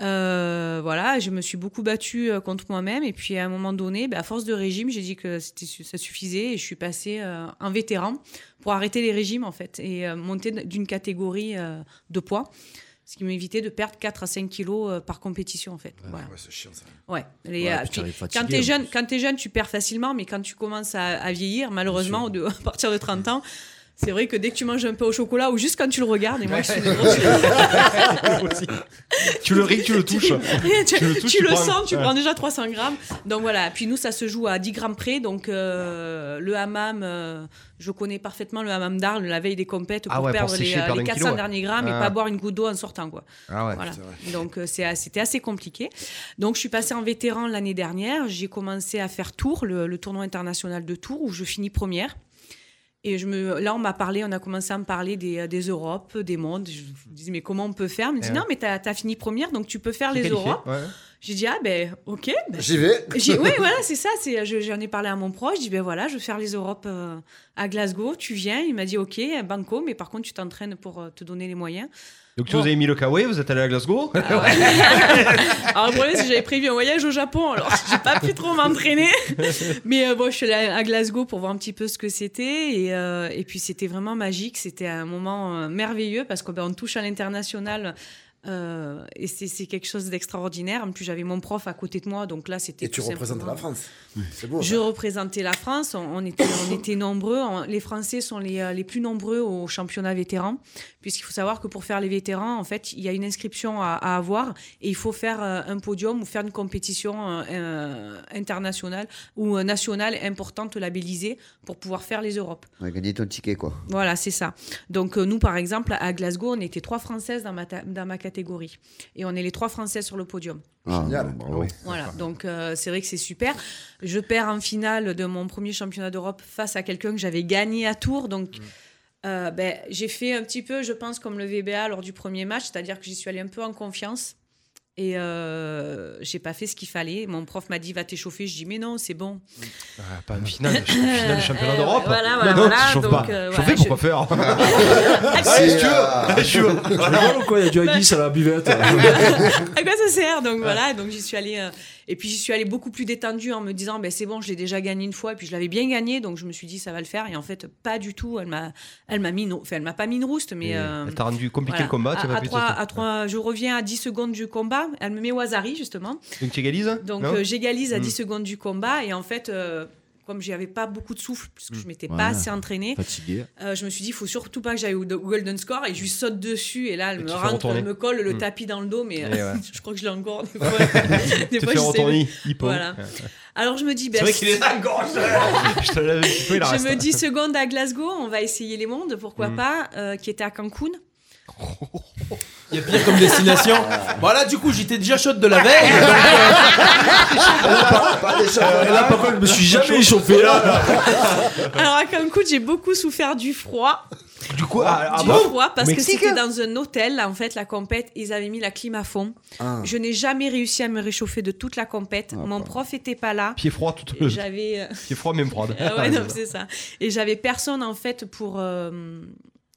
S6: Euh, voilà, je me suis beaucoup battue euh, contre moi-même et puis à un moment donné, ben, à force de régime, j'ai dit que c'était su- ça suffisait et je suis passée euh, en vétéran pour arrêter les régimes en fait et euh, monter d'une catégorie euh, de poids, ce qui m'évitait de perdre 4 à 5 kilos euh, par compétition en fait. Voilà.
S5: Ouais, c'est chiant ça.
S6: Ouais. Les,
S4: Ouais,
S6: euh,
S4: puis
S6: puis
S4: t'arrives fatigué,
S6: quand
S4: en
S6: t'es jeune, quand t'es jeune, tu perds facilement, mais quand tu commences à, à vieillir, malheureusement, de, à partir de 30 ans, c'est vrai que dès que tu manges un peu au chocolat ou juste quand tu le regardes, et moi je suis une grosse-
S3: Tu le ris, tu le touches.
S6: tu,
S3: le touches,
S6: tu
S3: tu
S6: le
S3: prends-
S6: sens, tu
S3: ouais.
S6: prends déjà 300 grammes. Donc voilà. Puis nous, ça se joue à 10 grammes près. Donc euh, le hammam, euh, je connais parfaitement le hammam d'Arles la veille des compètes pour
S3: Ah ouais, pour
S6: perdre les,
S3: sécher,
S6: euh,
S3: perdre
S6: les
S3: un
S6: 400
S3: kilo, ouais.
S6: derniers grammes
S3: Ah.
S6: et pas boire une goutte d'eau en sortant, quoi.
S3: Ah ouais.
S6: Voilà. Donc euh, c'est- c'était assez compliqué. Donc je suis passée en vétéran l'année dernière. J'ai commencé à faire Tours, le, le tournoi international de Tours, où je finis première. Et je me, là, on m'a parlé, on a commencé à me parler des, euh, des Europes, des mondes. Je me disais, mais comment on peut faire On me dit,
S3: Ouais.
S6: non, mais t'as as fini première, donc Eh tu peux faire
S3: T'es
S6: les
S3: qualifié,
S6: Europes.
S3: ouais.
S6: J'ai dit, ah ben, ok. ben,
S5: J'y vais.
S6: j'ai- oui, voilà, c'est ça. C'est, je- j'en ai parlé à mon proche. Je dis, ben voilà, je vais faire les Europes euh, à Glasgow. Tu viens. Il m'a dit, ok, banco, mais par contre, tu t'entraînes pour euh, te donner les moyens.
S3: Donc tu
S6: Bon.
S3: vous avez mis le kawé, vous êtes allé à Glasgow.
S6: Ah. Alors le problème, c'est que j'avais prévu un voyage au Japon, alors j'ai pas pu trop m'entraîner. Mais euh, bon, je suis allée à Glasgow pour voir un petit peu ce que c'était. Et, euh, et puis c'était vraiment magique, c'était un moment euh, merveilleux parce qu'on ben, on touche à l'international. euh, et c'est c'est quelque chose d'extraordinaire. En plus, j'avais mon prof à côté de moi, donc là, c'était.
S5: Et tu
S6: tout
S5: représentes
S6: simplement-
S5: la France. C'est beau. hein.
S6: Je
S5: ça.
S6: représentais la France. On, on était, on était nombreux. On- les Français sont les, euh, les plus nombreux au championnat vétéran, puisqu'il faut savoir que pour faire les vétérans, en fait, il y a une inscription à, à avoir et il faut faire euh, un podium ou faire une compétition euh, euh, internationale ou euh, nationale importante labellisée pour pouvoir faire les Europes.
S8: On a gagné ton ticket, quoi.
S6: Voilà, c'est ça. Donc euh, nous, par exemple, à Glasgow, on était trois Françaises dans ma, ta- dans ma catégorie. Et on est les trois Françaises sur le podium.
S8: Ah,
S5: Génial.
S8: bravo.
S6: Voilà, donc euh, c'est vrai que c'est super. Je perds en finale de mon premier championnat d'Europe face à quelqu'un que j'avais gagné à Tours. Donc
S3: Mm.
S6: euh, ben, j'ai fait un petit peu, je pense, comme le VBA lors du premier match, c'est-à-dire que j'y suis allée un peu en confiance. Et euh, j'ai pas fait ce qu'il fallait. Mon prof m'a dit va t'échauffer. Je dis mais non c'est bon.
S3: Ah, pas une finale,
S6: finale
S3: championnat
S6: Euh,
S3: d'Europe.
S6: voilà,
S3: Non,
S6: voilà,
S3: non,
S6: voilà,
S3: tu chauffes
S6: donc,
S3: pas.
S6: euh,
S3: Chauffer
S6: voilà,
S3: pour
S6: je-
S3: quoi faire Allez, si tu
S8: Ah,
S3: veux. Allez, si tu veux.
S9: Tu rigoles ou quoi Il y a du haggis à la buvette.
S6: à quoi ça sert Donc voilà, donc j'y suis allée. euh, et puis j'y suis allée beaucoup plus détendue en me disant, ben c'est bon, je l'ai déjà gagné une fois, et puis je l'avais bien gagné, donc je me suis dit ça va le faire. Et en fait, pas du tout. Elle m'a, elle m'a mis, une- enfin elle m'a pas mis une rouste, mais.
S3: Et
S6: euh,
S3: elle t'a rendu compliqué le combat, tu
S6: à,
S3: vas
S6: à
S3: plus te-
S6: trois, à trois- Je reviens à 10 secondes du combat. Elle me met Wazari justement.
S3: Donc tu égalises
S6: Donc
S3: non
S6: euh, j'égalise à 10
S3: Mm.
S6: secondes du combat et en fait, euh, comme j'avais pas beaucoup de souffle,
S3: Hmm.
S6: puisque je m'étais
S4: Voilà.
S6: pas assez entraînée,
S4: Fatigué.
S6: euh, je me suis dit, il faut surtout pas que j'aille au, au Golden Score et je lui saute dessus. Et là, elle
S3: Et
S6: me
S3: tu fais
S6: rentre,
S3: retourner.
S6: elle me colle le
S3: Mm.
S6: tapis dans le dos, mais
S3: Et
S6: euh,
S3: ouais.
S6: je crois que je l'ai encore. Des fois, des
S3: Tu te
S6: fois,
S3: fais
S6: je sais-
S3: retourner, il pend.
S6: Voilà. Alors je me dis, ben,
S3: C'est vrai qu'il est là, gorge. Je te l'avais dit, il en
S6: je
S3: reste.
S6: me dis seconde à Glasgow, on va essayer les mondes, pourquoi
S3: Mm.
S6: pas, euh, qui était à Cancun.
S2: Il y a pire comme destination. voilà, Bah du coup, j'étais déjà chaude de la veille. là, par contre, je me suis jamais échauffé là.
S6: Alors à Cancun, j'ai beaucoup souffert du froid.
S3: Du coup, ah, ah
S6: du
S3: bon
S6: froid parce
S3: Mexique
S6: que c'était dans un hôtel en fait la compète ils avaient mis la clim à fond
S5: Ah.
S6: je n'ai jamais réussi à me réchauffer de toute la compète mon prof était pas là
S3: Pied froid, tout
S6: Et j'avais euh,
S3: Pied froid, même froid.
S6: euh, ouais, non, c'est ça et j'avais personne en fait pour euh,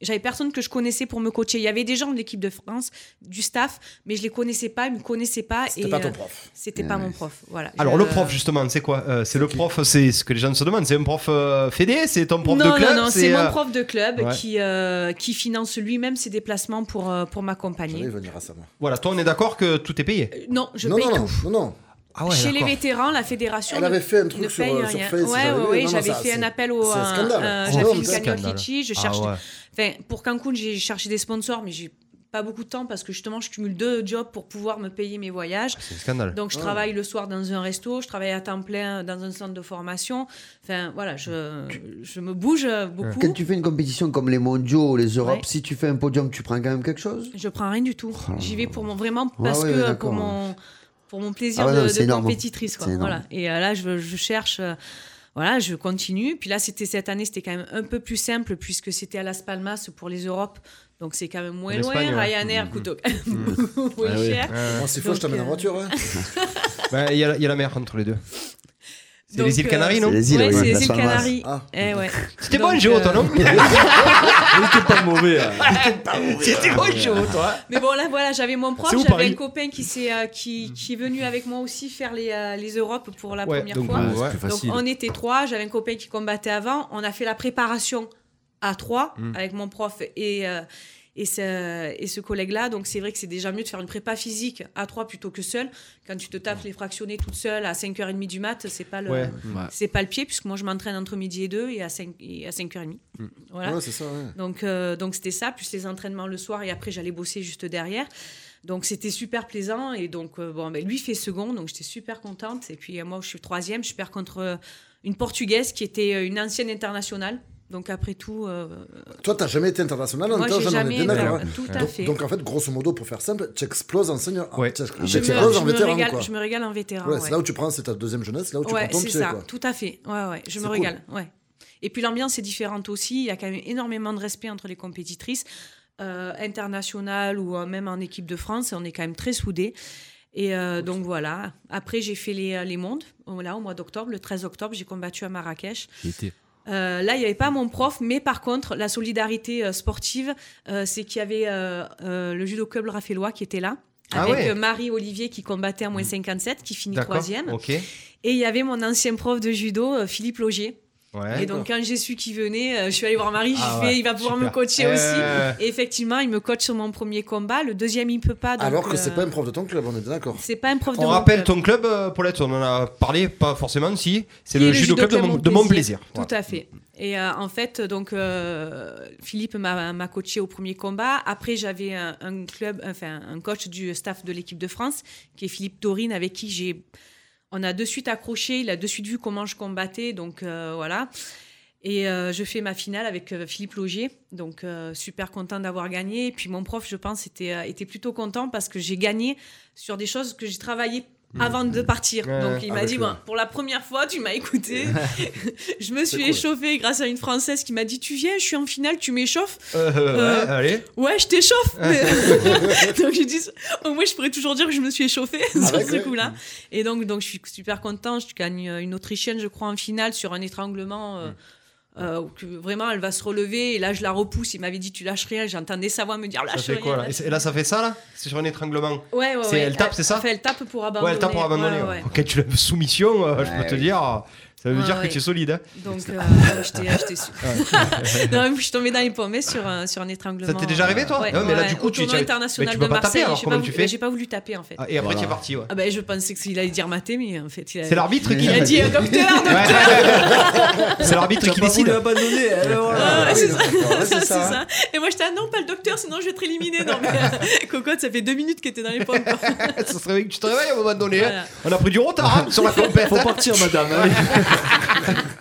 S6: j'avais personne que je connaissais pour me coacher il y avait des gens de l'équipe de France du staff mais je les connaissais pas ils me connaissaient pas
S5: C'était
S6: et,
S5: pas Ah, ton
S6: euh,
S5: prof.
S6: c'était pas mon prof voilà
S3: Alors
S6: Je-
S3: le prof justement, c'est quoi Euh, C'est le prof, c'est ce que les gens se demandent. C'est un prof euh, fédé, c'est ton prof
S6: non,
S3: de club.
S6: non, non, c'est mon
S3: euh,
S6: prof de club
S3: ouais.
S6: qui, euh, qui finance lui-même ses déplacements pour, euh, pour m'accompagner.
S5: J'allais venir à ça, moi.
S3: Voilà, toi on est d'accord que tout est payé.
S6: Euh, Non, je
S5: non,
S6: paye
S5: non,
S6: tout.
S5: non, non, non.
S3: Ah
S6: Chez les vétérans, la fédération
S5: Elle
S6: ne,
S5: avait fait un
S6: ne
S5: truc sur,
S6: paye
S5: euh, sur
S6: rien.
S5: Face.
S6: ouais, ouais,
S5: j'avais-
S6: ouais,
S5: non, non,
S6: j'avais
S5: ça,
S6: fait un
S5: c'est-
S6: appel au.
S5: C'est un
S6: un-
S5: scandale.
S6: un-
S5: C'est
S6: j'avais
S5: énorme,
S6: fait une
S5: ça.
S6: cagnotte
S3: Scandale.
S6: litchi. Je
S3: Ah
S6: cherche.
S3: ouais.
S6: Enfin, pour Cancun, j'ai cherché des sponsors, mais j'ai pas beaucoup de temps parce que justement, je cumule deux jobs pour pouvoir me payer mes voyages.
S3: C'est un scandale.
S6: Donc, je
S5: Ah.
S6: travaille le soir dans un resto, je travaille à temps plein dans un centre de formation. Enfin, voilà, je, je me bouge euh, beaucoup.
S8: Quand tu fais une compétition comme les mondiaux ou les Europes,
S6: Ouais.
S8: si tu fais un podium, tu prends quand même quelque chose
S6: Je prends rien du tout. J'y vais pour mon vraiment
S8: Ah
S6: parce
S8: Oh. ouais,
S6: que euh,
S8: d'accord.
S6: pour mon pour mon plaisir
S8: Ah ouais, non,
S6: de,
S8: c'est
S6: de
S8: énorme.
S6: compétitrice quoi.
S8: C'est énorme.
S6: Voilà. Et euh, là je, je cherche euh, voilà, je continue. Puis là c'était cette année, c'était quand même un peu plus simple puisque c'était à Las Palmas pour les Europes. Donc c'est quand même moins
S3: En
S6: loin,
S3: Espagne, ouais.
S6: Ryanair
S3: Mhm.
S6: coûte quand même beaucoup moins
S4: Ah oui.
S6: cher.
S5: Moi, c'est faux, je
S6: Donc,
S5: t'amène en
S6: euh,
S5: voiture. hein.
S3: Bah, Il y, a la- il y a la mer entre les deux. C'est
S6: Donc,
S3: les îles
S6: euh,
S3: Canaries, non
S8: C'est les îles,
S6: Ouais,
S8: oui,
S6: c'est
S8: Las
S6: les îles
S8: Palmas.
S6: Canaries.
S5: Ah.
S6: Eh ouais.
S3: C'était
S6: Donc,
S3: bon, Géo, toi,
S6: euh,
S3: non
S4: C'était pas mauvais. hein.
S3: C'était bon, Géo, toi.
S6: Oh, Mais bon, là, voilà, j'avais mon prof,
S3: C'est où,
S6: j'avais
S3: Paris
S6: un copain qui, s'est, euh, qui, qui est venu avec moi aussi faire les, euh, les Europes pour la
S3: Ouais,
S6: première
S3: donc,
S6: fois.
S3: ouais.
S4: Ouais, c'est plus
S6: Donc
S4: facile.
S6: on était trois, j'avais un copain qui combattait avant, on a fait la préparation à trois
S4: Hmm.
S3: Mm.
S6: avec mon prof et, euh, et ce, et ce collègue-là. Donc c'est vrai que c'est déjà mieux de faire une prépa physique à trois plutôt que seul. Quand tu te tapes les fractionnés toute seule à 5h30 du mat, c'est pas le...
S3: Ouais.
S4: Hmm. Ouais.
S6: C'est pas le pied, puisque moi je m'entraîne entre midi et 2 et à 5, et à 5h30.
S4: Hmm.
S6: Voilà.
S5: Ouais, c'est ça, ouais.
S6: Donc euh, donc c'était ça, plus les entraînements le soir et après j'allais bosser juste derrière. Donc c'était super plaisant et donc euh, bon, ben, lui fait second, donc j'étais super contente. Et puis euh, moi je suis troisième, je perds contre euh, une Portugaise qui était euh, une ancienne internationale. Donc après tout, euh,
S5: Toi, t'as jamais été international en
S6: moi
S5: même temps,
S6: j'ai
S5: j'en ai
S6: jamais
S5: bien à voir.
S6: voilà, tout à
S5: Donc,
S6: fait.
S5: donc, en fait, grosso modo, pour faire simple, tu exploses en senior.
S3: Ouais.
S5: Tu ex-
S6: je, me,
S5: t'exploses
S6: je
S5: en
S6: me
S5: vétéran,
S6: régale,
S5: quoi.
S6: je me régale en vétéran.
S5: Ouais,
S6: ouais.
S5: c'est là où tu prends, c'est ta deuxième jeunesse, là où tu
S6: Ouais,
S5: prends ton
S6: c'est
S5: pied,
S6: ça,
S5: quoi.
S6: tout à fait. Ouais, ouais,
S5: C'est
S6: je me
S5: cool.
S6: régale. Ouais. Et puis l'ambiance est différente aussi. Il y a quand même énormément de respect entre les compétitrices, euh, internationales ou euh, même en équipe de France. Et on est quand même très soudés. Et euh, donc voilà. Après, j'ai fait les, euh, les mondes. Voilà, au mois d'octobre, le 13 octobre, j'ai combattu à Marrakech.
S4: J'ai été-
S6: Euh, là, il n'y avait pas mon prof, mais par contre, la solidarité euh, sportive, euh, c'est qu'il y avait euh, euh, le judo club raffelois qui était là.
S3: Ah
S6: Avec
S3: ouais.
S6: euh, Marie Olivier qui combattait à moins
S5: Mm.
S6: 57, qui finit
S3: D'accord.
S6: troisième.
S3: Ok.
S6: Et il y avait mon ancien prof de judo, euh, Philippe Logier,
S3: Ouais.
S6: et donc quand j'ai su qu'il venait, euh, je suis allée voir Marie, je
S3: Ah
S6: fais,
S3: ouais,
S6: il va pouvoir
S3: super.
S6: me coacher
S3: Euh.
S6: aussi. Et effectivement, il me coach sur mon premier combat, le deuxième il peut pas. donc,
S5: Alors que c'est
S6: euh,
S5: pas un prof de ton club, on est bien d'accord.
S6: c'est pas un prof de
S3: On
S6: mon
S3: rappelle
S6: club.
S3: ton club, euh, Paulette, on en a parlé, pas forcément, si. C'est
S6: Qui
S3: le
S6: est
S3: judo club de, Mon- de Montplaisir.
S6: Tout à fait. Et euh, en fait, donc euh, Philippe m'a m'a coaché au premier combat. Après, j'avais un, un club, enfin un coach du staff de l'équipe de France, qui est Philippe Dorine, avec qui j'ai, on a de suite accroché. Il a de suite vu comment je combattais, donc euh, voilà. Et euh, je fais ma finale avec euh, Philippe Logier, donc euh, super content d'avoir gagné. Et puis mon prof, je pense, était, euh, était plutôt content parce que j'ai gagné sur des choses que j'ai travaillé avant de partir.
S13: Mmh. Ouais,
S6: donc
S13: ouais.
S6: il
S13: Ah,
S6: m'a
S13: bah,
S6: dit,
S13: c'est
S6: Bon,
S13: bien.
S6: pour la première fois, tu m'as écouté. je me suis
S13: cool.
S6: échauffée grâce à une Française qui m'a dit, tu viens, je suis en finale, tu m'échauffes.
S3: Euh,
S6: Euh,
S3: ouais, allez.
S6: Ouais, je t'échauffe. mais- donc j'ai dit, au moins je pourrais toujours dire que je me suis échauffée
S3: Ah,
S6: sur
S13: ouais,
S6: ce
S13: ouais.
S6: coup-là. Et donc, donc je suis super content. Je gagne euh, une Autrichienne, je crois, en finale sur un étranglement.
S3: Mm.
S6: euh, euh, que vraiment, elle va se relever et là je la repousse. Il m'avait dit tu lâches rien. J'entendais sa voix me dire
S3: Ça
S6: lâche
S3: fait
S6: rien.
S3: quoi là
S6: lâche
S3: Et c'est- et là, ça fait ça là C'est sur un étranglement
S6: Ouais, ouais,
S3: C'est-
S6: ouais.
S3: Elle tape, c'est ça
S6: Enfin, elle tape pour abandonner.
S3: Ouais, elle tape pour abandonner.
S6: Ouais, ouais.
S3: Ok, tu l'as soumission, euh, je
S6: Ouais,
S3: peux te
S6: oui.
S3: dire. Ça veut
S6: Ouais,
S3: dire
S6: ouais.
S3: que tu es solide. hein.
S6: Donc, euh, j'étais acheté sûr.
S3: Ouais.
S6: non, mais je suis tombée dans les pommes sur un, sur un étranglement.
S3: Ça t'est déjà arrivé, toi
S6: Ouais,
S3: Non, mais là,
S6: ouais,
S3: du coup,
S6: au
S3: tu-
S6: tournoi
S3: tu-
S6: international
S3: mais tu
S6: de
S3: peux pas taper,
S6: Marseille,
S3: alors,
S6: j'ai
S3: comment
S6: pas
S3: tu
S6: voulu-
S3: fais
S6: J'ai pas voulu taper en fait.
S3: Ah, et après, t'es parti, ouais.
S6: Ah, ben, je pensais que qu'il allait dire mater, mais en fait, il a.
S3: C'est l'arbitre qui-
S6: Il a dit euh, docteur, docteur
S3: C'est l'arbitre qui décide.
S4: abandonner,
S6: Ah, ouais, c'est ça,
S3: Ouais, c'est
S6: c'est
S3: ça.
S6: ça. Et moi, j'étais, ah non, pas le docteur, sinon je vais être éliminé. Non, mais euh, cocotte, ça fait deux minutes que t'es dans les pommes. quoi.
S3: Ça serait bien que tu te réveilles à un moment donné.
S6: Voilà.
S3: hein. On a pris du retard hein, sur la compète.
S4: Faut partir, madame.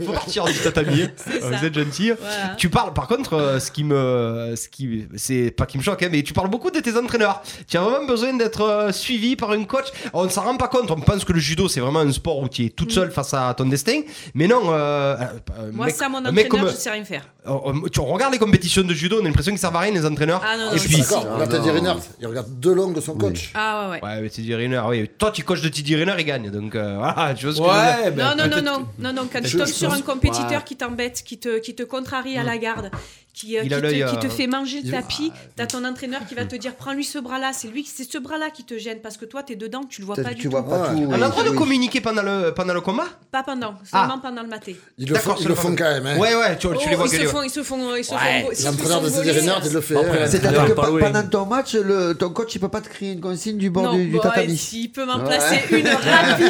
S3: Faut partir du tatami. Euh, Vous êtes gentil.
S6: Voilà.
S3: Tu parles, par contre, euh, ce qui me. Ce qui, c'est pas qui me choque, hein, mais tu parles beaucoup de tes entraîneurs. Tu as vraiment besoin d'être euh, suivi par un coach. On s'en rend pas compte. On pense que le judo, c'est vraiment un sport où tu es toute seule face à ton destin. Mais non. euh, euh,
S6: Mm. Moi,
S3: mec-
S6: ça, mon
S3: un mec
S6: entraîneur,
S3: comme- euh,
S6: je sais rien faire.
S3: on- on- tu regardes les compétitions de judo, on a l'impression qu'ils servent à rien, les entraîneurs.
S6: Ah non, non,
S3: Et
S6: je
S3: puis. hein.
S6: sais
S5: D'accord, on va te dire une heure. Il regarde de longue son coach.
S6: Ah, ouais, ouais.
S3: Ouais, mais Teddy Riner, oui. Toi, tu coaches de Teddy Riner, il gagne. Donc, euh, voilà, tu vois ce que
S4: Ouais,
S3: je veux
S2: ben,
S3: dire.
S6: non, non, non, non, non, non, quand
S3: Peut-être
S6: tu tombes
S3: ben, que je
S6: sur
S3: pense-
S6: un compétiteur
S3: Ouais.
S6: qui t'embête, qui te, qui te contrarie à la garde, qui, euh,
S3: Il
S6: qui,
S3: a
S6: te,
S3: l'œil,
S6: qui te
S3: euh,
S6: fait manger le
S3: il-
S6: tapis, t'as ton entraîneur qui va te dire prends-lui ce bras-là, c'est lui, c'est ce bras-là qui te gêne parce que toi t'es dedans, tu le vois
S8: Peut-être
S6: pas
S8: que
S6: du
S8: tu
S6: tout.
S8: vois pas tout.
S3: On a le droit de communiquer pendant le, pendant le combat
S6: Pas pendant,
S3: Ah.
S6: seulement pendant le maté.
S5: Ils le font,
S3: D'accord,
S5: ils
S3: c'est
S5: le
S3: pas-
S5: font quand même. hein.
S3: Ouais, ouais, tu, tu
S6: Oh,
S3: les vois
S6: ils se
S3: gueuler,
S6: font,
S3: ouais.
S6: ils se font, ils se
S3: Ouais,
S6: font. ils se
S5: L'entraîneur
S6: font
S5: de Teddy
S6: voler.
S5: Riner, il le fait.
S4: Après,
S5: hein.
S4: la
S8: C'est-à-dire
S4: Ouais,
S8: que
S4: pas
S8: pa-
S4: loin.
S8: pendant ton match, le, ton coach il peut pas te crier une consigne du bord
S6: Non, bah,
S8: du, du
S6: bon,
S8: tatami.
S6: et s'il peut m'en
S8: Ouais.
S6: placer une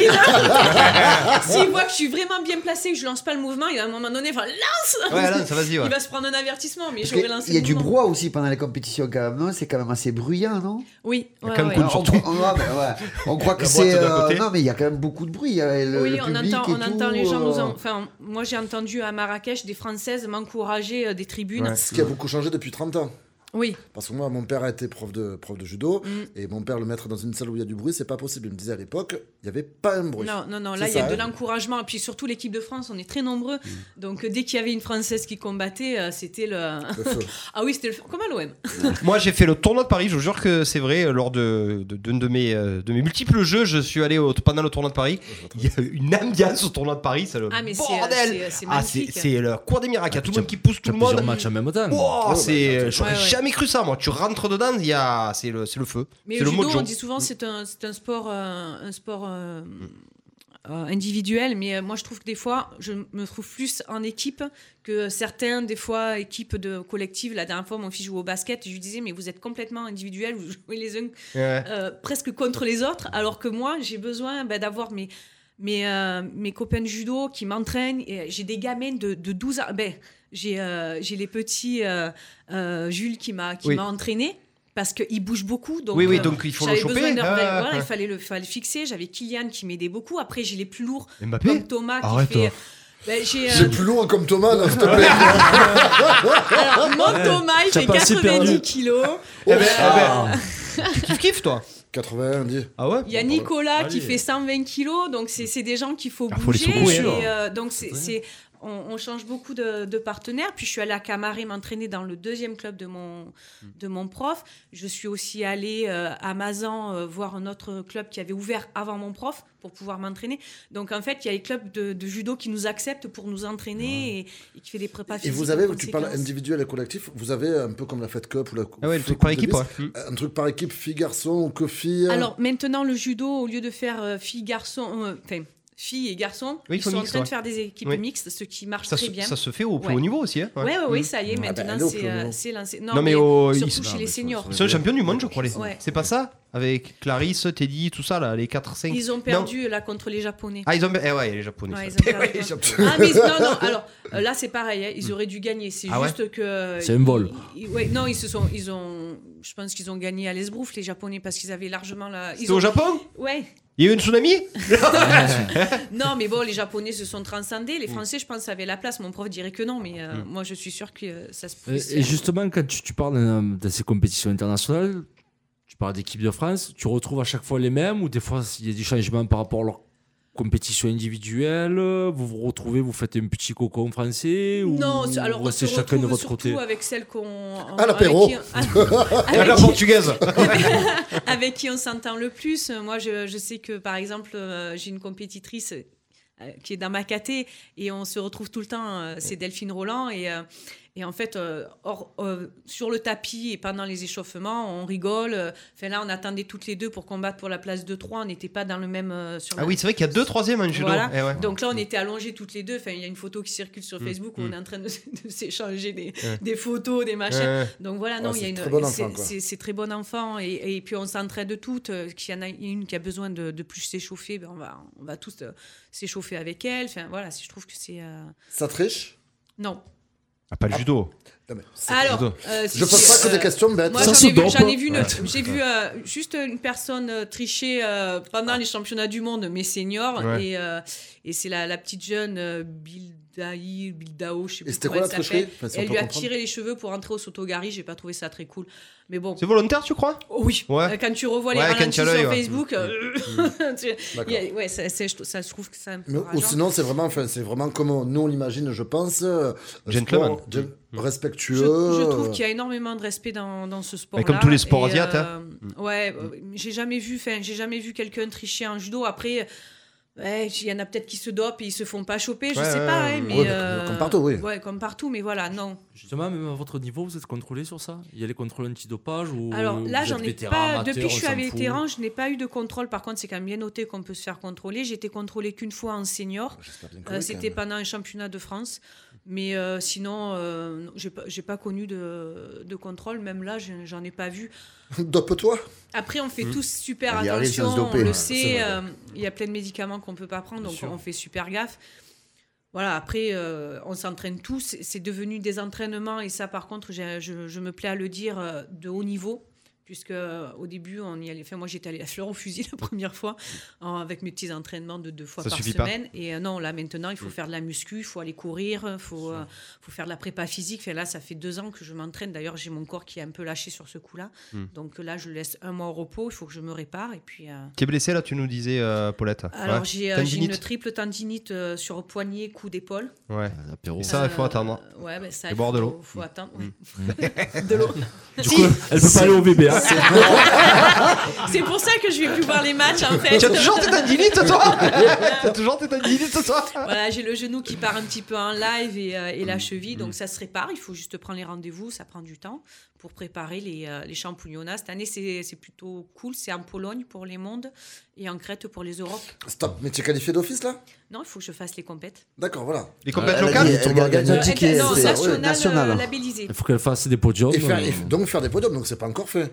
S6: rapide, s'il voit que je suis vraiment bien placée, que je lance pas le mouvement, il y a un moment donné, enfin lance
S3: Ouais, lance, vas-y, ouais.
S6: Il va se prendre un avertissement, mais
S8: Parce
S6: j'aurais
S8: que
S6: lancé
S8: Il y a
S6: le
S8: du
S6: mouvement.
S8: brouhaha aussi pendant les compétitions quand même, non C'est quand même assez bruyant, non
S6: Oui, ouais,
S3: Cancun,
S6: ouais.
S8: Alors, on,
S3: surtout.
S8: on- ouais, ouais. On croit que
S3: La boîte
S8: c'est.
S3: d'un
S8: euh,
S3: côté.
S8: non, mais il y a quand même beaucoup de bruit. hein. il y a le-
S6: oui,
S8: le
S6: on
S8: public
S6: entend,
S8: et
S6: on
S8: tout,
S6: entend les gens nous.
S8: euh,
S6: en- Enfin, moi j'ai entendu à Marrakech des Françaises m'encourager euh, des tribunes.
S5: Ce qui a beaucoup changé depuis 30 ans.
S6: Oui,
S5: Parce que moi, mon père a été prof de, prof de judo,
S6: Mm.
S5: et mon père le mettre dans une salle où il y a du bruit, c'est pas possible. Il me disait à l'époque, il n'y avait pas un bruit.
S6: non, non, non,
S5: C'est
S6: là il y a
S5: ça,
S6: de
S5: hein.
S6: l'encouragement. Et puis surtout l'équipe de France, on est très nombreux.
S8: Mm.
S6: Donc euh, dès qu'il y avait une Française qui combattait, euh, c'était le.
S5: Le feu.
S6: ah oui, c'était le. Comme à l'OM.
S3: Moi, j'ai fait le tournoi de Paris, je vous jure que c'est vrai. euh, Lors de, de, d'un de mes, euh, de mes multiples jeux, je suis allé au, pendant le tournoi de Paris. Il y a une ambiance au tournoi de Paris, c'est le
S6: Ah, mais c'est,
S3: bordel.
S6: euh, c'est- c'est
S3: ah, c'est,
S6: magnifique.
S3: c'est le cours des miracles. Il y a tout le
S4: Ah, t'as-
S3: monde qui pousse tout le monde.
S4: Plusieurs Oh, bah, matchs en même temps.
S3: Wow,
S5: Ouais,
S3: c'est, euh, j'aurais
S6: ouais.
S3: jamais cru ça, moi. Tu rentres dedans, il y a, c'est le, c'est le feu.
S6: Mais
S3: c'est
S6: le
S3: le mot
S6: judo,
S3: de
S6: on
S3: jour.
S6: dit souvent c'est un, c'est un sport, euh, un sport euh,
S3: Mm.
S6: euh, individuel, mais euh, moi je trouve que des fois, je me trouve plus en équipe que certains, des fois, équipes de collectives. La dernière fois, mon fils jouait au basket, et je lui disais, mais vous êtes complètement individuel, vous jouez les uns
S3: Ouais.
S6: euh, presque contre les autres, alors que moi, j'ai besoin ben, d'avoir mes, mes, euh, mes copains de judo qui m'entraînent. Et J'ai des gamines de, de 12 ans. Ben, j'ai euh, j'ai les petits euh, euh, Jules qui m'a qui
S3: Oui.
S6: m'a entraîné. Parce qu'ils bougent beaucoup, donc, euh,
S3: Oui, oui, donc il faut le
S6: j'avais
S3: choper,
S6: besoin de leur-
S3: euh,
S6: voilà,
S3: ouais.
S6: il fallait le, fallait le fixer. J'avais Kylian qui m'aidait beaucoup. Après, j'ai les plus lourds,
S3: Mbappé
S6: comme Thomas qui
S3: Arrête,
S6: fait.
S3: toi.
S6: Ben, j'ai,
S5: C'est
S6: euh,
S5: plus lourd comme Thomas, là, s'il te plaît.
S6: alors, mon Thomas, il
S4: T'as
S6: fait
S4: pas assez perdu.
S6: 90 kilos.
S3: Eh ben,
S6: Ah.
S5: Ah.
S3: eh ben, tu kiffes, kiffes, toi
S5: 81, dit.
S3: Ah ouais
S6: Il y a Nicolas qui
S4: Allez.
S6: fait 120 kilos, donc c'est c'est des gens qu'il faut
S5: Ah,
S3: faut les
S6: bouger.
S3: secouer, hein.
S6: et, euh, donc c'est c'est- on, on change beaucoup de, de partenaires. Puis je suis allée à Camaré m'entraîner dans le deuxième club de mon de mon prof. Je suis aussi allée euh, à Mazan euh, voir un autre club qui avait ouvert avant mon prof pour pouvoir m'entraîner. Donc en fait, il y a les clubs de, de judo qui nous acceptent pour nous entraîner et, et qui fait des prépas
S5: Et
S6: physiques
S5: vous
S6: en
S5: avez, tu parles
S6: Ah, conséquence.
S5: individuel et collectif, vous avez un peu comme la Fed Cup ou la
S3: Ah ouais, le
S5: Coupe
S3: truc par
S5: de
S3: équipe,
S5: Davis,
S3: ouais.
S5: Un truc par équipe, fille-garçon ou que fille.
S6: Alors maintenant, le judo, au lieu de faire euh, fille-garçon, euh, enfin, filles et garçons,
S3: Oui,
S6: ils
S3: ils font
S6: sont en
S3: mixte,
S6: train de
S3: ouais.
S6: faire des équipes
S3: Oui.
S6: mixtes, ce qui marche
S3: Ça
S6: très
S3: se-
S6: bien.
S3: ça se fait au plus haut niveau aussi, hein,
S6: Ouais,
S3: ouais.
S6: ouais,
S3: Mm.
S6: oui, ça y est,
S3: Ah, bah,
S6: maintenant
S3: elle est au
S6: c'est,
S3: plus haut
S6: euh,
S3: niveau.
S6: c'est lancé.
S3: Non, mais au- euh,
S6: surtout
S3: ils-
S6: chez
S3: non,
S6: les seniors.
S3: Ils sont Ah, bah, champions du monde, je crois. les-
S6: Ouais.
S3: C'est pas ça Avec Clarisse, Teddy, tout ça, là, les 4-5.
S6: Ils ont perdu euh, là contre les Japonais.
S3: Ah, ils ont. Eh ouais, les Japonais.
S6: Ouais, ils
S3: ça.
S6: ont
S3: Eh
S6: perdu
S3: ouais, les
S6: contre-
S3: Japonais. Hmm.
S6: Ah, mais ils- non, non, alors euh, là c'est pareil, hein, ils auraient dû gagner. C'est
S3: Ah ouais
S6: juste que. euh,
S4: C'est un vol.
S6: Ils- ouais, non, ils se sont. Ils ont, je pense qu'ils ont gagné à l'esbrouf, les Japonais, parce qu'ils avaient largement la. ils
S3: C'était
S6: ont- Ah
S3: au Japon
S6: Ouais.
S3: Il y a eu une tsunami
S6: Non, mais bon, les Japonais se sont transcendés. Les Français, je pense, avaient la place. Mon prof dirait que non, mais euh, moi, je suis sûr que euh, ça se
S4: Et
S6: pouvait se
S4: et
S6: faire.
S4: justement, quand tu, tu parles euh, de ces compétitions internationales, tu parles d'équipe de France, tu retrouves à chaque fois les mêmes ou des fois il y a des changements par rapport à leur compétition individuelle Vous vous retrouvez, vous faites un petit cocon français ou
S6: Non, c'est- alors
S4: vous
S6: on se
S4: restez chacun
S6: retrouve
S4: de votre
S6: surtout
S4: côté
S6: avec celle qu'on...
S4: À l'apéro.
S3: Ah,
S4: À la portugaise.
S6: Avec qui on s'entend le plus. Moi, je, je sais que, par exemple, euh, j'ai une compétitrice euh, qui est dans ma caté et on se retrouve tout le temps, euh, c'est Delphine Roland et... euh, et en fait, euh, hors- euh, sur le tapis et pendant les échauffements, on rigole. euh, Enfin là, on attendait toutes les deux pour combattre pour la place de 3. On n'était pas dans le même. euh, sur
S3: Ah
S6: la-
S3: oui, c'est vrai qu'il y a deux troisièmes en judo.
S6: voilà.
S3: Eh ouais.
S6: Donc là, on était allongés toutes les deux. Enfin, il y a une photo qui circule sur
S3: Mm.
S6: Facebook où on
S3: Mm.
S6: est en train de, s- de s'échanger des,
S3: Ouais.
S6: des photos, des machins.
S3: Ouais.
S6: Donc voilà,
S3: Ouais,
S6: non,
S3: c'est
S6: il y a une.
S3: très bon enfant,
S6: c'est-
S3: quoi.
S6: c'est c'est très bon enfant. Et, et puis on s'entraide toutes. euh, Qu'il y en a une qui a besoin de, de plus s'échauffer, ben on, va, on va tous euh, s'échauffer avec elle. Enfin voilà, si je trouve que c'est. euh,
S5: Ça triche
S6: Non.
S3: Ah, pas le judo.
S5: C'est
S6: Alors,
S5: judo.
S6: euh, si
S5: je pose
S6: j'ai,
S5: pas que
S6: euh,
S5: des questions bêtes.
S6: Moi, j'en ai, vu- j'en ai vu une. J'ai vu euh, juste une personne euh, tricher euh, pendant les championnats du monde, mais senior.
S5: Ouais.
S6: Et, euh, et c'est la, la petite jeune euh, Bildaï, Bildao, je sais plus
S5: c'était
S6: comment
S5: quoi
S6: elle
S5: la
S6: s'appelle.
S5: tricherie Enfin, si on
S6: Elle
S5: peut
S6: lui a
S5: comprendre.
S6: tiré les cheveux pour entrer au Sotogari. J'ai pas trouvé ça très cool. Mais bon.
S3: C'est volontaire, tu crois
S6: Oh oui.
S3: Ouais.
S6: Euh, Quand tu revois les
S3: Ouais, quand
S6: ralentis
S3: tu as
S6: sur
S3: l'œil, ouais. Mm,
S6: Facebook, euh, tu-
S5: D'accord.
S6: il y a- ouais, ça, c'est- je- ça, je trouve que ça. me
S5: Mais- ou
S6: rageant.
S5: sinon, c'est vraiment, enfin, c'est vraiment comme nous on l'imagine, je pense. euh,
S3: Gentleman.
S5: sport, gen-
S6: Je,
S5: respectueux.
S6: je
S4: euh,
S6: trouve qu'il y a énormément de respect dans, dans ce sport.
S3: Mais comme tous les sports asiates, hein.
S6: Ouais, euh, j'ai jamais vu, enfin, j'ai jamais vu quelqu'un tricher en judo. Après, euh, ouais, il y en a peut-être qui se dopent et ils se font pas choper, je
S4: Ouais,
S6: sais
S4: ouais,
S6: pas.
S4: ouais,
S6: hein,
S4: ouais.
S6: mais
S4: Ouais, mais
S6: euh,
S4: comme- comme partout, oui.
S6: Ouais, comme partout, mais voilà, non.
S4: Justement, même à votre niveau, vous êtes contrôlé sur ça Il y a les contrôles antidopage ou
S6: Alors là,
S4: vous
S6: j'en
S4: êtes
S6: ai
S4: vétéran,
S6: pas.
S4: amateur,
S6: Depuis que je suis
S4: on
S6: à
S4: s'en fout
S6: vétéran, je n'ai pas eu de contrôle. Par contre, c'est quand même bien noté qu'on peut se faire contrôler. J'ai été contrôlée qu'une fois en senior.
S5: bien que
S6: Euh,
S5: oui,
S6: C'était
S5: quand même.
S6: pendant un championnat de France. Mais euh, sinon, euh, non, j'ai pas, j'ai pas connu de, de contrôle. Même là, je- j'en ai pas vu.
S5: Dope-toi.
S6: Après, on fait
S5: Mm.
S6: tous super
S5: On y arrive
S6: attention.
S5: sans se
S6: On
S5: doper.
S6: le
S5: Ouais, hein, c'est
S6: sait.
S5: vrai.
S6: euh, Il y a plein de médicaments qu'on peut pas prendre,
S5: Bien
S6: donc
S5: sûr.
S6: on fait super gaffe. Voilà, après, euh, on s'entraîne tous. C'est- C'est devenu des entraînements, et ça, par contre, j'ai- je, je me plais à le dire, euh, de haut niveau. Puisque euh, au début, on y allait. Enfin, moi, j'étais allée à fleur au fusil la première fois, en- avec mes petits entraînements de deux fois
S3: Ça
S6: par
S3: suffit pas.
S6: semaine. Et euh, non, là maintenant, il faut
S3: Mm.
S6: faire de la muscu, il faut aller courir, il faut, euh, faut faire de la prépa physique. Enfin, là, ça fait deux ans que je m'entraîne. D'ailleurs, j'ai mon corps qui est un peu lâché sur ce coup-là.
S3: Mm.
S6: Donc là, je le laisse un mois au repos, il faut que je me répare. Et puis, euh,
S3: T'es blessé là, tu nous disais, euh, Paulette.
S6: alors,
S3: Ouais.
S6: j'ai euh, j'ai
S3: Tendinite
S6: une triple tendinite euh, sur poignet, coup d'épaule.
S3: Ouais.
S4: Ah, l'apéro.
S3: Et ça, il faut
S6: Euh,
S3: attendre.
S6: ouais, ben ça,
S3: Et
S6: il
S3: boire de
S6: faut-
S3: l'eau. Hmm.
S6: faut attendre, ouais.
S3: Mm.
S6: De l'eau.
S4: Du coup, elle peut pas aller au bébé. hein.
S6: C'est pour ça que je vais plus voir les matchs en fait.
S3: T'as toujours tes tendinites, toi T'as toujours tes tendinites, toi
S6: Voilà, j'ai le genou qui part un petit peu en live et, euh,
S4: Mm.
S6: et la cheville, donc ça se répare. Il faut juste prendre les rendez-vous, ça prend du temps pour préparer les, euh, les champignonnats. Cette année, c'est c'est plutôt cool. C'est en Pologne pour les mondes et en Crète pour les Europes.
S5: Stop, mais tu es qualifié d'office là
S6: Non, il faut que je fasse les compètes.
S5: D'accord, voilà.
S3: Les
S5: compétitions
S4: Elle a
S5: locales
S4: dit, elle a gagné un ticket,
S6: non,
S4: c'est-
S6: national,
S4: ouais,
S6: euh, labellisé.
S4: Il faut qu'elle fasse des podiums.
S5: Et faire-
S4: euh,
S5: et f- donc faire des podiums, donc c'est pas encore fait.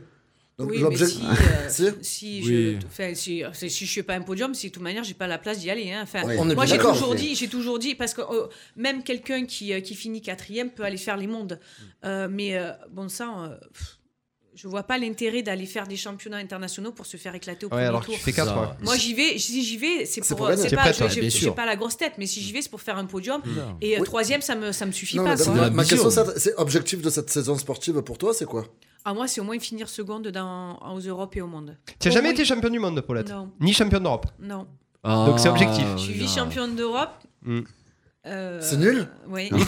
S5: Donc
S6: oui, mais
S5: l'objet-
S6: si, euh,
S5: Si
S6: si,
S5: Oui.
S6: je, enfin, si, enfin, si je fais pas un podium, si de toute manière j'ai pas la place d'y aller. hein. Enfin,
S5: Oui. On est
S6: moi
S5: bien
S6: j'ai
S5: d'accord,
S6: toujours
S5: mais-
S6: dit, j'ai toujours dit, parce que euh, même quelqu'un qui, euh, qui finit quatrième peut aller faire les mondes.
S5: Mm.
S6: Euh, mais euh, bon sang, euh, pff, je vois pas l'intérêt d'aller faire des championnats internationaux pour se faire éclater au
S3: Ouais,
S6: premier
S3: alors que
S6: tour.
S3: tu fais quatre, ouais.
S6: Moi j'y vais, si j'y vais, c'est
S3: C'est
S6: pour,
S3: pour
S6: euh,
S3: gagner.
S6: c'est
S3: T'es
S6: pas,
S3: prête,
S6: j'ai-
S3: ouais,
S6: j'ai
S3: bien
S6: j'ai
S3: sûr.
S6: pas la grosse tête, mais si j'y vais c'est pour faire un podium.
S5: Non.
S6: Et euh,
S5: Mm. Oui.
S6: troisième, ça me ça me suffit
S5: Non,
S6: pas.
S5: mais
S6: quoi.
S5: ma- ma question, ça- c'est objectif de cette saison sportive pour toi, c'est quoi
S6: Ah, moi, c'est au moins finir seconde dans, aux Europes et au monde.
S3: T'as
S6: Au
S3: jamais
S6: moins.
S3: été champion du monde, Paulette
S6: Non.
S3: Ni champion d'Europe
S6: Non.
S3: Donc
S4: euh,
S3: c'est objectif.
S6: Je suis vice-championne d'Europe.
S3: Ah Mm.
S6: Euh,
S3: C'est nul
S6: Oui.
S3: Elle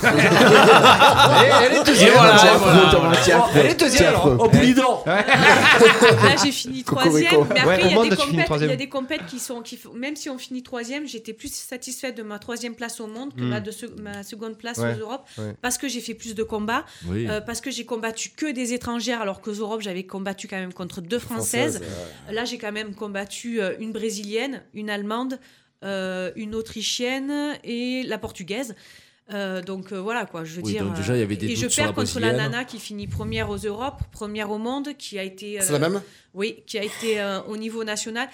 S3: est- elle est deuxième,
S4: Et voilà,
S3: alors.
S4: et voilà,
S3: Bon,
S4: voilà.
S3: tiens, Elle est deuxième,
S4: Tiens,
S3: alors.
S4: au pli
S6: Euh,
S4: d'or.
S6: Là, j'ai fini troisième. Mais
S3: Ouais,
S6: après,
S3: au
S6: il y a
S3: monde,
S6: des
S3: tu finis
S6: compètes- il y, a
S3: troisième.
S6: des compètes qui sont. Qui, font- même si on finit troisième, j'étais plus satisfaite de ma troisième place au monde que
S3: Mm.
S6: ma, de sec- ma seconde place
S3: Ouais,
S6: aux Europes.
S3: ouais.
S6: Parce que j'ai fait plus de combats.
S3: Oui.
S6: euh, parce que j'ai combattu que des étrangères, alors qu'aux Europes, j'avais combattu quand même contre deux Françaises.
S13: Françaises,
S6: Là, j'ai quand même combattu euh, une Brésilienne, une Allemande. euh, une Autrichienne et la Portugaise. Euh, donc euh, voilà quoi, je veux
S4: Oui,
S6: dire. euh,
S4: donc déjà, il y avait des
S6: et je
S4: doutes sur la
S6: perds contre la
S4: brésilienne. hein.
S6: nana qui finit première aux Europes, première au monde, qui a été.
S5: C'est la même
S6: Oui, qui a été euh, au niveau national.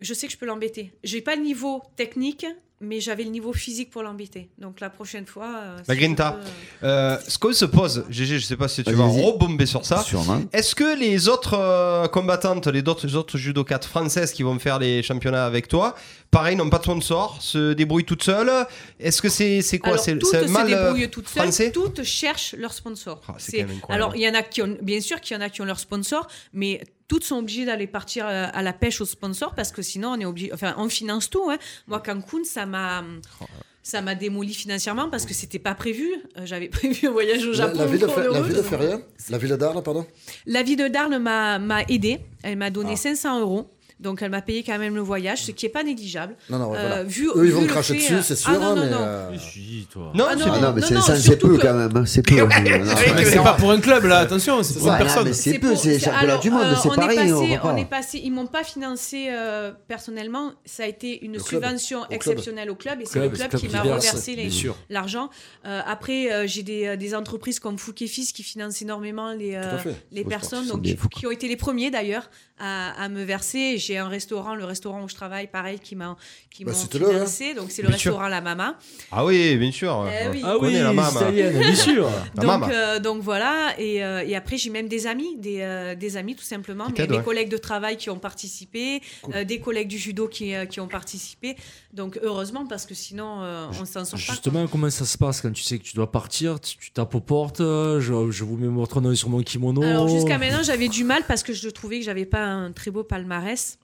S6: Je sais que je peux l'embêter. J'ai pas le niveau technique, mais j'avais le niveau physique pour l'embêter. Donc la prochaine fois. euh,
S3: La
S6: si
S3: Grinta.
S6: je peux, euh,
S3: Euh, ce qu'on se pose, GG, je sais pas si tu
S8: Vas-y,
S3: vas
S8: vas-y.
S3: rebomber sur ça.
S8: Sûrement.
S3: Est-ce que les autres euh, combattantes, les autres, les autres judokates françaises qui vont faire les championnats avec toi, pareil, n'ont pas de sponsor, se débrouillent toutes seules Est-ce que c'est c'est quoi
S6: Alors,
S3: C'est
S6: toutes
S3: c'est un
S6: se
S3: mal, euh,
S6: débrouillent toutes seules,
S3: français
S6: toutes cherchent leur sponsor.
S3: Ah, c'est
S6: C'est-
S3: quand même incroyable.
S6: Alors, il y en a qui ont, bien sûr qu'il y en a qui ont leur sponsor, mais toutes sont obligées d'aller partir euh, à la pêche au sponsor parce que sinon on est obligé, enfin, on finance tout. hein. Moi, Cancun, ça m'a.
S5: Oh,
S6: euh, Ça m'a démoli financièrement parce que c'était pas prévu. Euh, J'avais prévu un voyage au
S5: La,
S6: Japon.
S5: la ville
S6: pour
S5: fait,
S6: le
S5: la
S6: rose.
S5: ville fait rien La ville d'Arles, pardon
S6: La vie de Darle m'a m'a aidée. Elle m'a
S5: Ah.
S6: donné 500 euros. Donc, elle m'a payé quand même le voyage, ce qui est pas négligeable.
S5: Non, non, ouais,
S6: Euh,
S5: voilà.
S6: vu-
S5: Eux,
S6: vu
S5: ils vont
S6: le
S5: cracher
S6: fait,
S5: dessus,
S6: euh,
S5: c'est sûr,
S6: ah non,
S5: hein,
S6: non,
S5: mais.
S6: non.
S5: euh,
S3: Non,
S6: Ah non,
S8: Ah non, mais
S6: non,
S8: c'est-
S6: non,
S8: ça, c'est
S6: surtout
S8: peu
S6: que-
S8: quand même. hein, C'est peu. Non,
S2: Mais c'est pas pour un club là, attention, c'est pour
S8: Ouais,
S2: une
S8: non,
S2: personne.
S8: mais c'est peu,
S6: pour-
S8: c'est les championnats
S6: alors,
S8: du monde,
S6: euh,
S8: c'est
S6: on est
S8: pareil.
S6: passé-
S8: on va
S6: on
S8: pas.
S6: est passé- ils m'ont pas financé euh, personnellement. Ça a été une
S5: Le club.
S6: subvention
S5: Au club.
S6: exceptionnelle au club et c'est le
S4: Club,
S6: club,
S4: club
S6: qui m'a
S4: divers,
S6: reversé
S4: bien
S6: les-
S4: sûr.
S6: l'argent. Euh, après, euh, j'ai des, euh, des entreprises comme Fouquet Fils qui financent énormément les, euh,
S5: Tout à fait.
S6: les
S8: Beau
S6: personnes,
S8: sport,
S6: donc,
S8: c'est bien fou,
S6: qui ont été les premiers d'ailleurs à, à me verser. J'ai un restaurant, le restaurant où je travaille, pareil, qui m'a qui
S5: Bah,
S6: m'ont
S5: c'était le, hein.
S6: financé. Donc c'est le
S3: Bien sûr.
S6: restaurant La Mama.
S3: Ah oui, bien sûr.
S6: Eh oui.
S4: Ah
S3: On
S4: oui,
S3: connaît la mame.
S4: italienne, bien sûr.
S3: La
S6: Donc,
S3: mama.
S6: euh, donc voilà, et, euh, et après j'ai même des amis, des, euh, des amis tout simplement,
S3: Qui
S6: mais
S3: t'aident,
S6: mes
S3: ouais.
S6: collègues de travail qui ont participé, euh, des collègues du judo qui, euh, qui ont participé. Donc heureusement parce que sinon euh, on s'en sort pas.
S4: Justement, comment ça se passe quand tu sais que tu dois partir Tu, tu tapes aux portes, euh, je, je vous mets votre nom sur mon kimono.
S6: quoi. Alors
S3: Oh.
S6: jusqu'à maintenant j'avais du mal parce que je trouvais que j'avais pas un très beau palmarès.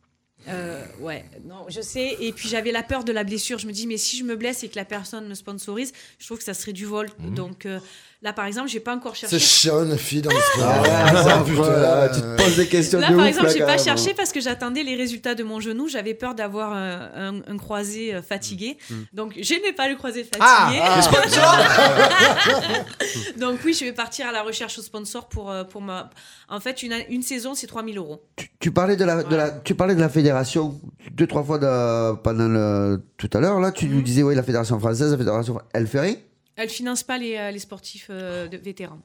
S6: Euh, ouais, non, je sais. Et puis j'avais la peur de la blessure. Je me dis, mais si je me blesse et que la personne me sponsorise, je trouve que ça serait du vol.
S3: Mmh.
S6: Donc euh, là, par exemple, j'ai pas encore cherché.
S5: C'est chiant, une fille dans le
S8: Ah
S5: sport.
S8: ouais,
S5: Ah,
S8: ça,
S5: putain.
S8: voilà, Tu te poses des questions
S6: Là,
S8: de
S6: par
S8: ouf,
S6: exemple,
S8: là,
S6: j'ai
S8: quand
S6: pas
S8: même.
S6: cherché parce que j'attendais les résultats de mon genou. J'avais peur d'avoir euh, un, un croisé euh, fatigué. Donc, j'aimais pas le croisé fatigué. Donc, oui, je vais partir à la recherche au sponsor pour, euh, pour ma. En fait, une, une saison, c'est 3000 euros.
S8: Tu- Tu parlais de la, de la, tu parlais de la fédération deux trois fois de- pendant le, tout à l'heure là. Tu nous disais oui la fédération française, la fédération, fran- elle fait rien.
S6: Elle finance pas les, euh, les sportifs euh, de- vétérans.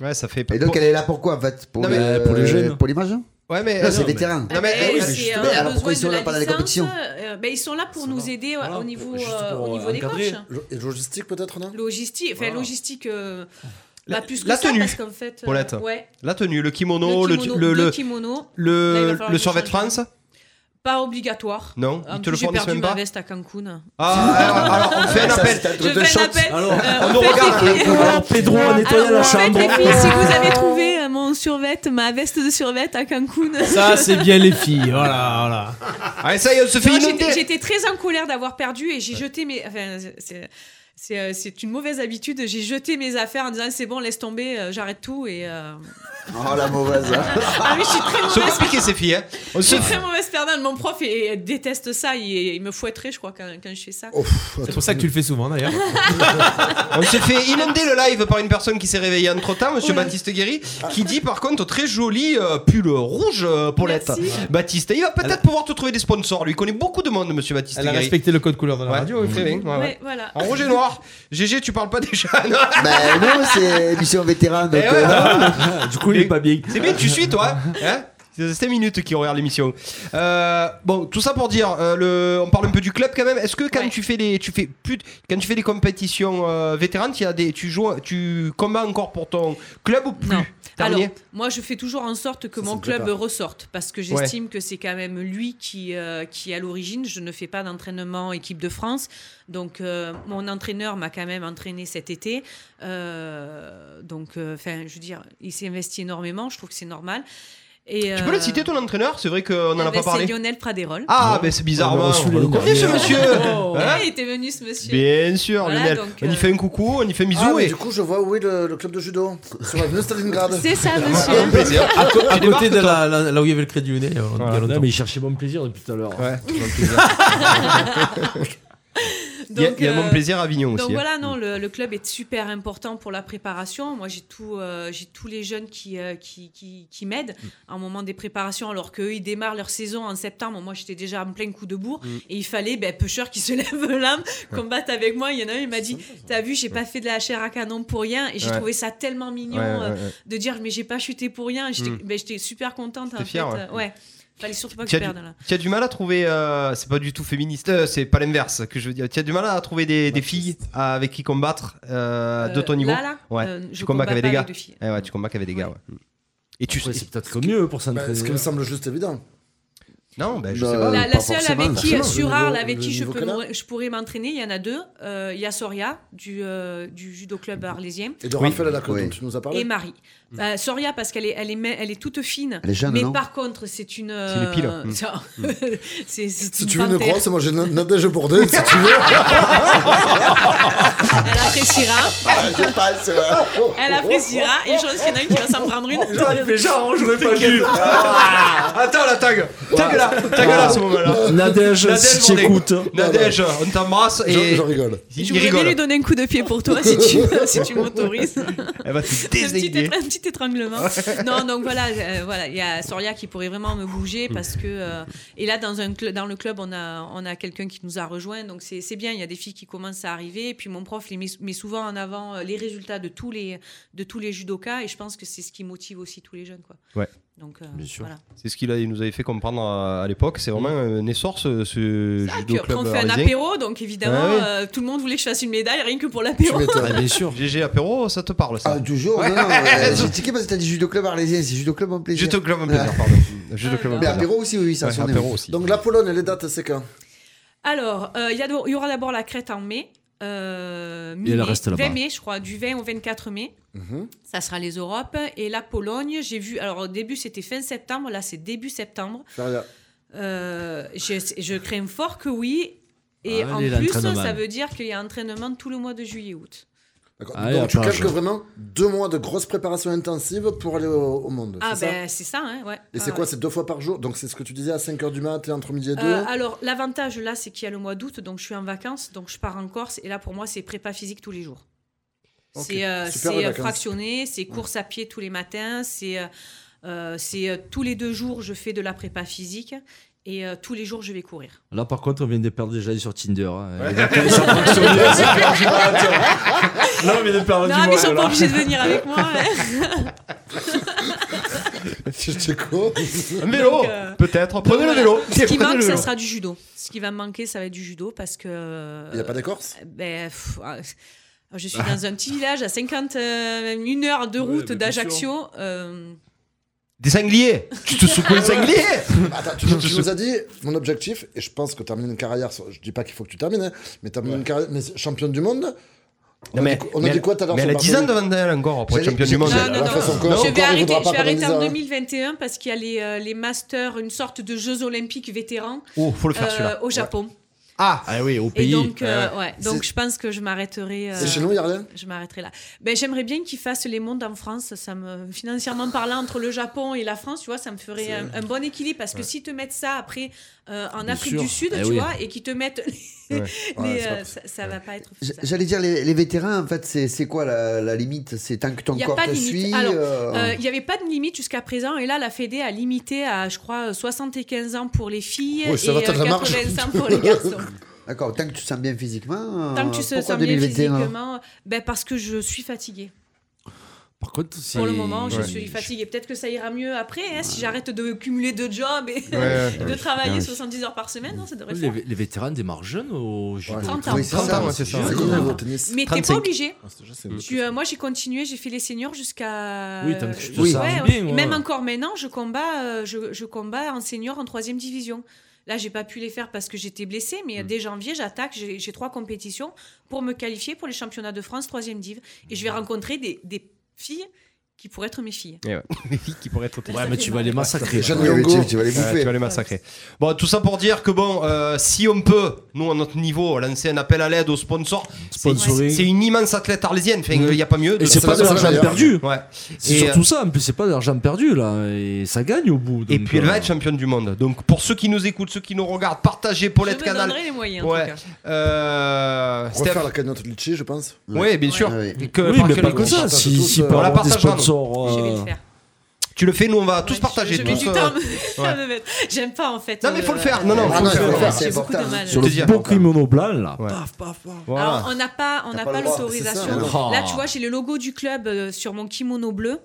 S3: Ouais, ça fait.
S8: Et donc elle est là pour quoi en fait pour,
S3: Non, mais-
S8: le-
S4: Pour les jeunes.
S8: pour l'image. Non,
S3: Ouais, mais. euh,
S8: c'est
S3: Eh, non, mais-
S8: vétéran.
S3: Non, mais-
S6: Eh,
S3: oui, mais
S6: c'est,
S8: justement,
S6: euh, un
S8: alors pourquoi ils
S6: besoin
S8: sont
S6: de
S8: là
S6: la
S8: pendant les
S6: licence,
S8: compétitions
S6: euh, ben, Ils sont là pour nous aider euh,
S4: Voilà,
S6: au niveau,
S4: juste
S6: euh,
S4: pour
S6: au niveau des
S4: encadrer.
S6: coachs. hein.
S5: Et logistique, peut-être, non
S6: Logistique, enfin,
S5: Voilà.
S6: logistique. euh,
S3: La-
S6: pas plus que
S3: la
S6: ça,
S3: tenue,
S6: parce qu'en fait, euh,
S3: Paulette.
S6: ouais,
S3: La tenue, le
S6: le
S3: kimono, le.
S6: kimono,
S3: Le,
S6: deux
S3: le,
S6: kimonos. Là, il va
S3: le,
S6: falloir
S3: le
S6: que
S3: survêt
S6: je
S3: de
S6: change.
S3: France
S6: Pas obligatoire.
S3: Non,
S6: En
S3: ils te
S6: plus,
S3: le
S6: J'ai
S3: fournissent même
S6: perdu ma
S3: pas.
S6: veste à Cancun.
S3: Ah, alors, alors, on fait un appel.
S6: Je fais un appel.
S4: Alors,
S6: euh,
S3: on nous
S6: fait-
S3: regarde, hein.
S4: Alors, Ah, Pedro a nettoyé
S6: Alors,
S4: la
S6: en fait,
S4: chambre.
S6: les filles, si vous avez trouvé euh, mon survêt, ma veste de survêt à Cancun.
S2: Ça, c'est bien les filles, voilà, voilà.
S3: Allez, Ah, ça y est, on se fait
S6: Non, j'étais-
S3: inonder.
S6: J'étais très en colère d'avoir perdu et j'ai jeté mes. Enfin, c'est. c'est, euh, c'est une mauvaise habitude. J'ai jeté mes affaires en disant c'est bon, laisse tomber, euh, j'arrête tout. Et, euh,
S8: Oh la mauvaise. hein.
S6: Ah oui, je suis très
S3: Se
S6: mauvaise.
S3: compliquer ces filles. hein. bah. On
S6: Je
S3: se
S6: suis très mauvaise perdante. Mon prof il- il déteste ça. Il, il me fouetterait, je crois, quand, quand je fais ça.
S2: C'est pour ça que tu le fais souvent d'ailleurs.
S3: On s'est fait inonder le live par une personne qui s'est réveillée entre temps, monsieur
S6: Oula.
S3: Baptiste Guéry,
S6: Ah.
S3: qui dit par contre très joli euh, pull rouge euh, Paulette.
S6: Merci.
S3: Baptiste, et il va peut-être pouvoir te trouver des sponsors. Lui il connaît beaucoup de monde, monsieur Baptiste
S2: Elle a
S3: Guéry.
S2: respecté le code couleur de la
S3: Ouais,
S2: radio.
S3: ouais, très bien, ouais, ouais.
S6: Ouais, voilà.
S3: En rouge et noir. GG, tu parles pas des jeunes.
S2: Ah,
S8: ben non, c'est mission vétéran. Donc,
S3: Eh ouais.
S8: euh,
S4: Du coup, il est pas bien.
S3: C'est bien, tu suis toi. Hein c'est 5 minutes qui regarde l'émission. Euh, bon, tout ça pour dire, euh, le, on parle un peu du club quand même. Est-ce que quand
S6: Ouais.
S3: tu fais les, tu fais plus, de- quand tu fais des compétitions euh, vétéranes, il y a des, tu joues, tu combats encore pour ton club ou plus
S6: Non. Alors,
S3: Terminé
S6: moi, je fais toujours en sorte que
S5: Ça, ça
S6: mon
S5: me plaît
S6: club
S5: pas.
S6: ressorte parce que j'estime que c'est quand même lui qui, euh, qui est à l'origine. Je ne fais pas d'entraînement équipe de France. Donc, euh, mon entraîneur m'a quand même entraîné cet été. Euh, donc, enfin, je veux dire, il s'est investi énormément. Je trouve que c'est normal. Et, ben,
S3: Tu peux le citer ton entraîneur C'est vrai qu'on n'en a pas
S6: euh, Eh C'est
S3: parlé.
S6: Lionel Praderol.
S3: Ah, mais c'est bizarre.
S4: On l'a
S3: bah,
S4: reçu
S3: on va le
S4: l'année
S3: connaît, ce
S4: dernière.
S3: monsieur. Hein
S6: Oh, Ouais, il était venu ce monsieur.
S3: Bien sûr,
S6: Voilà,
S3: Lionel.
S6: donc,
S3: On y
S6: euh,
S3: fait un coucou, on y fait un bisou
S5: Ah, mais
S3: et.
S5: du coup, je vois où est le, le club de judo. Sur l'avenue Stalingrad.
S6: C'est ça, monsieur.
S3: plaisir.
S2: Ah, À, co- à côté de la, la- là où il y avait le crédit lyonnais. il y a
S4: Ah,
S3: Ah,
S2: longtemps.
S4: Non, mais il cherchait mon plaisir depuis tout à l'heure.
S3: Ouais.
S6: Donc,
S3: Il y a- il y a
S6: Donc,
S3: un bon
S6: euh,
S3: plaisir à Avignon
S6: Donc
S3: aussi, hein.
S6: voilà, non, le, le club est super important pour la préparation. Moi, j'ai tout, euh, j'ai tous les jeunes qui, euh, qui, qui, qui m'aident
S3: Mm.
S6: en moment des préparations, alors qu'eux, ils démarrent leur saison en septembre. Moi, j'étais déjà en plein coup de bourre
S13: Mm.
S6: et il fallait, ben, pêcheurs qui se lèvent l'âme, combattent avec moi. Il y en a un, il m'a dit T'as vu, j'ai pas fait de la chair à canon pour rien. Et j'ai
S13: Ouais.
S6: trouvé ça tellement mignon
S13: Ouais, ouais,
S6: euh,
S13: ouais.
S6: de dire Mais j'ai pas chuté pour rien. J'étais
S3: Mm.
S6: ben, j'étais super contente.
S3: T'étais
S6: en
S3: fière,
S6: fait.
S3: ouais.
S6: Euh, ouais. Fallait surtout pas que
S3: Tu
S6: je
S3: as, du,
S6: perde là.
S3: tu as du mal à trouver, euh, c'est pas du tout féministe, euh, c'est pas l'inverse que je veux dire. Tu as du mal à trouver des, des filles à- avec qui combattre euh, de
S6: Euh,
S3: ton niveau.
S6: là, là
S3: ouais.
S6: Euh, je
S3: tu combats
S6: combat
S3: qu'avec
S6: pas
S3: des gars.
S6: avec des filles.
S3: Eh ouais, tu combats qu'avec des gars. ouais. Et tu
S4: Après, c'est peut-être mieux pour s'entraîner.
S5: Bah, ce qui me semble juste évident.
S3: Non, ben,
S5: je
S3: sais
S6: La, la seule avec qui, euh, sur Arles, avec qui je, peux m'en- je pourrais m'entraîner, il y en a deux. Euh, Il y a Soria, du, euh, du judo club arlésien.
S5: Et de
S8: Oui.
S5: Raphaël Adaco,
S8: Oui.
S5: dont tu nous as parlé.
S6: Et Marie. Euh, Soria, parce qu'elle est, elle est, ma- elle est toute fine.
S5: Hmm. Elle est jeune,
S6: mais
S5: non
S6: par contre, c'est une.
S5: C'est une pile.
S6: euh,
S5: Mm.
S6: ça- c'est- c'est
S5: Si tu veux une
S6: panthère.
S5: grosse, moi j'ai Na- Nadège Bourdet, si tu veux.
S6: Elle appréciera.
S5: Je passe, euh.
S6: Elle appréciera. Et je pense qu'il y en a une qui va s'en prendre une.
S4: genre, j'aurais pas vu.
S3: Ah, Attends la tag Tag là Tag là à ce moment-là
S4: Nadège, si
S3: Nadège, on
S4: t'écoutes.
S3: est- Nadège, on t'embrasse et.
S5: Je- je rigole.
S3: Il- il
S6: Je voudrais bien
S3: rigole.
S6: lui donner un coup de pied pour toi si tu, si tu m'autorises.
S3: Elle va te
S6: un, petit
S3: désinguer.
S6: étre- un petit étranglement. non, donc voilà, euh, voilà, il y a Soria qui pourrait vraiment me bouger parce que euh, et là dans un cl- dans le club on a on a quelqu'un qui nous a rejoint donc c'est c'est bien, il y a des filles qui commencent à arriver et puis mon prof les met, met souvent en avant euh, les résultats de tous les de tous les judokas et je pense que c'est ce qui motive aussi tous les jeunes quoi.
S3: Ouais.
S6: Donc euh, voilà.
S3: C'est ce qu'il a- il nous avait fait comprendre à, à l'époque. C'est vraiment
S6: Mm.
S3: un essor ce, ce
S6: Ah,
S3: judo
S6: puis après
S3: club.
S6: on fait un
S3: arlésien.
S6: apéro donc évidemment
S3: Ah ouais.
S6: euh, tout le monde voulait que je fasse une médaille rien que pour l'apéro.
S3: sûr. GG apéro, ça te parle ça
S8: Ah, toujours, non, euh, J'ai tiqué parce que t'as dit judo club arlésien, c'est judo club en plaisir.
S3: Judo
S4: Ah.
S3: club en plaisir, pardon. Judo
S6: Ah,
S3: club en
S8: Mais
S3: plaisir.
S8: apéro aussi, oui, ça
S3: Ouais,
S8: s'en est.
S3: apéro aussi.
S5: Donc la Pologne, les dates, c'est quand
S6: Alors, euh, il y, a d'abord- il y aura d'abord la crête en mai. euh,
S4: Et elle
S6: mi-mai,
S4: reste là-bas.
S6: 20 mai, je crois, du 20 au 24 mai.
S5: Mhm.
S6: Ça sera les Europes. Et la Pologne, j'ai vu. Alors, au début, c'était fin septembre. Là, c'est début septembre.
S5: Florida.
S6: Euh, je, je crains fort que oui. Et
S4: Ah,
S6: en
S4: allez,
S6: plus,
S4: l'entraînement.
S6: ça veut dire qu'il y a entraînement tout le mois de juillet-août.
S5: D'accord.
S4: Allez, à
S5: Donc tu
S4: Paris.
S5: calques vraiment deux mois de grosse préparation intensive pour aller au, au monde.
S6: Ah,
S5: c'est ça
S6: ben, c'est ça, hein, ouais.
S5: Et c'est
S6: Ah,
S5: quoi
S6: ouais.
S5: C'est deux fois par jour Donc c'est ce que tu disais à 5h du matin, entre midi et 2
S6: Euh, alors, l'avantage là, c'est qu'il y a le mois d'août, donc je suis en vacances, donc je pars en Corse, et là pour moi, c'est prépa physique tous les jours.
S5: Ok.
S6: C'est euh,
S5: Super,
S6: c'est,
S5: les
S6: euh,
S5: vacances.
S6: fractionné, c'est course à pied tous les matins, c'est euh, euh, c'est, euh, tous les deux jours, je fais de la prépa physique, et euh, tous les jours, je vais courir.
S4: Là, par contre, on vient de perdre déjà sur Tinder. hein.
S6: Ouais.
S4: Les vacances, ça fonctionne. Là, on vient de
S6: Non,
S4: perdre du
S6: mais ils
S4: moral,
S6: sont
S4: là.
S6: pas obligés de venir avec moi. hein.
S5: C'est quoi
S3: Un vélo
S6: Donc, euh,
S3: Peut-être. Prenez
S6: Donc,
S3: le vélo
S6: voilà. Ce qui
S3: Prenez le
S6: manque, ça
S3: vélo.
S6: sera du judo. Ce qui va me manquer, ça va être du judo parce que.
S5: Il y a pas d'écorce
S6: Ben, pff, ah, Je suis dans un petit village à 50, euh, une heure de route
S3: mais bien
S6: d'Ajaccio. euh,
S3: Des sangliers Tu te secoues les sangliers
S5: Bah, Attends, tu, tu nous as dit, mon objectif, et je pense que terminer une carrière, sur- je dis pas qu'il faut que tu termines, hein, mais terminer une carrière, mais championne du monde on,
S3: Non,
S5: a
S3: mais-
S5: dit, quoi- on a
S3: mais
S5: dit
S3: elle-
S5: quoi tout à l'heure
S3: mais elle
S5: sur
S3: a 10 ans
S5: Barcelone
S3: devant elle encore pour être
S5: J'ai-
S3: championne
S5: j'ai-
S3: du monde.
S5: Non,
S3: elle.
S6: Ah,
S5: non, non. Son corps,
S6: je
S5: son
S6: vais
S5: corps, il
S6: arrêter,
S5: voudra
S6: je
S5: pas
S6: vais arrêter en
S5: parler de ça.
S6: 2021 parce qu'il y a les, euh, les masters, une sorte de Jeux olympiques vétérans euh,
S3: Oh, faut le faire, celui-là.
S6: au Japon.
S3: Ah,
S4: oui, au
S6: Et
S4: pays.
S6: donc, euh, ouais, donc
S5: C'est-
S6: je pense que je m'arrêterai. euh,
S5: Et chez nous, il n'y a rien
S6: Je m'arrêterai là. Ben, J'aimerais bien qu'ils fassent les mondes en France. Ça me, financièrement parlant, entre le Japon et la France, tu vois, ça me ferait un, un bon équilibre. Parce que s'ils te mettent ça après euh, en
S4: Bien
S6: Afrique
S4: sûr.
S6: du Sud,
S4: Eh
S6: tu
S4: oui.
S6: vois, et qu'ils te mettent.
S8: Ouais.
S6: les- les,
S8: Ouais, c'est
S6: euh,
S8: pas-
S6: ça ça va pas être.
S8: J-
S6: faisable.
S8: J'allais dire, les, les vétérans, en fait, c'est c'est quoi la, la limite C'est tant que ton
S6: Il n'y a
S8: corps
S6: pas
S8: te
S6: de limite.
S8: suit
S6: Alors,
S8: euh,
S6: euh, il n'y avait pas de limite jusqu'à présent. Et là, la Fédé a limité à, je crois, 75 ans pour les filles
S8: Oui,
S6: et
S8: ça va, t'as
S6: euh,
S8: de la marge.
S6: 80 ans pour les garçons.
S8: D'accord, tant que tu te sens bien physiquement. euh,
S6: Tant que tu te
S8: Ah, pourquoi
S6: sens bien
S8: 2021, hein
S6: physiquement, ben, parce que je suis fatiguée.
S4: Par contre, c'est-
S6: Pour le moment, je
S4: Ouais.
S6: suis fatiguée. Peut-être que ça ira mieux après, hein, si j'arrête de cumuler deux jobs et
S4: ouais,
S6: de
S4: ouais.
S6: travailler
S4: Ouais.
S6: 70 heures par semaine, non, ça devrait le
S4: Les,
S6: faire.
S4: les vétérans démarrent jeunes au judo. Ah,
S6: 30 ans. Oui, c'est
S3: 30 ans, ouais, c'est ça. C'est comme
S4: jeune.
S3: au
S5: tennis.
S6: Mais t'es pas obligé.
S4: Ah, c'est déjà- c'est autre
S6: Tu, euh, moi, j'ai continué, j'ai fait les seniors jusqu'à.
S4: Oui, t'as- tu te
S6: Ouais,
S4: charges
S6: ouais.
S4: bien, ouais.
S6: Même encore maintenant, je combats, euh, je, je combats en senior en troisième division. Là, j'ai pas pu les faire parce que j'étais blessée, mais dès janvier, j'attaque. J'ai j'ai trois compétitions pour me qualifier pour les championnats de France troisième div, et je vais rencontrer des, des filles qui pourraient être mes filles.
S3: Et ouais. Les filles qui pourraient être autour.
S6: Ouais, mais tu vas les
S3: massacrer.
S8: Jeanne Ouais, Longo. tu- tu vas les bouffer.
S3: tu vas les massacrer. Bon, tout ça pour dire que bon, euh, si on peut, nous à notre niveau, lancer un appel à l'aide aux sponsors. c'est-
S4: Sponsoring.
S3: C'est une immense athlète arlésienne. Enfin, il n'y a pas mieux.
S4: Et c'est pas de l'argent perdu.
S3: Ouais.
S4: C'est
S3: Et,
S4: surtout
S3: euh,
S4: ça. En plus, c'est pas de l'argent perdu là. Et ça gagne au bout. euh,
S3: Et puis elle va être championne du monde. Donc pour ceux qui nous écoutent, ceux qui nous regardent, partagez Paulette
S6: Je me
S3: Canal.
S6: donnerai les moyens, en tout
S3: Ouais.
S6: cas.
S3: Euh,
S5: Refaire
S3: Steph.
S5: la cagnotte Litchi, je pense.
S3: Oui, bien sûr. Et que-
S4: Oui,
S3: euh, par
S4: mais
S3: que-
S4: pas que ça. Si, si
S3: On
S4: par
S3: la
S4: avoir des
S3: partagera, nous.
S4: sponsors.
S6: Je vais
S4: euh,
S6: le faire.
S3: Tu le fais, nous on va tous partager.
S6: Je mets
S3: tous,
S6: du
S3: euh,
S6: temps à me-
S3: ouais.
S6: à me mettre. J'aime pas en fait.
S3: Non, mais faut le faire. Non, non,
S6: euh,
S3: faut le faire.
S6: J'ai beaucoup de mal.
S4: Sur le beau kimono blanc là. Paf, paf, paf.
S6: Alors, on n'a pas, on n'a
S8: pas
S6: pas
S8: le droit,
S6: l'autorisation.
S4: c'est ça.
S6: Là,
S4: Oh.
S6: tu vois, j'ai le logo du club euh, sur mon kimono bleu.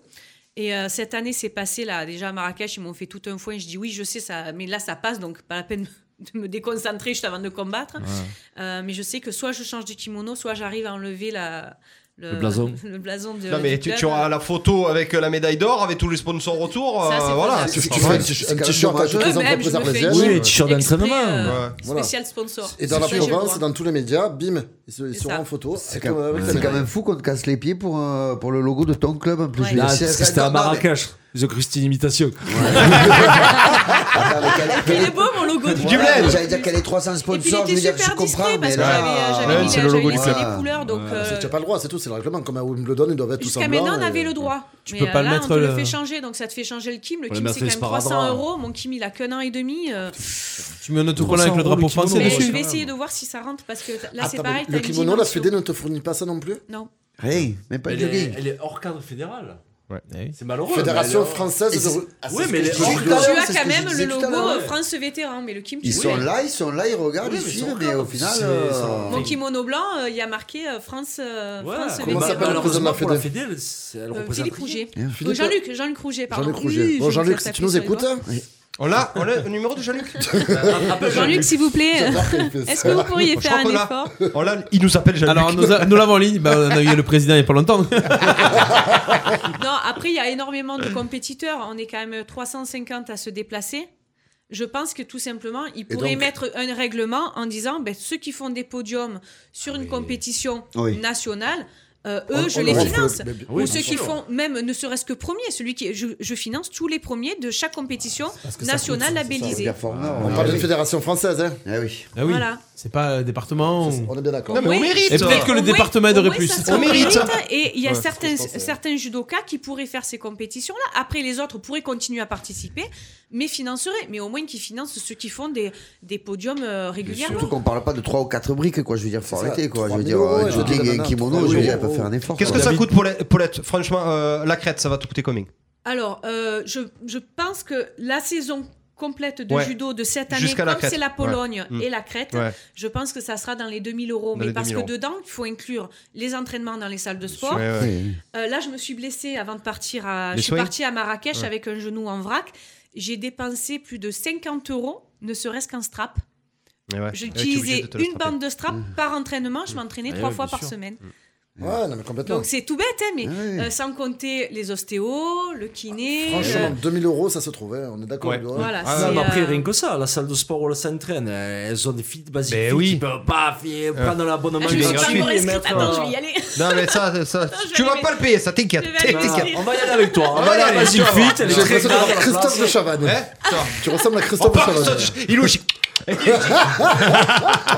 S6: Et euh, cette année, c'est passé là. Déjà à Marrakech, ils m'ont fait tout un foin. Je dis oui, je sais ça, mais là, ça passe, donc pas la peine de me déconcentrer juste avant de combattre. Euh, mais je sais que soit je change de kimono, soit j'arrive à enlever la,
S4: Le blason.
S6: le blason de.
S3: Non mais
S6: du
S3: tu,
S6: club.
S3: tu auras la photo avec euh, la médaille d'or, avec tous les sponsors autour.
S6: Ça,
S3: euh,
S6: c'est
S3: voilà,
S6: faisable.
S3: tu
S5: Tu,
S3: feras-
S5: tu fais un
S3: ouais.
S5: t-
S8: c'est
S5: un
S8: quand
S5: t-shirt
S8: même
S5: à toutes les
S6: Eux-mêmes,
S5: entreprises
S6: je me fais
S5: arlésiennes.
S4: Oui,
S6: exprès,
S4: les t-shirts d'entraînement.
S6: euh,
S3: Ouais.
S5: Voilà.
S6: Spécial sponsor.
S5: Et dans la
S6: Ça, j'ai le
S5: province,
S6: droit.
S5: dans tous les médias, bim, ils, se- ils
S6: C'est
S5: seront
S6: ça.
S5: en photo. avec,
S8: C'est
S5: euh,
S8: quand,
S5: avec la
S8: c'est quand
S5: médaille.
S8: même fou qu'on te casse les pieds pour, euh, pour le logo de ton club en plus.
S6: Ouais.
S8: je veux dire,
S4: Là, parce que
S8: c'est-
S4: Ah, c'était
S8: non,
S4: à
S8: non, mais-
S4: Marrakech. Ils ont cru que c'était une imitation.
S8: Attends, mais quel-
S6: Il est beau mon logo du
S8: Voilà,
S3: bled.
S8: mais J'allais dire qu'elle est 300
S6: Et puis il
S8: sponsors, je
S6: était
S8: veux dire, je
S6: super
S8: comprends,
S6: discret parce
S8: mais
S6: que
S8: là.
S6: j'avais j'avais mis
S3: c'est le
S6: la-
S3: logo
S6: j'avais
S3: du
S6: laissé
S8: club.
S6: des couleurs donc. euh,
S5: Tu n'as pas le droit, c'est tout, c'est le règlement. Comme à Wimbledon, ils doivent être tous en
S6: Jusqu'à
S5: blanc.
S6: maintenant, on
S5: et-
S6: avait le droit.
S2: Tu
S6: mais
S2: peux
S6: euh,
S2: pas le
S6: là,
S2: mettre,
S6: on te le
S2: le-
S6: fait changer, donc ça te fait changer le kim. Le
S4: Faut le
S6: kim,
S4: mettre
S6: c'est quand même
S4: sparadrap.
S6: 300 euros. Mon kim, il a qu'un an et demi. euh,
S2: Tu mets un autocollant avec le drapeau
S4: 300 euros,
S2: français
S4: le
S6: mais
S4: kimono.
S2: dessus.
S6: je vais essayer de voir si ça rentre parce que là, Ah, c'est
S5: Attends,
S6: pareil.
S5: Le
S6: t'as une
S5: kimono, la
S6: dimension.
S5: Fédé ne te fournit pas ça non plus
S6: Non.
S8: Hey, mais pas
S4: Elle
S8: du
S4: est,
S8: gay.
S4: elle est hors cadre fédéral.
S2: Ouais.
S4: C'est malheureux.
S5: Fédération
S4: mais euh, elle est-
S5: française
S8: Et
S5: de.
S8: c'est-
S5: Ah, c'est
S4: Oui,
S5: ce
S4: mais
S5: que
S4: les-
S5: je dis,
S4: hors
S5: je
S6: Tu
S5: dois-
S8: cadre,
S6: as
S8: c'est ce
S6: quand
S8: que
S6: même
S8: je
S6: le
S8: disais tout à
S6: logo
S8: l'heure.
S6: euh, France Vétéran, mais le kim, tu
S8: Ils
S6: sais.
S8: sont là, ils sont là, ils regardent,
S4: Oui,
S8: ils
S4: mais ils
S8: suivent,
S4: sont
S8: mais au
S4: cadres.
S8: final.
S4: C'est-
S8: euh,
S4: c'est-
S6: Mon kimono blanc, euh, il y a marqué euh, France euh,
S4: Ouais,
S5: Comment
S6: France
S4: comment ça
S6: Vétéran.
S5: s'appelle
S4: s'appelle
S5: le président de la
S4: la Fédé elle- c'est- elle
S6: Euh,
S4: représente
S6: Philippe
S4: rien.
S6: Rouget.
S5: Philippe-
S6: Euh, Jean-Luc, Jean-Luc Rouget, pardon.
S5: Jean-Luc
S6: Oui,
S5: Rouget.
S6: je
S5: Bon,
S6: vais me
S5: Jean-Luc,
S6: faire
S5: si
S6: taper
S5: tu nous
S6: sur les
S5: écoutes,
S6: doigts.
S8: hein.
S3: On l'a, on l'a, le numéro de Jean-Luc.
S6: Jean-Luc, s'il vous plaît,
S5: j'adore quand il fait
S6: est-ce
S5: ça.
S6: que vous pourriez
S3: Je
S6: faire un
S3: crois qu'on l'a.
S6: effort
S3: On l'a, il nous appelle Jean-Luc.
S2: Alors, nous, a- nous l'avons en ligne. Bah, on a eu le président il n'y a pas longtemps.
S6: Non, après, il y a énormément de compétiteurs. On est quand même 350 à se déplacer. Je pense que tout simplement, ils pourraient
S5: donc-
S6: mettre un règlement en disant ben, ceux qui font des podiums sur une compétition
S8: Oui.
S6: nationale, euh, eux,
S5: Ah On-
S6: je
S5: on
S6: les
S5: leur offre-
S6: finance.
S5: mais bien-
S6: Ou
S5: oui,
S6: ceux
S5: bien
S6: qui
S5: sûr.
S6: font même ne serait-ce que premier, celui qui je, je finance tous les premiers de chaque compétition nationale
S8: les
S6: labellisée.
S8: performeurs,
S5: On
S8: ouais.
S5: parle d'une fédération française, hein.
S8: Ah oui.
S2: Ah oui.
S6: Voilà.
S2: C'est pas euh, département. ou-
S5: On est bien d'accord.
S3: Non mais on
S6: Oui.
S3: mérite.
S2: Et peut-être que le
S6: Au moins-
S2: département
S6: au
S2: devrait
S6: moins,
S2: plus.
S6: ça se
S3: On mérite.
S6: Et il y a
S3: Ouais,
S6: certains,
S5: je pense, ouais.
S6: certains judokas qui pourraient faire ces compétitions-là. Après, les autres pourraient continuer à participer, mais financeraient. Mais au moins qu'ils financent ceux qui font des, des podiums euh,
S8: Surtout
S6: régulièrement.
S8: qu'on parle pas de 3 ou 4 briques, quoi. Je veux dire, faut
S5: C'est ça,
S8: arrêter, quoi. Je
S5: 3 000
S8: veux dire,
S5: euros,
S8: euh,
S5: ouais,
S8: jogging
S5: ouais.
S8: et kimono, je veux dire, elle peut
S5: Ouais.
S8: faire un effort.
S3: Qu'est-ce que
S8: quoi.
S3: ça coûte Paulette, Paulette Franchement, euh, la crête, ça va te coûter combien
S6: Alors, euh, je, je pense que la saison complète de
S3: Ouais.
S6: judo de cette année,
S3: Jusqu'à la
S6: comme
S3: crête.
S6: c'est la Pologne
S3: Ouais. Mm.
S6: et la Crète,
S3: Ouais.
S6: je pense que ça sera dans les 2000 euros.
S3: Dans les
S6: mais parce
S3: 2000
S6: que
S3: euros.
S6: dedans, il faut inclure les entraînements dans les salles de sport,
S3: Ouais, ouais.
S8: Oui,
S6: Euh, là, je me suis blessée avant de partir à.
S3: Les
S6: Je suis
S3: soins
S6: partie à Marrakech
S3: Ouais.
S6: avec un genou en vrac. J'ai dépensé plus de 50 euros, ne serait-ce qu'un strap.
S3: Ah, Ouais, ouais.
S6: J'ai
S3: Ouais, t'es obligé
S6: utilisé
S3: de te le
S6: une
S3: strapper. Mmh.
S6: bande de strap par entraînement. Je m'entraînais
S4: Ah
S6: trois
S4: ouais,
S6: fois
S4: bien
S6: par
S4: sûr.
S6: semaine.
S5: Ouais, non, mais complètement.
S6: Donc c'est tout bête, hein, mais
S8: Ah ouais.
S6: euh, sans compter les ostéos, le kiné.
S5: Franchement,
S6: euh,
S5: 2000 euros, ça se trouve, hein, on est d'accord.
S3: Ouais.
S5: Edouard.
S6: voilà.
S3: Ah,
S6: c'est,
S4: Non, mais après,
S6: euh,
S4: rien que ça, la salle de sport où elles s'entraînent, elles ont des filles basiques
S3: Ben
S4: filles
S3: oui.
S4: qui peuvent pas fi- prendre l'abonnement
S6: ah, je me suis pas
S4: gratuit
S6: encore
S4: et
S6: inscrite.
S4: mettre,
S6: Attends, je
S4: euh,
S6: vais y aller.
S3: Non mais ça, ça,
S6: je vais
S3: tu vas
S6: aller
S3: pas le payer, ça t'inquiète.
S6: Je vais aller
S3: T'inquiète.
S6: m'inscrire.
S4: Ah, On va y aller avec toi.
S3: va
S4: On va y
S3: y
S4: aller
S3: aller, tu
S4: basique
S3: vas
S4: fit,
S3: voir.
S4: elle est
S5: J'ai
S4: très
S5: l'impression de
S4: grave.
S5: voir Christophe de Chavannes.
S3: Hein Attends.
S5: Tu ressembles à
S3: On
S5: Christophe de
S3: part, ça,
S5: Chavannes. Bah,
S3: je- il est où, j'ai-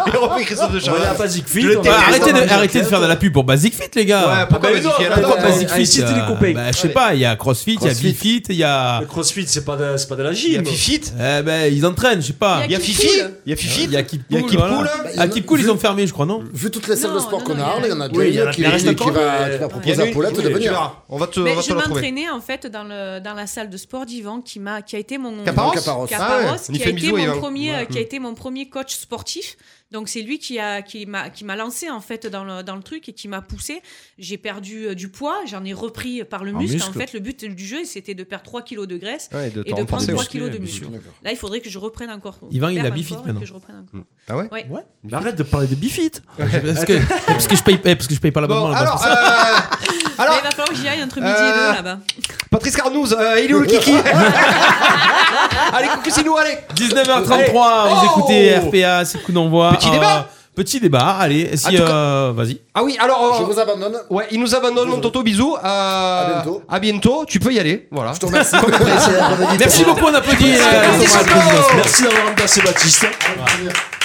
S3: Il refait Christophe de
S4: On va aller à
S3: Chavannes.
S4: Basic Fit.
S3: Je le
S4: on va
S3: t'ai-
S2: Bah,
S4: aller
S2: arrêtez de,
S4: dans la
S2: arrêtez de
S4: raquette.
S2: faire de la pub pour Basic Fit, les
S3: Ouais,
S2: gars.
S3: pourquoi
S4: Ah,
S3: Basic
S4: bah,
S3: Fit,
S4: non,
S3: alors
S4: pourquoi Basic
S2: Basic Fit,
S4: Fit, les copains.
S2: bah, je sais pas, il y a CrossFit, il y a
S5: Crossfit.
S2: BFit, il y a.
S4: Le crossfit, c'est pas de, c'est pas de la
S3: Il y a
S4: gym.
S3: Fifit,
S2: Eh ben, ils entraînent, je sais pas.
S3: il y a
S6: Keep
S3: Fifi,
S6: Cool.
S3: il y a Fifi,
S2: Il y a Keep
S3: il y a hein
S2: Cool,
S3: Keep
S2: voilà.
S3: Cool.
S5: Bah,
S2: Ah, Keep Cool, ils ont fermé, je crois, non
S5: Vu toutes les salles de
S6: Non,
S5: sport
S6: non,
S5: qu'on
S6: non,
S5: a,
S6: il y a-
S5: il y en a
S4: Oui,
S5: deux
S4: il y en a-
S5: qui
S4: il reste
S5: qui
S4: encore,
S5: va qui
S4: mais-
S5: va
S3: Il y en
S5: proposer
S3: a
S5: à
S3: une-
S5: Paulette de
S3: oui, tu
S5: venir.
S3: verras. On va te,
S6: Mais
S3: on va te
S6: je
S3: la trouver.
S6: m'entraînais en fait dans, le, dans la salle de sport d'Ivan qui, m'a, qui a été mon
S3: Caparros
S5: Caparros.
S6: Caparros,
S3: Ah ouais, on y
S6: qui, a
S3: fait
S6: été
S3: bisous,
S6: mon
S3: Ivan.
S6: premier, euh,
S3: Ouais.
S6: qui a été mon premier coach sportif. Donc c'est lui qui, a, qui, m'a, qui m'a lancé en fait dans le, dans le truc et qui m'a poussé. J'ai perdu euh, du poids, j'en ai repris par le muscle. En
S4: muscle.
S6: fait, le but du jeu, c'était de perdre 3 kilos de graisse.
S3: Ouais, de
S6: Et
S3: t'en
S6: de prendre
S3: renforcer,
S6: 3
S3: ouais.
S6: kilos de
S4: Bien
S6: muscle.
S4: sûr.
S6: Là, il faudrait que je reprenne encore.
S2: Ivan, il a
S6: Perdre
S2: bifit
S6: encore et
S2: maintenant.
S6: que je reprenne encore.
S3: Ah ouais
S6: Ouais.
S4: Mais Arrête de parler de bifit.
S2: Parce que, parce que je paye, eh, parce que je paye pas l'abonnement
S3: Bon,
S2: là-bas.
S3: alors,
S2: c'est pour ça.
S3: euh,
S6: Mais
S3: alors,
S6: il va falloir que j'y aille entre
S3: Euh,
S6: midi et deux là-bas.
S3: Patrice Carnouz, euh, il est où le kiki Allez, coucou, nous allez
S2: 19h33, vous
S3: Oh
S2: écoutez RPA, c'est coup d'envoi. Euh,
S3: Petit débat.
S2: Petit débat, allez, si,
S3: En tout cas-
S2: euh, vas-y.
S3: Ah oui, alors.
S5: Je
S3: euh,
S5: vous abandonne.
S3: Ouais, il nous abandonne, mon tonton, bisous. à
S5: À bientôt.
S3: À bientôt, tu peux y aller. Voilà.
S5: Je te remercie.
S2: Merci beaucoup, on applaudit. euh,
S3: Merci,
S2: Thomas
S3: Thomas.
S2: Brisbane.
S4: Merci d'avoir remplacé Baptiste.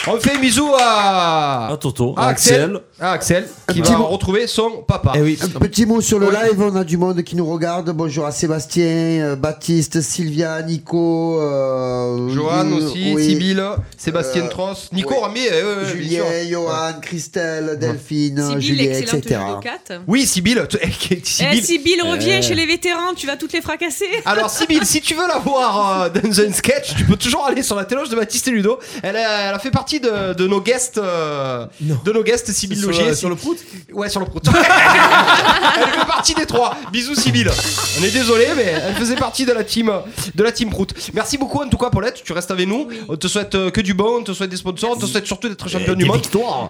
S3: On fait un bisou à.
S4: À Toto,
S3: à
S4: à Ah, Axel.
S3: À Ah, Axel, qui
S8: Un petit
S3: va
S8: mot.
S3: retrouver son papa.
S2: Eh oui.
S8: Un petit mot sur le live, on a du monde qui nous regarde. Bonjour à Sébastien, euh, Baptiste, Sylvia, Nico, euh,
S3: Johan
S8: euh,
S3: aussi,
S8: oui,
S3: Sibylle, Sébastien
S8: Euh,
S3: Tross, Nico
S8: oui.
S3: Ramier, euh, ouais, ouais, bien sûr.
S8: Julien, Johan, Christelle, Delphine,
S6: Sibyl,
S8: Julien,
S6: excellente
S8: etc.
S6: judocate.
S3: Oui, Sibylle. tu- eh,
S6: Eh,
S3: Sibylle. euh,
S6: Sibyl, reviens chez les vétérans, tu vas toutes les fracasser.
S3: Alors Sibylle, si tu veux la voir euh, dans un sketch, tu peux toujours aller sur la téloge de Baptiste et Ludo. Elle a, elle a fait partie de, de nos guests, euh, de nos guests Sibylle
S2: Sur,
S3: Logier.
S2: euh, sur le prout
S3: Ouais, sur le prout. elle fait partie des trois. Bisous Sibylle. On est désolé, mais elle faisait partie de la team, de la team prout. Merci beaucoup en tout cas Paulette, tu restes avec nous. On te souhaite euh, que du bon, on te souhaite des sponsors, on te souhaite surtout d'être
S2: Eh,
S3: champion du monde.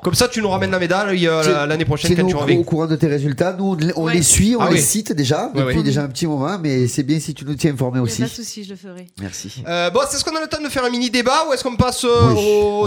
S3: Comme ça, tu nous ramènes la médaille euh,
S8: Tiens,
S3: l'année prochaine quand
S8: Tiens-nous
S3: tu
S8: au,
S3: reviens.
S8: au courant de tes résultats. Nous, on, on
S6: Ouais.
S8: les suit, on
S3: Ah
S8: les
S3: oui.
S8: cite déjà
S3: Ouais,
S8: depuis
S6: ouais.
S8: déjà un petit moment, mais c'est bien si tu nous tiens informés
S6: Y a
S8: aussi.
S6: Pas de soucis, je le ferai.
S8: Merci.
S3: Euh, bon, est-ce qu'on a le temps de faire un mini débat ou est-ce qu'on passe euh,
S8: Oui.
S3: au.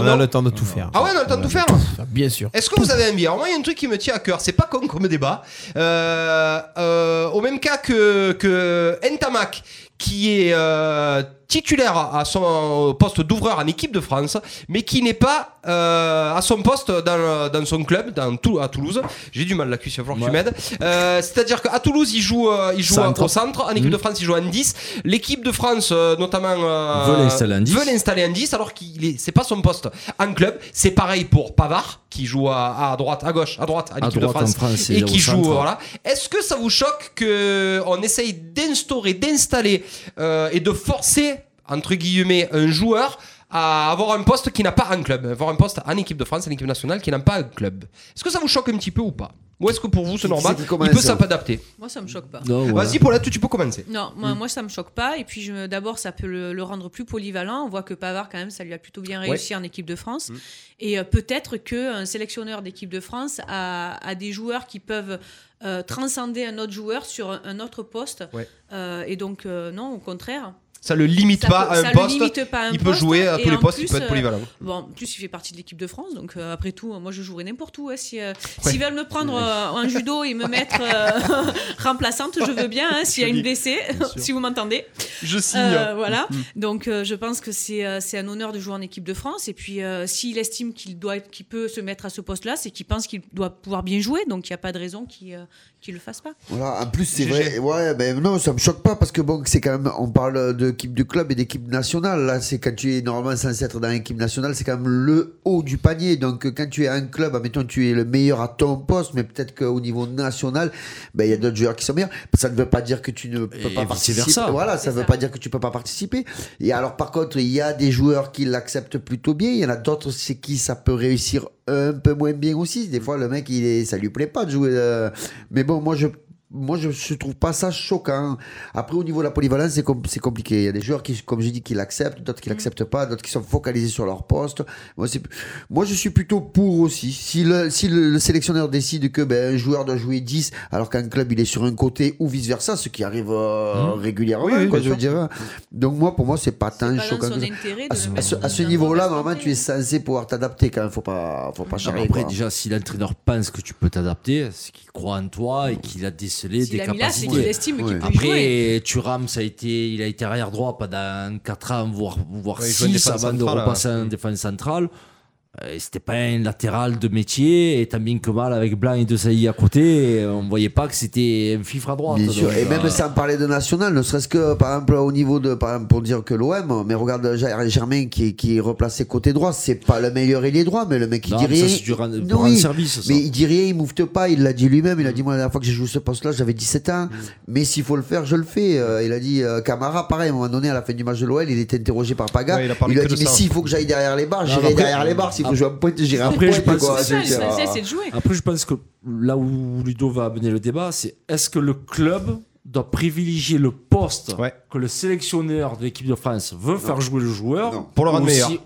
S2: On a
S3: non
S2: le temps de tout faire.
S3: Ah ouais, on a le temps de tout faire
S2: Bien sûr.
S3: Est-ce que vous avez un billet Alors moi, il y a un truc qui me tient à cœur. C'est pas con comme débat. Euh, euh, au même cas que, que Ntamak, qui est euh, titulaire à son poste d'ouvreur en équipe de France, mais qui n'est pas euh, à son poste dans, le- dans son club, dans Tou- à Toulouse. J'ai du mal la cuisse, il va falloir que tu m'aides. Euh, C'est-à-dire qu'à Toulouse, il joue, euh, il joue
S4: Centre.
S3: au centre. En équipe de France, il joue en 10. L'équipe de France, euh, notamment... euh,
S4: Veut l'installer en 10.
S3: veut l'installer en 10 alors qu'il est, c'est pas son poste en club. C'est pareil pour Pavard qui joue à, à droite, à gauche, à droite, à
S4: À
S3: l'équipe de
S4: droite en
S3: France.
S4: France
S3: Et qui
S4: au
S3: joue,
S4: centre.
S3: voilà. Est-ce que ça vous choque que on essaye d'instaurer, d'installer euh, et de forcer entre guillemets un joueur à avoir un poste qui n'a pas un club, avoir un poste en équipe de France, en équipe nationale, qui n'a pas un club. Est-ce que ça vous choque un petit peu ou pas Ou est-ce que pour vous c'est
S8: Qui-
S3: normal
S8: c'est qui
S3: Il
S8: commence
S3: peut s'adapter.
S6: Moi, ça me choque pas.
S4: Non, voilà.
S3: Vas-y Paulette, tu peux commencer.
S6: Non, moi, moi ça me choque pas. Et puis je- d'abord, ça peut le, le rendre plus polyvalent. On voit que Pavard, quand même, ça lui a plutôt bien réussi en équipe de France.
S3: Mm.
S6: Et euh, peut-être qu'un sélectionneur d'équipe de France a, a des joueurs qui peuvent euh, transcender un autre joueur sur un, un autre poste.
S3: Ouais.
S6: Euh, et donc, euh, non, au contraire.
S3: Ça le limite
S6: Ça
S3: pas
S6: peut-
S3: à
S6: ça
S3: un
S6: le
S3: poste.
S6: limite pas à un
S3: il peut
S6: poste.
S3: jouer à
S6: Et
S3: tous les
S6: en
S3: postes, il
S6: plus,
S3: peut être
S6: euh,
S3: polyvalent.
S6: Bon, en plus, il fait partie de l'équipe de France, donc euh, après tout, euh, moi je jouerai n'importe où. hein, si, euh, S'ils veulent me prendre euh, en judo et me mettre euh, remplaçante, je veux bien, hein, s'il y a une blessée, si vous m'entendez.
S3: Je
S6: Euh, voilà.
S4: Mm,
S6: Donc, euh, je pense que c'est euh, c'est un honneur de jouer en équipe de France. Et puis, euh, s'il estime qu'il doit, être- qu'il peut se mettre à ce poste-là, c'est qu'il pense qu'il doit pouvoir bien jouer. Donc, il n'y a pas de raison qu'il euh, qu'il le fasse pas.
S8: Voilà, en plus c'est
S3: GG.
S8: vrai, ouais, ben non, ça me choque pas parce que bon, c'est quand même, on parle d'équipe de club et d'équipe nationale. Là, c'est quand tu es normalement censé être dans l'équipe nationale, c'est quand même le haut du panier. Donc, quand tu es à un club, admettons, tu es le meilleur à ton poste, mais peut-être qu'au niveau national, ben il y a d'autres joueurs qui sont meilleurs. Ça ne veut pas dire que tu ne peux
S4: Et
S8: pas participer.
S4: vice-versa.
S8: Voilà, ça
S6: C'est
S8: ne veut
S6: ça.
S8: pas dire que tu peux pas participer. Et alors, par contre, il y a des joueurs qui l'acceptent plutôt bien. Il y en a d'autres, c'est qui ça peut réussir un peu moins bien aussi. Des fois, le mec, il est, ça lui plaît pas de jouer. euh, mais bon, moi, je. Moi, je, je trouve pas ça choquant. Après, au niveau de la polyvalence, c'est com- c'est compliqué. Il y a des joueurs qui, comme j'ai dit, qui l'acceptent, d'autres qui l'acceptent pas, d'autres qui sont focalisés sur leur poste. Moi, c'est- moi, je suis plutôt pour aussi. Si le, si le, le sélectionneur décide que ben, un joueur doit jouer 10 alors qu'un club il est sur un côté ou vice versa, ce qui arrive euh, régulièrement,
S3: Oui, oui,
S8: quoi,
S3: bien
S8: je veux dire. Donc, moi, pour moi, c'est pas tant
S6: Pas dans
S8: choquant.
S6: son
S8: que ça.
S6: intérêt de
S8: À
S6: le
S8: ce, à
S6: mettre
S8: ce- à
S6: dans
S8: ce
S6: un
S8: niveau-là,
S6: mauvais
S8: normalement,
S6: contexte.
S8: tu es censé pouvoir t'adapter quand même. Faut pas, faut pas
S4: Non, mais
S8: charrier.
S4: après,
S8: quoi.
S4: déjà, si l'entraîneur pense que tu peux t'adapter, c'est qu'il croit en toi et qu'il a décelé
S6: S'il
S4: des
S6: a mis là, c'est qu'il
S4: capacités.
S6: estime
S8: Ouais.
S6: qu'il peut y jouer.
S4: Après, Thuram, ça a été, il a été arrière droit pendant 4 ans, voire, voire
S3: Ouais, il jouait en
S4: 6
S3: défense
S4: avant de
S3: centrale,
S4: repasser
S3: hein.
S4: en défense centrale. Euh, C'était pas un latéral de métier, et tant bien que mal avec Blanc et De Sailly à côté, euh, on voyait pas que c'était un fifre à droite.
S8: Bien
S4: donc,
S8: sûr, et
S4: euh,
S8: même sans parler de national, ne serait-ce que par exemple au niveau de, par exemple pour dire que l'OM, mais regarde Ger- Germain qui, qui est replacé côté droit, c'est pas le meilleur ailier droit, mais le mec il
S4: non,
S8: dit
S4: mais ça,
S8: rien.
S4: c'est du ran-
S8: Non,
S4: pour un
S8: oui,
S4: service. ça.
S8: mais il dit rien, il moufte pas, il l'a dit lui-même, il a dit moi la dernière fois que j'ai joué ce poste-là, j'avais 17
S4: Mm.
S8: ans, mais s'il faut le faire, je le fais. Euh, il a dit euh, Camara, pareil, à un moment donné, à la fin du match de l'OL, il était interrogé par Paga,
S3: Ouais, il a
S8: il
S3: parlé
S8: lui a
S3: que
S8: dit
S3: de
S8: mais
S3: ça.
S8: s'il faut que j'aille derrière les barres, j'irai
S4: après-
S8: derrière les barres, s'il faut que je joue à pointe, j'irai à
S4: Après, je
S8: pointe,
S4: pense-
S8: quoi.
S6: C'est ça,
S8: Je veux dire,
S4: hein.
S6: l'essentiel, c'est de jouer.
S4: Après, je pense que là où Ludo va amener le débat, c'est est-ce que le club doit privilégier le poste
S3: Ouais.
S4: que le sélectionneur de l'équipe de France veut faire jouer le joueur
S8: Non.
S3: Pour le rendre
S4: ou
S3: meilleur. Mm.
S4: si-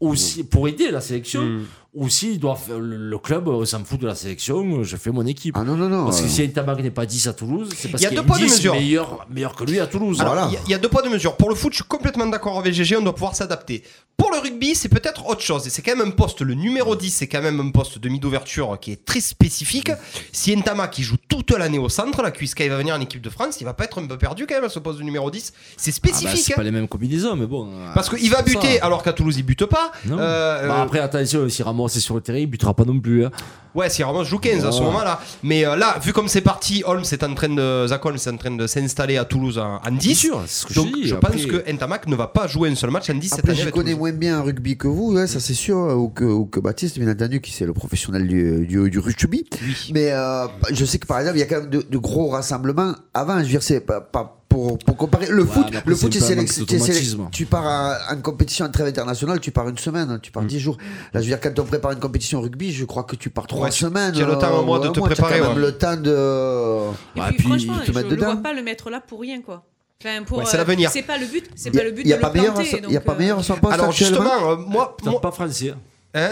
S4: ou si- pour aider la sélection Ou s'ils doivent, le, le club euh, s'en fout de la sélection, euh, je fais mon équipe.
S8: Ah non, non, non.
S4: Parce que
S8: euh.
S4: si un Tamac n'est pas 10 à Toulouse, c'est parce
S3: Il y
S4: qu'il
S3: a
S4: est
S3: deux poids, deux
S4: 10
S3: mesures.
S4: meilleur, meilleur que lui à Toulouse.
S3: Alors, il y a- il y, a deux poids, deux mesures. Pour le foot, je suis complètement d'accord avec GG, on doit pouvoir s'adapter. Pour le rugby, c'est peut-être autre chose. Et c'est quand même un poste, le numéro 10, c'est quand même un poste demi d'ouverture qui est très spécifique. Si Entama, qui joue toute l'année au centre, la cuisse, quand il va venir en équipe de France, il va pas être un peu perdu quand même à ce poste de numéro 10. C'est
S4: Ah
S3: spécifique.
S4: bah, c'est
S3: hein.
S4: pas les mêmes combinaisons, mais bon.
S3: Parce qu'il va
S4: c'est ça.
S3: buter, alors qu'à Toulouse, il bute pas.
S4: Non.
S3: Euh,
S4: Bah,
S3: euh,
S4: après, attention, si Ramos est sur le terrain, il butera pas non plus. hein.
S3: Ouais, si Ramos joue 15 à ce
S4: Ouais.
S3: moment-là. Mais euh, là, vu comme c'est parti, Holmes est en train de, Zach Holmes est en train de s'installer à Toulouse en, en 10.
S4: Bien sûr, c'est ce que
S3: Donc
S4: je dis.
S3: je
S4: Après,
S3: pense que Ntamak ne va pas jouer un seul match en 10 cette
S8: Après,
S3: année.
S8: je
S3: avec
S8: connais
S3: Toulouse.
S8: moins bien un rugby que vous, ouais, ça c'est sûr, euh, ou que, ou que Baptiste, bien entendu, qui c'est le professionnel du, du, du rugby. Mais euh, je sais que par exemple, il y a quand même de, de gros rassemblements avant. Je veux dire, c'est pas, pas pour, pour comparer. Le
S4: Ouais,
S8: foot,
S4: mais après,
S8: le
S4: c'est
S8: foot,
S4: pas
S8: tu
S4: un
S8: sélec-
S4: manque de
S8: tu sélec-
S4: traumatisme.
S8: tu pars à- en compétition en trêve internationale, tu pars une semaine, hein, tu
S3: Mm.
S8: pars 10 jours. Là, je veux dire, quand on prépare une compétition au rugby, je crois que tu pars 3
S3: Ouais, tu-
S8: semaines.
S3: tu as le temps, un
S8: euh,
S3: mois de
S8: ou
S3: te
S8: tu as
S3: préparer,
S8: quand même
S3: ouais.
S8: le temps de.
S6: Et
S8: Bah,
S6: puis, franchement,
S8: te
S6: je
S8: mettre
S6: ne
S8: dedans.
S6: vois pas le mettre là pour rien, quoi. Enfin, pour,
S3: Ouais, c'est
S6: euh,
S3: l'avenir.
S6: C'est pas le but, c'est
S8: Il y
S6: pas
S8: a-
S6: le but
S8: il y a
S6: de
S8: pas
S6: le
S8: meilleur,
S6: planter.
S8: il y a
S6: donc,
S8: pas
S6: euh,
S8: meilleur sur poste
S3: Alors
S8: actuellement.
S3: justement, euh, moi,
S4: peut-être
S3: moi-
S4: pas français. hein.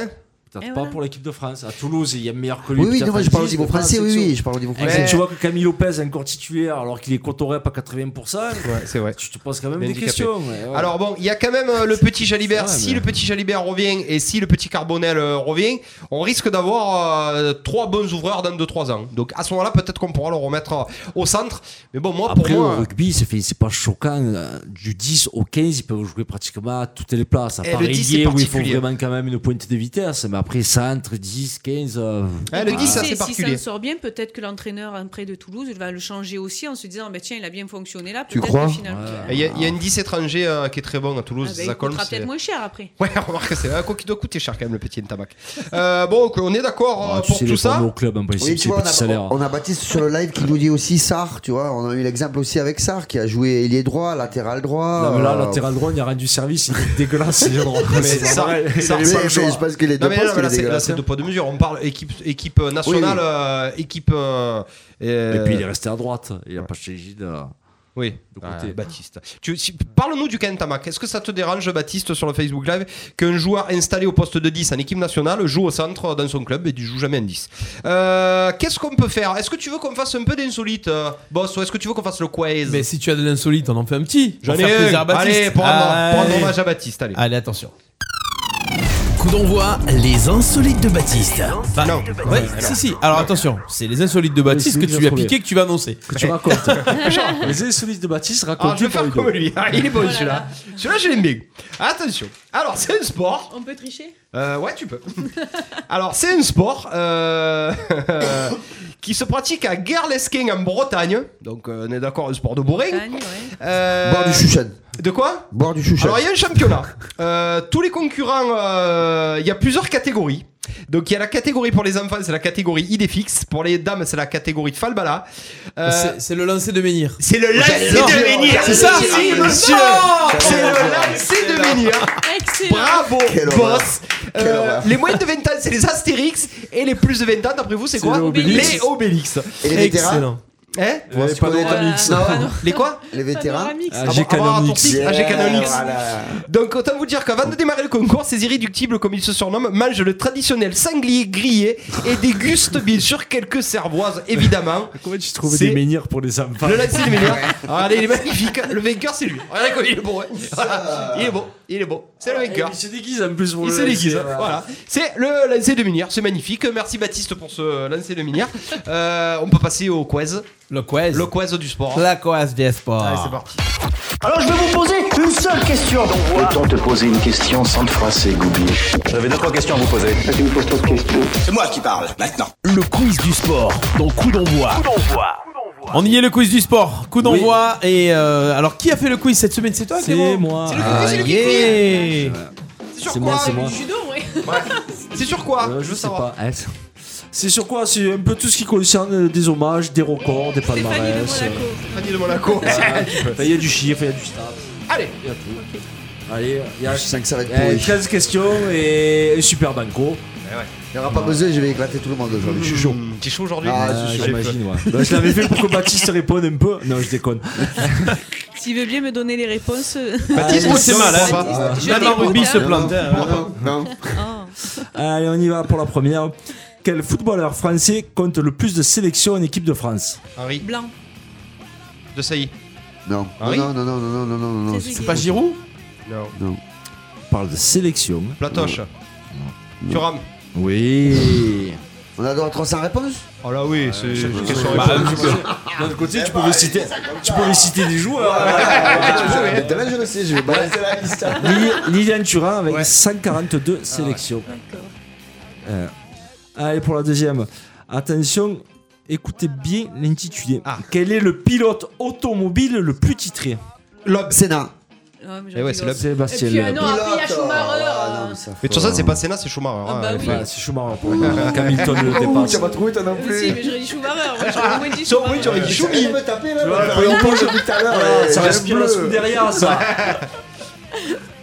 S3: hein
S4: Peut-être
S6: Et
S4: pas
S6: voilà.
S4: pour l'équipe de France. À Toulouse, il y a meilleur que lui.
S8: Oui, oui,
S4: peut-être
S8: non, moi,
S4: à
S8: je parle au
S4: 10,
S8: niveau
S4: mais pas en
S8: français, oui,
S4: section.
S8: oui, je parle au niveau
S4: Et
S8: français.
S4: quand tu vois que Camille Lopez est encore titulaire alors qu'il est cotoré à pas 80%,
S3: Ouais, c'est vrai.
S4: tu te poses quand même des
S3: Handicapé.
S4: questions. ouais, ouais.
S3: Alors bon, il y a quand même euh, le petit Jalibert.
S4: Ah,
S3: si
S4: mais-
S3: le petit Jalibert revient et si le petit Carbonel euh, revient, on risque d'avoir euh, trois bons ouvreurs dans 2-3 ans. Donc à ce moment-là, peut-être qu'on pourra le remettre euh, au centre. Mais bon, moi,
S4: Après,
S3: pour moi.
S4: au rugby, c'est fait- c'est pas choquant. euh, Du 10 au 15, ils peuvent jouer pratiquement à toutes les places. À
S3: Eh,
S4: part
S3: le 10, c'est
S4: ailier, où il faut
S3: particulier.
S4: vraiment quand même une pointe de vitesse. Mais après, centre, 10, 15. euh,
S3: hein, le
S8: Ah.
S6: Qui
S3: 10, ça,
S6: sait,
S3: c'est
S6: si ça en
S3: particulier.
S6: sort bien, peut-être que l'entraîneur hein, près de Toulouse il va le changer aussi en se disant bah, tiens, il a bien fonctionné là.
S8: Tu
S6: peut-être
S8: crois
S6: que finalement, euh,
S4: Ouais.
S3: Il y, a- il y a une 10 étranger euh, qui est très bon à Toulouse.
S6: Ah, bah, il
S3: Zach Holmes,
S6: coûtera
S3: c'est-
S6: peut-être moins cher après.
S3: Ouais, remarque, c'est un quoi qui doit coûter cher quand même le petit tabac. Euh, bon, ok, on est d'accord
S4: ah,
S3: euh,
S4: tu
S3: pour
S4: sais,
S3: tout
S4: les
S3: ça.
S4: formats au club, en principe,
S8: Oui,
S4: c'est
S8: tu
S4: les
S8: vois, on
S4: petits salaires.
S8: a, on a Baptiste sur le live qui nous dit aussi Sar, tu vois. On a eu l'exemple aussi avec Sar qui a joué ailier droit, latéral droit.
S4: Non, mais là,
S8: euh,
S4: latéral droit, il n'y a rien du service, il est dégueulasse. il est droit.
S3: Oh. Mais
S4: C'est
S3: ça-
S4: pareil.
S3: ça-
S8: mais-
S3: c'est pas
S8: mais
S3: le choix.
S8: je pense que les deux
S3: Non mais,
S8: postes,
S3: non, mais là, c'est-
S8: il est
S3: là
S8: dégueulasse.
S4: hein.
S3: c'est deux poids deux mesures. On parle équipe équipe euh, nationale,
S8: Oui, oui.
S3: euh, équipe. euh, euh,
S4: Et puis, il est resté à droite. Il n'a pas chez Gide. euh,
S3: Oui,
S4: de
S3: euh,
S4: côté.
S3: Baptiste. Tu, si- Parle-nous du Kentamak. Est-ce que ça te dérange, Baptiste, sur le Facebook Live, qu'un joueur installé au poste de 10 en équipe nationale joue au centre dans son club et ne joue jamais en 10 Euh, Qu'est-ce qu'on peut faire Est-ce que tu veux qu'on fasse un peu d'insolite, euh, boss, ou est-ce que tu veux qu'on fasse le quiz
S2: Mais si tu as de l'insolite, on en fait un petit.
S3: J'en
S2: Pour
S3: ai
S2: faire
S3: un.
S2: plaisir à Baptiste.
S3: Allez, pour rendre- pour rendre
S2: Allez.
S3: hommage à Baptiste. Allez.
S2: Allez, attention.
S10: Coup d'envoi, les insolites de Baptiste.
S2: Enfin,
S3: Non.
S2: ouais, si, si. Alors attention, c'est les insolites de Baptiste
S4: c'est
S2: que
S4: lui qui
S2: tu
S4: a
S2: as
S4: trouvé.
S2: piqué que tu vas annoncer.
S4: Que tu racontes. Les insolites de Baptiste
S3: Ah, je
S4: racontés
S3: vais
S4: par
S3: faire comme
S4: Hugo.
S3: lui. Ah, il est bon
S6: Oh là
S3: celui-là.
S6: là.
S3: Celui-là, je l'aime bien. Attention. Alors, c'est un sport.
S6: On peut tricher
S3: Euh, ouais, tu peux. Alors, c'est un sport euh, qui se pratique à Gerlesking en Bretagne. Donc, euh, on est d'accord, un sport de bourrin.
S6: Gagne, ouais.
S3: Euh,
S8: Boire du chouchen.
S3: de quoi
S8: Boire du chouchen.
S3: alors il y a un championnat. Euh, tous les concurrents, euh, il y a plusieurs catégories. Donc il y a la catégorie pour les enfants, c'est la catégorie Idéfix. Pour les dames, c'est la catégorie de Falbala. Euh,
S2: C'est- C'est le lancer de menhir.
S3: c'est le lancer de menhir.
S2: C'est ça
S3: C'est le
S2: Monsieur
S3: lancer de menhir.
S6: Excellent
S3: Bravo,
S8: Quelle horreur.
S3: boss. Euh,
S8: Quelle horreur.
S3: les moins de 20 ans, c'est les Astérix. Et les plus de 20 ans, d'après vous, c'est quoi
S4: le
S6: Obélix.
S3: Les Obélix.
S8: Et les vétérans
S2: Excellent.
S3: Hein
S8: Voir si tu connais
S6: Voilà.
S8: ta-
S6: Non,
S8: Non,
S6: non.
S3: les quoi
S8: Les vétérans.
S6: Panoramix.
S4: Ah,
S3: Ah bon,
S4: j'ai
S3: avoir un
S4: Canonix.
S3: tour fixe,
S8: Yeah,
S3: ah, j'ai Canonix.
S8: voilà.
S3: Donc autant vous dire qu'avant de démarrer le concours, ces irréductibles, comme ils se surnomment, mangent le traditionnel sanglier grillé et dégustent bien sûr quelques cervoises, évidemment.
S4: Comment tu trouves
S3: C'est-
S4: des menhirs pour les enfants
S3: Le lancer des meilleurs. Allez, il est magnifique. Le vainqueur, c'est lui. Regardez comme il est beau. hein. Voilà. Il est beau. Il est beau. C'est le vainqueur.
S4: Il se déguise en plus pour
S3: Il
S4: le
S3: se
S4: lancer,
S3: déguise,
S4: voilà.
S3: voilà. C'est le lancer de minière, c'est magnifique. Merci Baptiste pour ce lancer de minière. Euh, on peut passer au quiz,
S2: Le quiz.
S3: le quiz du sport.
S2: La quiz des sports.
S3: Allez, c'est parti.
S13: Alors je vais vous poser une seule question.
S12: Autant te poser une question sans te froisser, Goubi. J'avais deux, trois questions à vous poser.
S13: C'est moi qui parle, maintenant.
S10: Le quiz du sport dans Coup d'envoi.
S2: On y est le quiz du sport. Coup d'envoi. Et euh, alors, qui a fait le quiz cette semaine C'est toi,
S4: C'est
S2: Clément
S4: moi.
S3: C'est le
S4: Ah,
S3: quiz, c'est le quiz.
S2: Yeah.
S3: C'est sur
S4: C'est moi,
S3: quoi
S4: c'est moi.
S6: Du judo, ouais.
S3: C'est sur quoi
S4: Euh,
S3: Je
S4: je
S3: veux
S4: sais
S3: savoir.
S4: pas. Hein, ça- C'est sur quoi C'est un peu tout ce qui concerne euh, des hommages, des records, des
S6: Stéphanie de
S4: palmarès.
S6: Monaco.
S3: Fanny de Monaco.
S4: euh, enfin, Il y a du chiffre, il y a du stats,
S3: Allez,
S4: il y a tout. Allez, il y a
S8: Je sens que ça va être
S4: il y a
S8: pourri.
S4: 13 questions et un super banco.
S8: Il n'y aura pas besoin, je vais éclater tout le monde aujourd'hui. Je suis chaud.
S3: t'es chaud aujourd'hui
S8: Ah,
S4: Euh,
S8: c'est sûr.
S4: J'imagine, ouais. Bah, je l'avais fait pour que Baptiste réponde un peu. Non, je déconne.
S6: S'il veut bien me donner les réponses. oh,
S3: Baptiste,
S4: Ah,
S3: c'est
S4: c'est
S3: mal,
S4: mal,
S3: hein.
S4: hein.
S6: Je
S2: Même en
S6: découvre,
S3: Ah,
S2: rugby, il se
S6: hein.
S2: plante.
S8: Non, non, non.
S6: Oh.
S4: Allez, on y va pour la première. Quel footballeur français compte le plus de sélections en équipe de France
S3: Henri.
S6: Blanc.
S3: De Sailly.
S8: Non.
S3: Henri
S8: non, non, non, non, non, non, non, non, non.
S6: C'est pas Giroud
S3: Non.
S8: Non.
S4: On parle de sélection.
S3: Platoche. Thuram.
S4: Oui.
S8: On a droit à 300 réponses
S3: Oh là oui, c'est une question
S4: Bah,
S3: réponse.
S4: tu peux- D'un autre côté, tu pouvais citer, tu pouvais citer des joueurs. hein.
S8: Mais demain, je le sais, je vais balancer la liste.
S4: Lili- Lilian Thuram avec 142 sélections. Euh, allez pour la deuxième. Attention, écoutez bien l'intitulé. Quel est le pilote automobile le plus titré
S8: L'homme Sénat.
S6: Oh,
S3: Eh ouais, c'est là.
S4: Sébastien
S6: Et puis, euh,
S4: Loeb.
S6: non, après, il y a Schumacher. euh,
S3: Mais de toute façon, c'est pas Senna, c'est Schumacher.
S6: Ah bah
S3: hein,
S6: oui.
S3: ouais.
S4: Ah, C'est Schumacher pour moi. Hamilton le
S8: Ouh, tu
S4: dépasse.
S8: as pas trouvé toi non
S6: mais Si,
S8: plus.
S6: mais j'aurais dit Schumacher. Moi, j'aurais moins dit
S3: Sur oui,
S6: Schumacher.
S3: tu aurais dit Schumi.
S8: me taper là.
S4: vois,
S8: mais on pense depuis tout à l'heure. ouais,
S4: Ça
S8: j'ai
S4: respire
S8: un
S4: la
S8: bleu.
S4: soupe derrière, ça.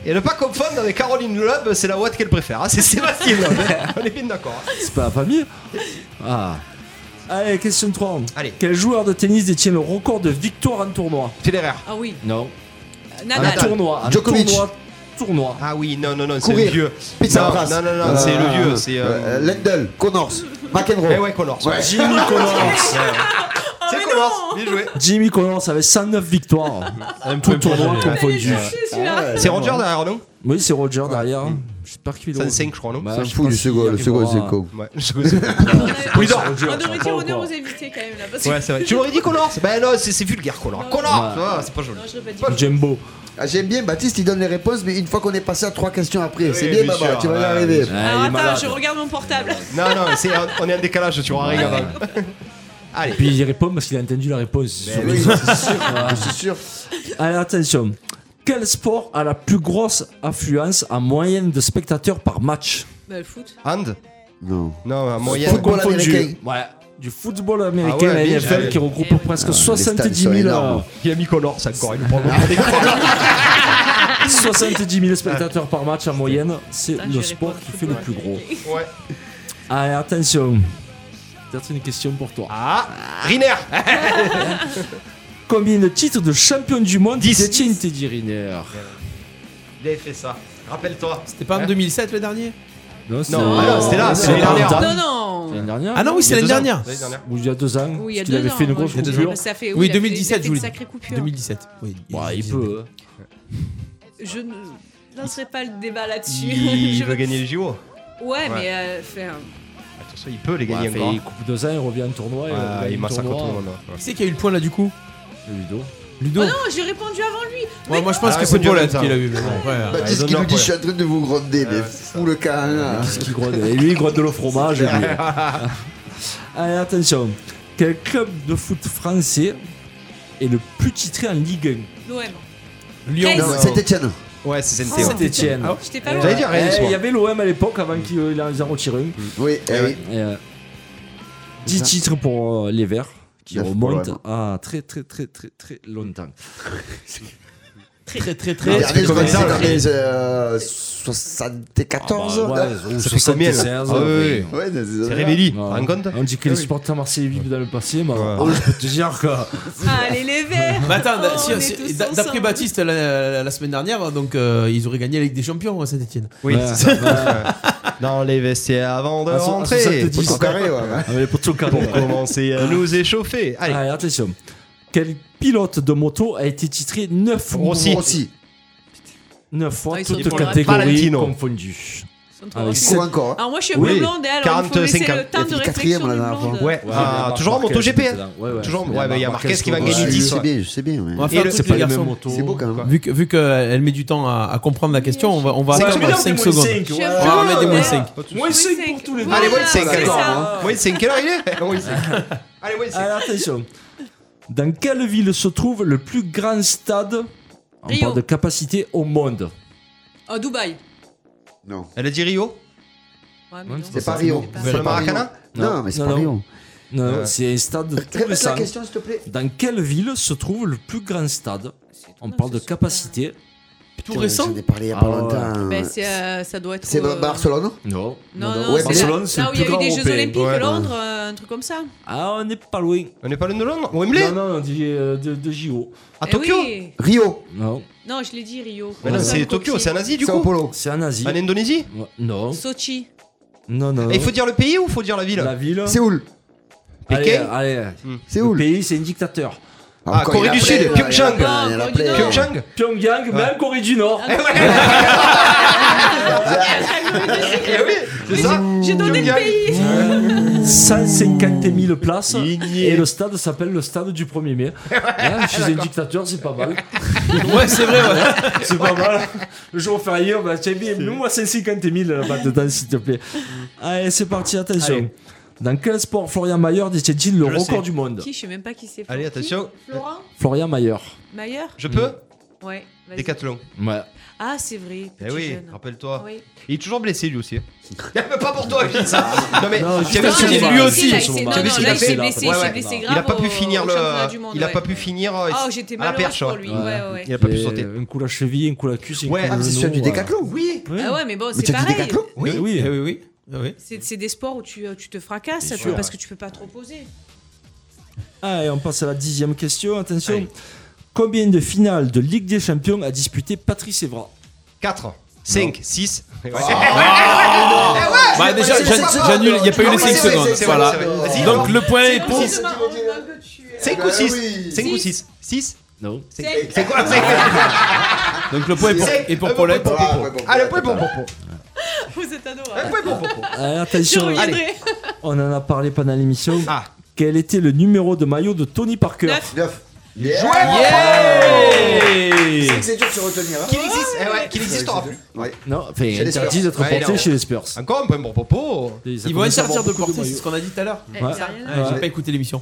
S3: Et ne pas confondre avec Caroline Loeb, c'est la boîte qu'elle préfère. hein, C'est Sébastien Loeb. hein. On est bien d'accord. hein.
S4: C'est pas la famille. Ah. Allez, question 3.
S3: Allez.
S4: Quel joueur de tennis détient le record de victoires en tournoi
S3: Federer.
S6: Ah oui.
S14: Non.
S6: Nadal.
S4: Un tournoi. un
S8: Djokovic.
S4: Tournoi. Tournoi.
S3: Ah oui, non, non, non, c'est
S8: Courir.
S3: le vieux.
S8: Pizza
S3: non,
S8: Pras.
S3: non, non, non,
S8: Euh,
S3: c'est le vieux. C'est.
S8: euh,
S3: Euh...
S8: Lendl, Connors, McEnroe.
S3: Eh ouais, Connors. ouais.
S4: Jimmy Connors.
S6: Ah,
S3: C'est Connors. Bien joué.
S4: Jimmy Connors avait 109 victoires.
S3: Un
S4: Tout tournoi
S6: Ah, mais je
S4: confondu.
S6: sais, celui-là.
S3: C'est Roger derrière, non
S4: Oui, c'est Roger derrière. hein. J'espère qu'il
S3: C'est un 5, je crois, non
S14: Bah,
S8: Ça me
S14: je
S8: fout
S14: pense
S8: du
S14: qu'il
S8: second, le
S14: arrivera.
S8: second c'est con.
S3: Ouais, je sais pas.
S6: On a-
S3: Poulidor.
S6: On devrait dire honneur aux invités quand même là. Parce que...
S3: Ouais, c'est vrai. Tu l'aurais dit Connors Ben non, c'est c'est vulgaire, Connors. Connors tu vois, C'est pas joli.
S6: Non, je l'aurais pas dit.
S4: Jumbo.
S8: Ah, J'aime bien Baptiste, il donne les réponses, mais une fois qu'on est passé à trois questions après, c'est
S3: Oui,
S8: bien
S3: bien
S8: Baba,
S3: sûr,
S8: tu vas y
S3: ouais,
S14: Ah,
S8: arriver.
S6: Alors
S14: il est
S6: attends,
S14: malade.
S6: je regarde mon portable.
S3: Non, non, c'est- euh, on est en décalage, tu vois, rien. hein.
S14: Et puis il répond parce qu'il a entendu la réponse. Sur les-
S8: C'est sûr.
S4: Allez, attention. Quel sport a la plus grosse affluence en moyenne de spectateurs par match
S6: Bah, le foot.
S3: Hand
S8: Non.
S3: Non, en moyenne.
S8: Football
S4: Confondu.
S8: américain.
S4: Ouais. Du football américain,
S3: Ah ouais,
S4: la
S3: bien
S4: NFL,
S3: joué.
S4: qui regroupe
S6: Eh oui.
S4: presque
S8: les stades
S4: 70
S8: sont
S4: 000
S8: énormes.
S3: Il a mis Connors encore, il nous prend pour des cons.
S4: 70 000 euh, spectateurs par match en moyenne, c'est
S6: Putain,
S4: le
S6: j'irai
S4: sport
S6: pas au
S4: qui fait le plus gros.
S3: Ouais.
S4: Allez, attention. Peut-être une question pour toi.
S3: Ah Riner
S4: Combien de titres de champion du monde
S3: Dix.
S4: détient Teddy Riner
S3: Il avait fait ça. Rappelle-toi.
S2: C'était pas en 2007 le dernier
S4: c'est-
S3: Non, ah non, c'était là, c'est l'année dernière.
S4: L'année
S6: Non, non.
S4: dernière
S2: Ah non, oui, c'est
S3: Il
S2: l'année
S3: y a deux ans.
S2: dernière.
S3: L'année dernière.
S4: Ou il y a deux ans.
S6: Oui, il y a
S4: parce
S6: deux
S4: qu'il avait
S6: ans,
S4: fait une
S6: moi,
S4: grosse
S6: je me
S2: deux
S4: coupure.
S6: souviens, Ça fait,
S2: Oui,
S6: il a fait-
S2: 2017,
S6: il a fait
S2: je
S6: une
S2: voulais-
S6: sacrée coupure.
S2: 2017. Oui,
S4: Ouais, il
S2: 2017.
S4: peut. hein.
S6: Je ne lancerai pas le débat là-dessus.
S3: Il
S6: Je-
S3: veut gagner les JO.
S6: Ouais, mais euh, fait un-
S3: Attention, il peut les
S14: Ouais,
S3: gagner
S14: fait,
S3: encore.
S14: il coupe deux ans, il revient au tournoi.
S3: Ah,
S14: gagne
S3: il
S14: le
S3: massacre tout
S14: tournoi.
S3: le monde. hein. ouais.
S2: Qui c'est qui a eu le point là du coup
S14: Le Ludo.
S2: Ludo
S6: Oh non, j'ai répondu avant lui.
S2: Ouais, moi je pense
S3: Ah,
S2: que
S3: c'est
S2: c'est Paul
S3: dur,
S2: là,
S3: ça.
S2: qui l'a eu. mais bon, après, euh,
S8: Baptiste qui
S3: donne-leur
S8: nous dit
S3: pour
S8: Je suis en train de vous gronder, mais fou le hein. canard.
S4: Qu'est-ce qu'il grotte Et lui, il grotte de l'eau fromage. et lui. Allez, attention. Quel club de foot français est le plus titré en Ligue
S6: L'OM.
S2: Lyon.
S6: Quinze.
S8: Non, c'est Étienne.
S3: Ouais, c'est
S4: 1
S3: CNT.
S6: Oh.
S4: Saint-Etienne.
S2: Ah ouais
S6: J'étais pas loin.
S3: J'allais dire rien.
S4: Eh,
S3: ce
S4: Il y
S3: soir.
S4: avait l'OM à l'époque avant qu'ils euh, en retirent une.
S8: Oui, eh oui.
S4: Et, euh, 10 titres pour euh, les Verts qui
S8: Neuf
S4: remontent à très très très très très longtemps.
S2: Très très
S8: Le
S2: très.
S8: dernier,
S3: c'est comme
S8: c'est
S3: ça,
S8: dans
S3: le-
S8: les, euh, 74.
S4: Ah bah, ouais, ou
S3: Ça fait combien
S4: 76,
S3: là Ah
S4: euh,
S3: oui, oui.
S8: Ouais,
S3: C'est Révéli.
S4: Non.
S3: Rends compte hein
S4: On dit que les supporters marseillais vivent dans le passé, mais
S3: Ouais.
S4: oh, je peux te dire que
S6: Allez, les verts.
S2: Mais Bah, attends,
S6: Oh,
S2: si-
S6: on est
S2: si-
S6: tous
S2: d'a- d'après
S6: ensemble.
S2: Baptiste la, la semaine dernière, donc euh, ils auraient gagné la Ligue des Champions à Saint-Etienne.
S3: Oui,
S4: Ouais.
S3: c'est ça. Dans les vestiaires avant de
S4: À so- à
S3: rentrer.
S4: 70.
S8: carré, ouais.
S4: Ah, mais pour tout carré.
S3: Pour commencer à nous échauffer. Allez.
S4: Allez, attention. Quel pilote de moto a été titré 9
S3: Rossi.
S8: Aussi.
S4: fois,
S6: Ah, ils sont
S4: toutes
S6: trop rapides.
S4: catégories
S3: Valentino.
S4: confondues
S6: Ils sont trop
S4: Ah,
S6: rapides.
S4: ils
S8: Cours encore. hein.
S6: Alors moi je suis un
S3: Oui.
S6: peu blonde, hein, alors il faut
S3: 45,
S6: laisser le
S3: quarante-
S6: temps
S8: il y
S6: de
S8: a quatrième,
S6: réflexion
S8: la
S6: du
S8: dernière
S6: blonde.
S3: Ouais, ah, toujours en MotoGP. hein. Toujours en- ouais, bah, il y a Marquez
S4: Ah,
S3: qui va gagner
S8: Ouais,
S3: 10,
S8: je
S3: ouais.
S8: sais bien, je sais bien. ouais.
S2: On va
S3: Et
S2: faire
S3: le-
S2: un
S3: c'est
S2: truc
S3: pas
S2: les
S3: les
S2: garçons.
S8: C'est beau quand même.
S2: Vu que vu qu'elle met du temps à, à comprendre la question, on va on va
S3: Cinq
S2: attendre
S3: secondes.
S2: 5 secondes.
S6: Je suis
S2: On
S6: un peu
S2: va en mettre des
S6: blonde,
S2: moins
S6: hein.
S2: 5.
S4: Moins
S6: cinq
S4: 5 pour tous les deux.
S6: Voilà,
S3: Allez, moins 5,
S6: c'est
S3: allez.
S6: ça.
S3: Moins 5, quelle heure il est Moins 5. Allez, moins 5.
S4: Alors, attention. Dans quelle ville se trouve le plus grand stade en
S6: Rio.
S4: part de capacité au monde
S6: Oh, Dubaï.
S8: Non.
S3: Elle a dit Rio
S6: Ouais, mais
S4: Ouais,
S6: non.
S8: C'est pas Rio.
S6: pas
S8: C'est
S3: Le
S8: pas Rio.
S3: Maracana
S8: Non, mais c'est
S4: Non,
S8: pas
S4: non.
S8: Rio.
S4: Non,
S3: Euh.
S4: C'est un stade de tous les
S8: Répète la
S4: sens.
S8: question, s'il te plaît.
S4: Dans quelle ville se trouve le plus grand stade
S6: C'est
S4: On
S6: étonnant,
S4: parle de
S6: ce soir.
S4: capacité.
S2: Tout récent.
S8: J'en ai parlé il y a pas
S4: Ah ouais.
S8: longtemps.
S6: Ben, c'est, euh, ça doit être.
S8: C'est
S6: euh,
S8: Barcelone hein.
S4: Non.
S6: Non, non,
S8: Ouais,
S6: c'est
S4: Barcelone,
S6: là-
S4: c'est
S6: là
S4: le
S6: où il y a
S4: plus
S6: eu
S4: grand
S6: des Jeux
S4: européen.
S6: Olympiques,
S3: Ouais.
S6: Londres, euh, un truc comme ça.
S4: Ah, on n'est pas loin.
S3: On n'est pas loin de Londres Wembley
S4: non, non, on dit euh, de, de JO.
S3: À
S6: Eh
S3: Tokyo
S6: oui.
S8: Rio.
S4: Non.
S6: Non, je l'ai dit Rio.
S3: Mais non,
S6: Vincent
S3: c'est Tokyo,
S6: Coxy.
S3: c'est en Asie du
S8: Sao
S3: coup
S8: Paulo.
S4: C'est en Asie.
S3: En Indonésie
S4: Ouais, Non.
S6: Sochi.
S4: Non, non.
S3: Et il faut dire le pays ou il faut dire la ville
S4: La ville.
S8: Séoul.
S4: Allez,
S3: Pékin
S4: allez.
S8: C'est où
S4: Le pays, c'est un dictateur.
S3: Ah, Encore, Corée il a du appelé, Sud, là,
S8: euh,
S3: il a Pyeongchang.
S8: Ah,
S3: appelé, il a appelé. Pyeongchang
S4: Pyongyang, même Corée du Nord.
S3: Eh Eh C'est ça
S6: J'ai donné le pays
S4: 150 000 places et le stade s'appelle le stade du 1er mai. Hein, chez un dictateur, c'est pas mal.
S2: Ouais, c'est vrai, ouais.
S4: C'est pas mal. Le jour férié, on va tiens, bien, nous, c'est 50 000 là-bas dedans, s'il te plaît. Allez, c'est parti, attention.
S6: Allez.
S4: Dans quel sport Florian Maillard détient-il le
S6: Je
S4: record
S6: sais.
S4: du monde
S6: Qui Je sais même pas qui c'est.
S4: Allez,
S6: Florent qui
S4: attention.
S6: Florent
S4: Florian Maillard.
S6: Mayer
S4: Je peux
S6: Ouais. vas-y.
S3: Décathlon.
S4: Ouais.
S6: Ah, c'est vrai.
S3: Eh
S6: petit
S3: oui,
S6: jeune.
S3: rappelle-toi.
S6: Oui. Eh,
S3: Il est toujours blessé lui aussi. hein. Mais pas pour toi, je dis ça. Non mais
S4: Non,
S3: tu avais
S4: juste
S3: ce qu'il-
S4: là,
S3: lui
S4: il
S3: aussi.
S4: s'est- non, non,
S3: Tu avais
S4: là,
S3: ce qu'il a
S4: il s'est
S3: fait.
S4: blessé,
S3: Ouais,
S4: il s'est
S3: ouais.
S4: blessé
S3: Il a
S6: grave
S3: pas
S6: au-
S3: pu finir
S6: au
S3: le.
S6: championnat du monde,
S3: Il a
S6: ouais.
S3: pas pu finir. euh,
S6: Oh, j'étais
S3: à la
S6: malheureuse
S3: perche.
S6: pour lui, ouais, ouais.
S3: Il a pas pu
S4: Et
S3: sauter.
S4: Un coup la cheville, un coup la cuisse, un
S3: Ouais.
S4: coup
S3: Ah,
S4: le
S3: c'est
S4: genou,
S3: celui du
S4: voilà.
S3: décathlon.
S6: Oui. Ah ouais, mais bon,
S2: Mais
S6: c'est
S2: tu as dit
S6: pareil.
S2: Décathlon
S4: Oui.
S2: oui, oui, oui. oui.
S6: C'est c'est des sports où tu, euh, tu te fracasses
S4: Bien
S6: toi,
S4: sûr.
S6: parce que tu peux pas trop poser.
S4: Ah, et on passe à la dixième question. Attention. Combien de finales de Ligue des Champions a disputé Patrice Evra
S3: 4, 5, 6.
S8: Ah.
S2: Bah déjà j'an- j'annule, il n'y a pas eu les 5 secondes. Voilà. Donc le Eh point est pour.
S8: bah
S3: Cinq ou 6 5 ou 6 6
S4: Non.
S6: Cinq.
S3: C'est quoi
S2: Donc le point est pour,
S3: Cinq.
S2: est pour Paulette.
S3: Ah, le point pour Popo.
S6: Vous êtes adorables.
S3: Ouais, pour Popo.
S4: Allez, Ah, attention.
S6: Je reviendrai.
S4: On en a parlé pendant l'émission.
S3: Ah.
S4: Quel était le numéro de maillot de Tony Parker
S6: Neuf.
S8: Yeah.
S2: Yeah
S8: C'est dur de se retenir. hein.
S3: Qu'il existe, eh ouais, qu'il existe, t'auras plus.
S8: Ouais.
S4: Non, enfin,
S8: Chez les
S4: interdit
S8: Spurs.
S4: d'être
S3: Ouais,
S4: porté
S3: non.
S4: chez les Spurs.
S3: Encore un point pour Popo.
S2: Ils vont sortir de portée, c'est ce qu'on a dit tout à l'heure.
S6: Eh,
S4: Ouais.
S6: c'est rien.
S2: Ouais, J'ai
S4: Ouais.
S2: pas écouté l'émission.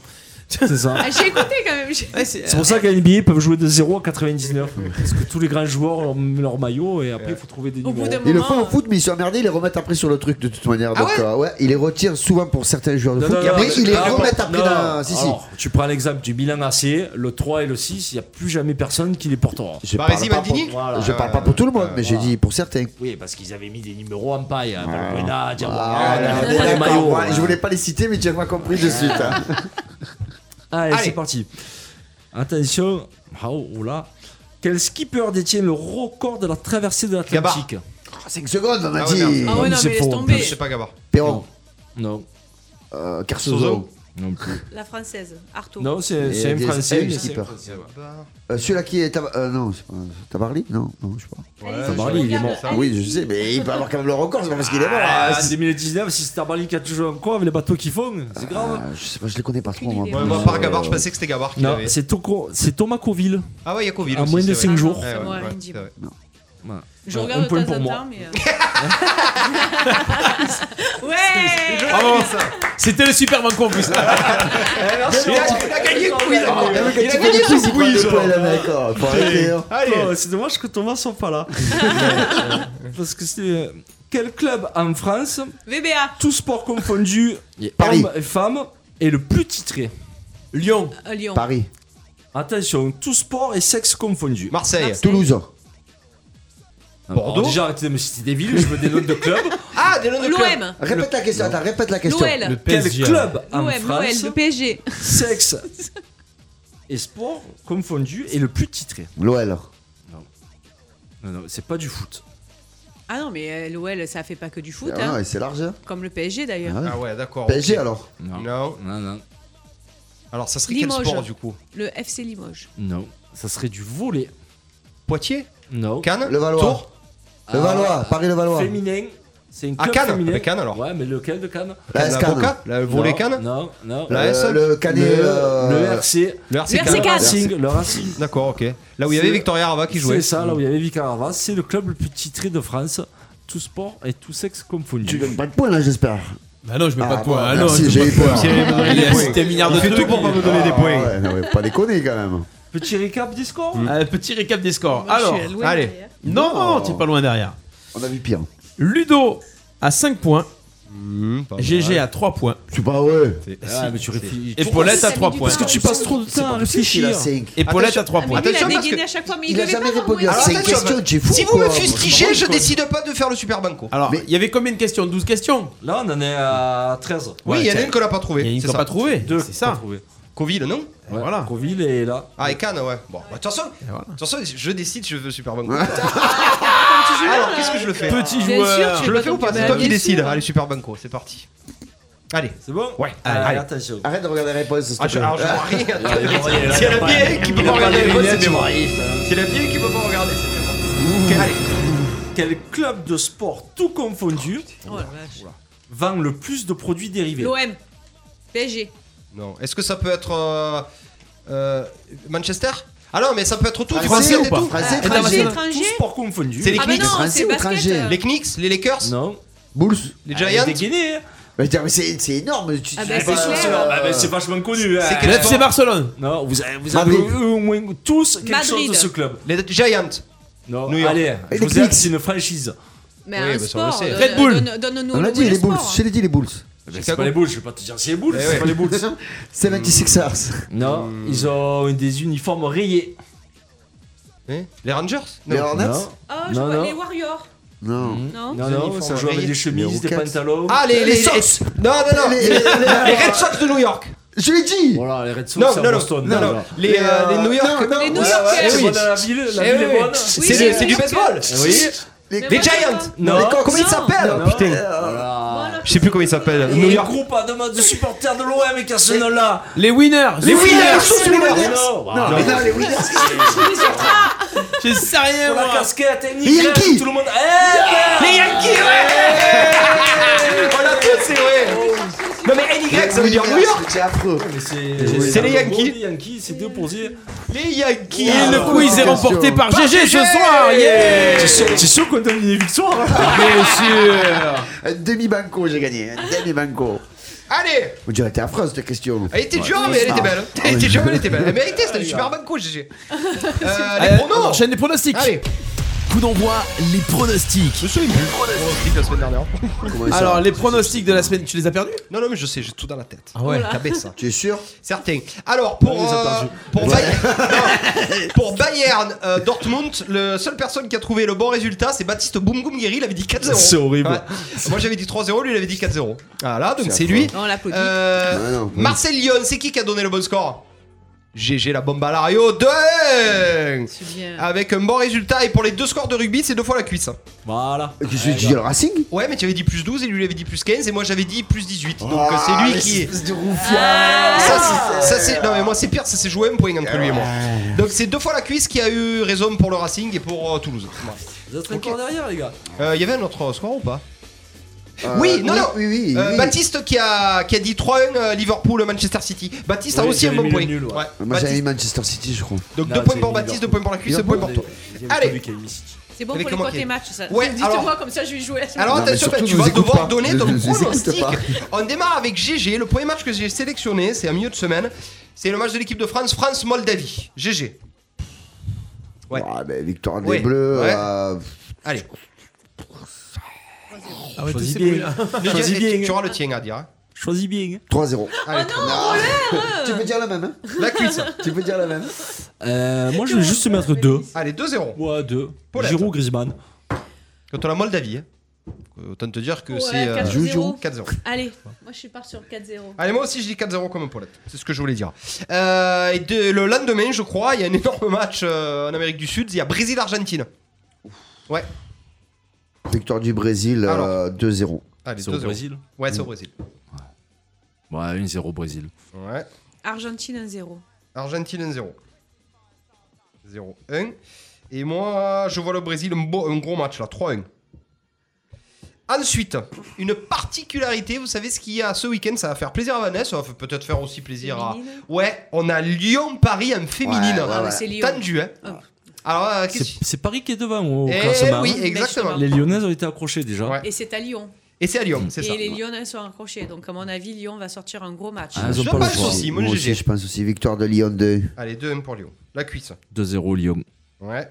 S4: C'est ça.
S6: Ah, J'ai écouté quand même. j'ai-
S2: Ouais, c'est- euh,
S4: C'est pour ça qu'à NBA, ils peuvent jouer de 0 à 99. parce que tous les grands joueurs leur, leur maillot et après, il faut trouver des
S6: Au bout
S4: numéros.
S6: d'un
S8: Ils le
S6: moment.
S8: font au foot, mais ils sont emmerdés, ils les remettent après sur le truc de toute manière. Donc, euh, ouais, ils les retirent souvent pour certains joueurs de
S4: Non,
S8: foot,
S4: non, non,
S8: mais
S4: mais-
S8: ils les
S4: non,
S8: remettent
S4: non,
S8: après
S4: non.
S8: dans. Si, si.
S4: Alors, Tu prends l'exemple du Milan AC, le 3 et le 6, il n'y a plus jamais personne qui les portera.
S8: Je parle,
S3: Baresi,
S8: pas pour,
S3: Bah, Maldini
S4: Voilà.
S8: je parle pas pour tout le monde, mais j'ai dit pour certains.
S4: Oui, parce qu'ils avaient mis des numéros en paille. Hein, Valbuena, Diawara,
S8: Ah,
S4: ils avaient
S8: d'accord,
S4: pas les maillots.
S8: ouais, Je voulais pas les citer, mais tu as pas compris de suite. hein.
S4: Ah, Allez,
S3: Allez.
S4: c'est parti. Attention. Ah, oh, oh là. Quel skipper détient le record de la traversée de l'Atlantique
S8: 5 secondes, on a
S3: Ah ouais,
S8: dit.
S6: Ah ouais,
S4: mais
S6: non,
S4: c'est
S6: mais laisse
S4: faux.
S3: Euh, Je
S6: tomber.
S3: sais pas, Gabar.
S8: Perron,
S4: Non.
S8: euh,
S3: Sozo.
S8: Carsozo,
S4: Non plus.
S6: La française, Arto.
S4: Non, c'est c'est un
S8: des-
S4: Français.
S8: des
S4: mais c'est-
S8: skippers. Euh, Celui-là qui est. Tab- euh, non, c'est pas- Tabarly Non, non, je sais pas.
S6: Allez,
S4: Tabarly, il est
S6: regarde,
S4: mort.
S6: allez.
S8: Oui, je sais, mais il peut avoir quand même le record, c'est pas parce qu'il est mort.
S4: Ah, c'est 2019, si c'est Tabarly qui a toujours un coin avec les bateaux qui font, c'est grave.
S8: Euh, je sais pas, je les connais pas trop.
S6: Aucune
S8: Moi, Ah,
S6: idée.
S3: Ouais, moi, par Gabar, je pensais que c'était Gabar qui
S4: Ah, Non,
S3: l'avait.
S4: c'est Toco- c'est Thomas Coville.
S3: Ah ouais, il y a Covid.
S4: À
S3: aussi,
S4: moins de
S3: c'est
S4: cinq
S3: vrai.
S4: jours.
S3: Ouais, ouais,
S6: Ouais,
S3: ouais,
S6: Indy.
S3: c'est vrai.
S6: Je
S4: Un
S6: regarde de
S4: point
S6: temps
S4: pour
S6: en
S4: moi.
S6: temps, mais. euh. Ouais
S2: Bravo. C'était le super manco en plus.
S3: Il a gagné le quiz encore.
S8: Il a
S3: Il a gagné son quiz.
S8: hein.
S4: Oh, c'est dommage que Thomas soit pas là. Parce que c'est. euh, Quel club en France,
S6: VBA
S4: tous sports confondus,
S8: Paris.
S4: hommes et femmes, est le plus titré
S2: Lyon,
S6: à Lyon.
S8: Paris,
S4: Attention, tous sports et sexes confondus.
S3: Marseille.
S8: Toulouse.
S4: Bordeaux Déjà, arrêtez de me citer des villes, je veux des notes de club.
S3: Ah, des noms de clubs.
S6: L'OM
S8: Répète la question, attends, répète la question.
S6: L'OL
S2: le
S4: Quel
S2: PSG.
S4: club en
S6: L'OM, l'OL,
S4: France,
S6: le PSG.
S4: sexe et sport confondus, est le plus titré
S8: L'OL.
S4: Non, non, c'est pas du foot.
S6: Ah non, mais euh, l'OL, ça fait pas que du foot,
S8: Ah
S6: hein.
S8: ouais, c'est large. hein.
S6: Comme le PSG d'ailleurs.
S8: Ah
S3: Ah
S8: ouais.
S3: ouais, d'accord.
S8: PSG alors
S6: Ah,
S4: Non.
S3: Non.
S4: Non, non,
S3: Alors, ça serait quel
S6: Limoges.
S3: sport du coup
S6: Le FC Limoges.
S4: non. Ça serait du volet.
S3: Poitiers
S4: Non.
S3: Cannes
S8: Le Valois.
S3: Tours
S8: Le Valois, Paris le Valois.
S4: Féminin. C'est une
S3: Ah,
S4: club
S3: Cannes
S4: féminin.
S3: Le Cannes, alors.
S4: Ouais, mais lequel de Cannes
S8: La SCAN.
S3: Boca Le volet
S4: Non,
S3: Cannes
S4: Non, non.
S3: La
S8: Euh,
S3: SL.
S8: le Canet.
S4: le, le
S8: euh,
S4: RC.
S3: Le RC
S6: Le
S3: Cannes.
S6: RC Cannes.
S4: Racing, le Racing.
S3: D'accord, ok. Là où il y avait
S4: C'est-
S3: Victoria Arva qui jouait.
S4: C'est ça, là où il y avait Vicarava. C'est le club le plus titré de France. Tout sport et tout sexe
S8: Tu
S4: confondu.
S8: donnes pas de points là, j'espère.
S2: Bah non, je mets
S8: Ah,
S2: pas de
S8: bon,
S2: points. Ah non,
S8: merci,
S2: je
S8: j'ai
S2: mets
S8: eu
S2: pas de
S8: peur.
S2: points.
S8: Il
S2: Il a cité un milliard de
S3: Il fait tout
S2: trucs. Ah,
S3: pour pas me donner des points.
S8: Ah Ouais, non, mais pas déconner quand même.
S4: Petit récap Ah, du score
S2: Euh, Petit récap des scores. Alors,
S3: allez.
S2: non, non,
S8: Non.
S2: t'es pas loin derrière.
S8: On a vu pire.
S2: Ludo à 5 points, GG
S3: Mhm, à.
S2: à 3 points
S8: C'est pas ouais.
S4: Ah, mais tu réfléchis.
S2: et Paulette à 3 points.
S4: Parce que tu passes trop de temps à réfléchir.
S2: Et Paulette à 3
S6: Ah, mais
S2: points.
S6: lui, il a
S3: Attention, parce
S6: dégainé
S3: que
S6: à chaque fois, mais il,
S8: Il a
S6: devait pas
S8: jamais
S6: avoir
S8: répondu à
S3: Alors,
S6: moyen.
S8: ces
S3: attention, bah,
S8: questions, tu es fou.
S3: Si vous
S8: quoi.
S3: me fustigiez, je décide pas de faire le super banco.
S2: Alors,
S8: Mais-
S2: il y avait combien de questions 12 questions
S4: Là, on en est à 13.
S3: Oui, il y en a
S2: c'est-
S3: une qu'on n'a
S2: Il y
S3: pas
S2: a
S3: trouvée.
S2: une
S3: c'est
S2: qu'on n'a
S3: ça.
S2: pas trouvée.
S4: Deux,
S2: C'est ça.
S4: Trouvé.
S3: Coville, non
S4: Voilà. Coville est là.
S3: Ah, et Cannes, ouais. Bon, bah, de toute façon, de toute façon, je décide, je veux Super Banco. Ah, Alors, qu'est-ce que je le fais Ah.
S2: Petit Bien joueur. sûr, tu
S3: Je
S2: veux
S3: le
S2: pas
S3: fais ou pas
S2: tomber.
S3: C'est toi qui
S2: Bien
S3: décides.
S2: sûr.
S3: Allez, Super Banco, c'est parti. Allez.
S4: C'est bon
S3: Ouais.
S4: Allez,
S3: Allez.
S4: attention.
S8: Arrête de regarder les réponses. s'il te
S3: Ah, je,
S8: plaît.
S3: alors, je vois rien.
S8: Ouais,
S3: S'il y a la
S8: ouais.
S3: vieille qui peut
S8: Il
S3: pas
S8: a
S3: regarder
S8: pas
S3: les
S8: les
S3: réponses,
S8: lunettes,
S3: c'est
S8: il
S3: bon.
S8: voit rien.
S3: S'il y a la vieille qui peut pas regarder, c'est bon. Allez.
S4: Quel club de sport tout confondu
S6: Oh la vache.
S4: vend le plus de produits dérivés
S6: L'OM. PSG.
S3: Non. Est-ce que ça peut être euh, euh, Manchester Ah non, mais ça peut être tout.
S4: Français
S3: français Ah,
S4: ou
S3: et
S4: pas
S3: tout.
S4: Français,
S3: International.
S4: étranger, étranger Tout sport confondu.
S3: C'est les
S4: Ah bah
S3: Knicks.
S4: non, Français c'est ou basket, étranger euh.
S3: Les Knicks, les Lakers
S4: Non.
S8: Bulls.
S3: Ah, Les Giants
S8: Mais je veux dire, mais c'est c'est énorme. tu-
S4: Ah
S8: tu
S4: bah,
S8: sais
S4: c'est
S8: pas,
S4: sûr, c'est
S8: euh,
S4: leur- bah, bah, c'est vachement connu.
S8: C'est quel sport
S2: Barcelone.
S4: Non, vous avez, vous avez
S8: Madrid.
S4: eu au moins tous quelque
S6: Madrid.
S4: chose de ce club.
S3: Les Giants.
S4: Non,
S3: New York.
S4: allez,
S8: Et
S4: je
S8: les
S4: vous ai
S8: Knicks.
S4: dit, c'est une franchise.
S6: Mais
S4: Oui,
S6: un
S4: bah, ça, on
S6: sport.
S4: le sait.
S6: donne-
S4: Red Bull.
S6: donne- Donne-nous
S8: On
S6: le
S8: a
S6: nom
S8: dit
S6: du
S8: les Bulls.
S6: sport.
S8: Je l'ai dit les Bulls.
S4: C'est pas les Bulls, je vais pas te dire c'est les Bulls,
S8: Eh
S4: c'est
S8: ouais.
S4: pas les Bulls.
S8: C'est 26 ers
S4: Non,
S3: Hmm.
S4: ils ont des uniformes rayés.
S3: Eh, Les Rangers
S4: Non.
S8: Les Hornets
S4: Non.
S6: Oh, je
S4: Non,
S6: vois
S4: non.
S6: les Warriors.
S8: Non.
S6: Non.
S4: Non, non, ça joue avec des chemises, des pantalons.
S3: Ah, les, les,
S4: Sox
S3: Non, non, non.
S4: Les-
S3: Les,
S4: les-
S3: les Red Sox de New York.
S8: Je l'ai dit
S4: Voilà, les Red Sox,
S3: Non,
S4: c'est
S3: non,
S4: à
S3: non,
S4: Boston.
S3: non, non. Les, euh, les New York.
S4: non,
S3: Les New
S4: ouais,
S3: York,
S4: ouais,
S3: eh
S4: c'est
S3: oui.
S4: bon dans la ville, la
S3: Eh
S4: ville
S3: oui.
S4: est bonne.
S3: C'est Oui, du- c'est du baseball.
S4: Oui.
S8: Les,
S3: Les Giants.
S4: Non.
S3: Les Cox. Comment ils
S2: Ah,
S3: s'appellent
S4: Non.
S3: Putain.
S2: euh,
S4: Voilà.
S3: Je sais plus comment ils s'appellent.
S4: Et
S3: New
S4: le
S3: York.
S4: groupe à demande de supporters de l'OM et qui a ce nom-là.
S2: Les winners.
S4: Les winners,
S8: tous les winners.
S4: Non,
S8: Non, mais non, les winners.
S2: Je sais rien,
S4: Pour la
S2: moi.
S4: casquette, et
S2: Les Yankees.
S4: tout le monde. Eh, ben.
S3: Les Yankees, ouais On l'a tous, c'est vrai Non mais NY, ça veut dire New York
S8: C'est affreux.
S3: C'est les Yankees.
S4: Les Yankees, c'est deux pour dire.
S3: Les Yankees
S2: Et le quiz est remporté par GG ce soir. Yeah
S4: C'est sûr- C'est sûr qu'on donne une victoire.
S2: Bien sûr.
S8: Un demi-banco, j'ai gagné. Un demi-banco.
S3: Allez
S8: On dirait que t'es affreuse cette question.
S3: Elle était
S8: Ouais.
S3: dure, mais elle était belle. hein.
S8: Ah,
S3: Elle était
S8: oui.
S3: dure, mais elle était belle. Elle méritait, c'était une super bonne couche, GG. Euh, Les
S2: On
S3: pronos
S2: enchaîne les pronostics.
S3: Allez
S15: Coup d'envoi, les pronostics.
S3: Je suis pronostic la semaine dernière.
S8: Comment ça
S2: Alors, les pronostics de la semaine, tu les as perdus
S3: Non, non, mais je sais, j'ai tout dans la tête.
S2: Ah ouais.
S3: T'as hein. ça.
S8: Tu es sûr
S3: Certain. Alors, pour,
S4: les a
S3: euh,
S4: perdus.
S3: pour, Bayer- non, pour Bayern euh, Dortmund, la seule personne qui a trouvé le bon résultat, c'est Baptiste Boum Boum Guéry. Il avait dit 4-0.
S4: C'est horrible.
S3: Ouais. Moi, j'avais dit 3-0, lui, il avait dit 4-0. Voilà, donc c'est lui.
S6: On l'applaudit.
S3: Euh,
S8: Ah non.
S3: Marcel Lyon, c'est qui qui a donné le bon score GG la bombe à Lario 2
S6: C'est bien.
S3: Avec un bon résultat et pour les deux scores de rugby c'est deux fois la cuisse.
S4: Voilà.
S8: Qu'est-ce que tu dis le Racing
S3: Ouais mais tu avais dit plus 12 et lui il avait dit plus 15 et moi j'avais dit plus 18
S8: ah,
S3: donc euh, c'est lui qui est...
S8: Espèce de roufiard
S3: Ça, c'est- ça, c'est- non mais moi c'est pire, ça s'est joué un point entre lui et moi. Donc c'est deux fois la cuisse qui a eu raison pour le Racing et pour euh, Toulouse. Voilà.
S4: Vous êtes encore derrière, les gars.
S3: Euh, Il y avait un autre score ou pas Oui, non, non.
S8: Oui, oui,
S3: Euh,
S8: oui.
S3: Baptiste qui a, qui a dit 3-1 euh, Liverpool Manchester City. Baptiste a
S4: Oui,
S3: aussi un
S4: j'avais
S3: bon
S4: mis le
S3: point.
S4: nul, ouais.
S8: Moi
S3: Baptiste-
S8: j'avais mis Manchester City, je crois.
S3: donc
S4: Non,
S3: deux points
S4: c'est
S3: pour Baptiste, deux
S4: Liverpool.
S3: points pour la cuisse, deux points pour toi. Allez.
S6: C'est
S3: Avec
S6: bon pour les
S3: comment
S6: potes
S3: qu'il-
S6: les matchs, ça.
S3: Ouais,
S6: Dites-moi
S3: alors-
S6: comme ça, je vais jouer la semaine
S3: Alors
S8: Non, mais
S3: attention,
S8: surtout,
S3: tu
S8: nous
S3: vas
S8: écoute
S3: devoir
S8: pas.
S3: donner
S8: Nous-
S3: ton
S8: nous écoute
S3: pronostic.
S8: pas.
S3: On démarre avec GG, le premier match que j'ai sélectionné, c'est un milieu de semaine. C'est le match de l'équipe de France, France-Moldavie. GG. Ouais.
S8: Ah, ben victoire des
S3: Ouais.
S8: Bleus.
S3: Ouais.
S8: euh,
S3: Allez,
S2: Ah ouais,
S4: Choisis bien. Choisis
S3: Tu- tu
S4: bien.
S3: auras le tien à dire. hein.
S4: Choisis bien.
S8: 3-0.
S3: Allez.
S8: Tu peux dire la même, hein
S3: La cuisse.
S8: Tu peux dire la même.
S4: Euh, moi, je vais juste mettre deux.
S3: Allez, 2-0.
S4: Ouais, deux.
S3: Paulette.
S4: Giroud, Griezmann.
S3: Quand on a Moldavie, hein. autant te dire que
S6: Ouais,
S3: c'est euh,
S6: 4-0.
S3: 4-0.
S6: Allez, moi je suis part sur 4-0.
S3: Allez, moi aussi je dis 4-0 comme Paulette, c'est ce que je voulais dire. Euh, et de- le lendemain, je crois, il y a un énorme match euh, en Amérique du Sud, il y a Brésil-Argentine. Ouais,
S8: Victoire du Brésil, euh,
S3: Alors.
S8: 2-0.
S3: allez,
S4: C'est au
S3: 2-0.
S4: Brésil. Mmh.
S3: Ouais, c'est au Brésil.
S16: Ouais, 1-0 Brésil.
S3: Ouais,
S6: Argentine 1-0.
S3: Argentine 1-0. 0-1. Et moi, je vois le Brésil un, beau- un gros match là, 3-1. Ensuite, une particularité, vous savez ce qu'il y a ce week-end, ça va faire plaisir à Vanessa, ça va peut-être faire aussi plaisir à.
S6: Féminine.
S3: Ouais, on a Lyon-Paris en féminine.
S8: Ouais, ouais,
S6: Ah, mais
S8: ouais.
S6: c'est Lyon. Oh.
S3: Tendu, hein.
S6: Hop.
S3: Alors, euh,
S4: C'est
S3: qu'est-ce que-
S4: c'est Paris qui est devant au
S3: Eh
S4: classement.
S3: oui, exactement.
S4: Les Lyonnaises ont été accrochées déjà.
S3: Ouais.
S6: Et c'est à Lyon.
S3: Et c'est à Lyon, c'est
S6: Et
S3: ça.
S6: les Lyonnais sont accrochés. Donc, à mon avis, Lyon va sortir un gros match.
S16: Ah, ils ont
S3: Je
S16: pas le
S3: pense
S16: choix.
S3: aussi, moi,
S8: Moi
S3: GG.
S8: aussi, je pense aussi. Victoire de Lyon 2.
S3: Allez, 2-1 pour Lyon. La cuisse.
S16: 2-0 Lyon.
S3: Ouais.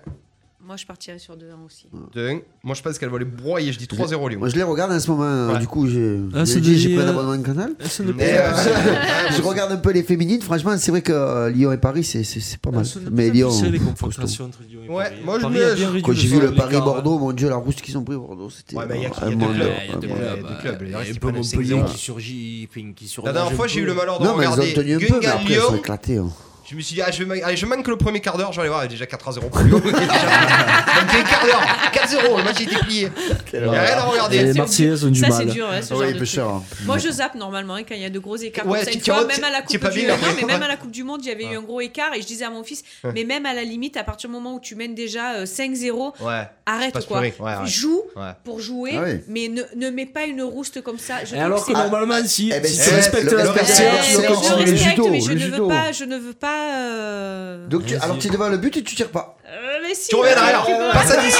S6: Moi, je partirais sur 2-1 aussi.
S3: Deux, Moi, je pense qu'elle va les broyer. Je dis 3-0 Lyon.
S8: Moi, je les regarde en ce moment. euh,
S3: Ouais.
S8: Du coup, j'ai
S3: Ah,
S8: j'ai
S3: c'est
S8: dit,
S3: des-
S8: j'ai pris un
S3: euh,
S8: abonnement de canal.
S3: ah, c'est des-
S8: Mais, euh,
S3: Ah,
S8: je regarde un peu les féminines. Franchement, c'est vrai que euh, Lyon et Paris, c'est- c'est c'est pas mal.
S9: sont de plus
S8: Mais
S9: en
S8: Lyon.
S9: plus serrées, les
S8: costaud.
S9: confrontations entre Lyon et
S3: Ouais,
S9: Paris.
S3: moi, je
S9: Paris
S3: me-
S9: a bien réduit
S8: Quand
S9: le
S8: j'ai vu
S9: sort,
S8: le
S9: l'écart,
S4: hein.
S8: Paris-Bordeaux, mon dieu, la rousse qu'ils ont pris Bordeaux, c'était
S3: Ouais, mais il y a- il y a
S8: un
S3: deux
S8: monde.
S3: clubs, il
S8: un
S3: y a deux clubs.
S8: monde.
S4: Bah,
S3: club,
S4: Il y
S3: les
S4: a
S3: Reds
S4: un
S3: qui
S4: peu
S3: prennent le
S4: Montpellier
S3: 5-0.
S4: qui Ah, surgit, enfin, qui surgit.
S3: La dernière fois, j'ai eu le malheur de
S8: Non, mais ils
S3: regarder
S8: ont tenu un peu, mais
S3: Guingamp
S8: après, ils se
S3: Lyon.
S8: sont éclatés. hein.
S3: Je me suis dit, ah, je, vais man- allez, je manque le premier quart d'heure, je vais aller voir, déjà 4 à 0 pour Lyon. Déjà, manqué un quart d'heure, 4-0, le match était plié. Il n'y a rien à regarder.
S9: Et les Marseillaises ont du
S6: ça,
S9: mal.
S6: c'est dur, ouais, ce
S8: Ah oui,
S6: genre de
S8: peu
S6: truc.
S8: cher, hein.
S6: Moi, je zappe normalement hein, quand il y a de gros écarts.
S3: Ouais,
S6: comme ça,
S3: tu-
S6: une
S3: tu
S6: fois,
S3: vois,
S6: même à la
S3: t'es
S6: Coupe
S3: pas
S6: du
S3: bien,
S6: Monde,
S3: après.
S6: mais même à la Coupe du Monde, il y avait eu un gros écart et je disais à mon fils,
S3: Ouais.
S6: mais même à la limite, à partir du moment où tu mènes déjà euh, 5-0,
S3: Ouais. Pas
S6: arrête
S3: se
S6: quoi.
S3: pleurer, ouais, ouais.
S6: Joue
S3: Ouais.
S6: pour jouer,
S8: Ah oui.
S6: mais ne, ne mets pas une rouste comme ça. Je
S4: Et
S6: trouve
S4: alors
S6: c'est-
S4: que normalement, si,
S8: Eh ben,
S4: si
S8: si
S4: tu
S8: tu
S4: respectes
S8: respectes l'adversaire,
S4: l'adversaire, tu
S6: Eh,
S8: c'est
S4: le
S8: encore
S6: je
S8: sur
S4: corps.
S8: le
S6: respecte,
S8: judo,
S6: mais je
S8: le
S6: ne veux
S8: judo.
S6: pas, je ne veux pas. euh,
S8: Donc, tu- alors, tu es devant le but et tu tires pas.
S6: euh, mais si,
S3: Tu reviens en
S6: euh,
S3: arrière, passe à 10.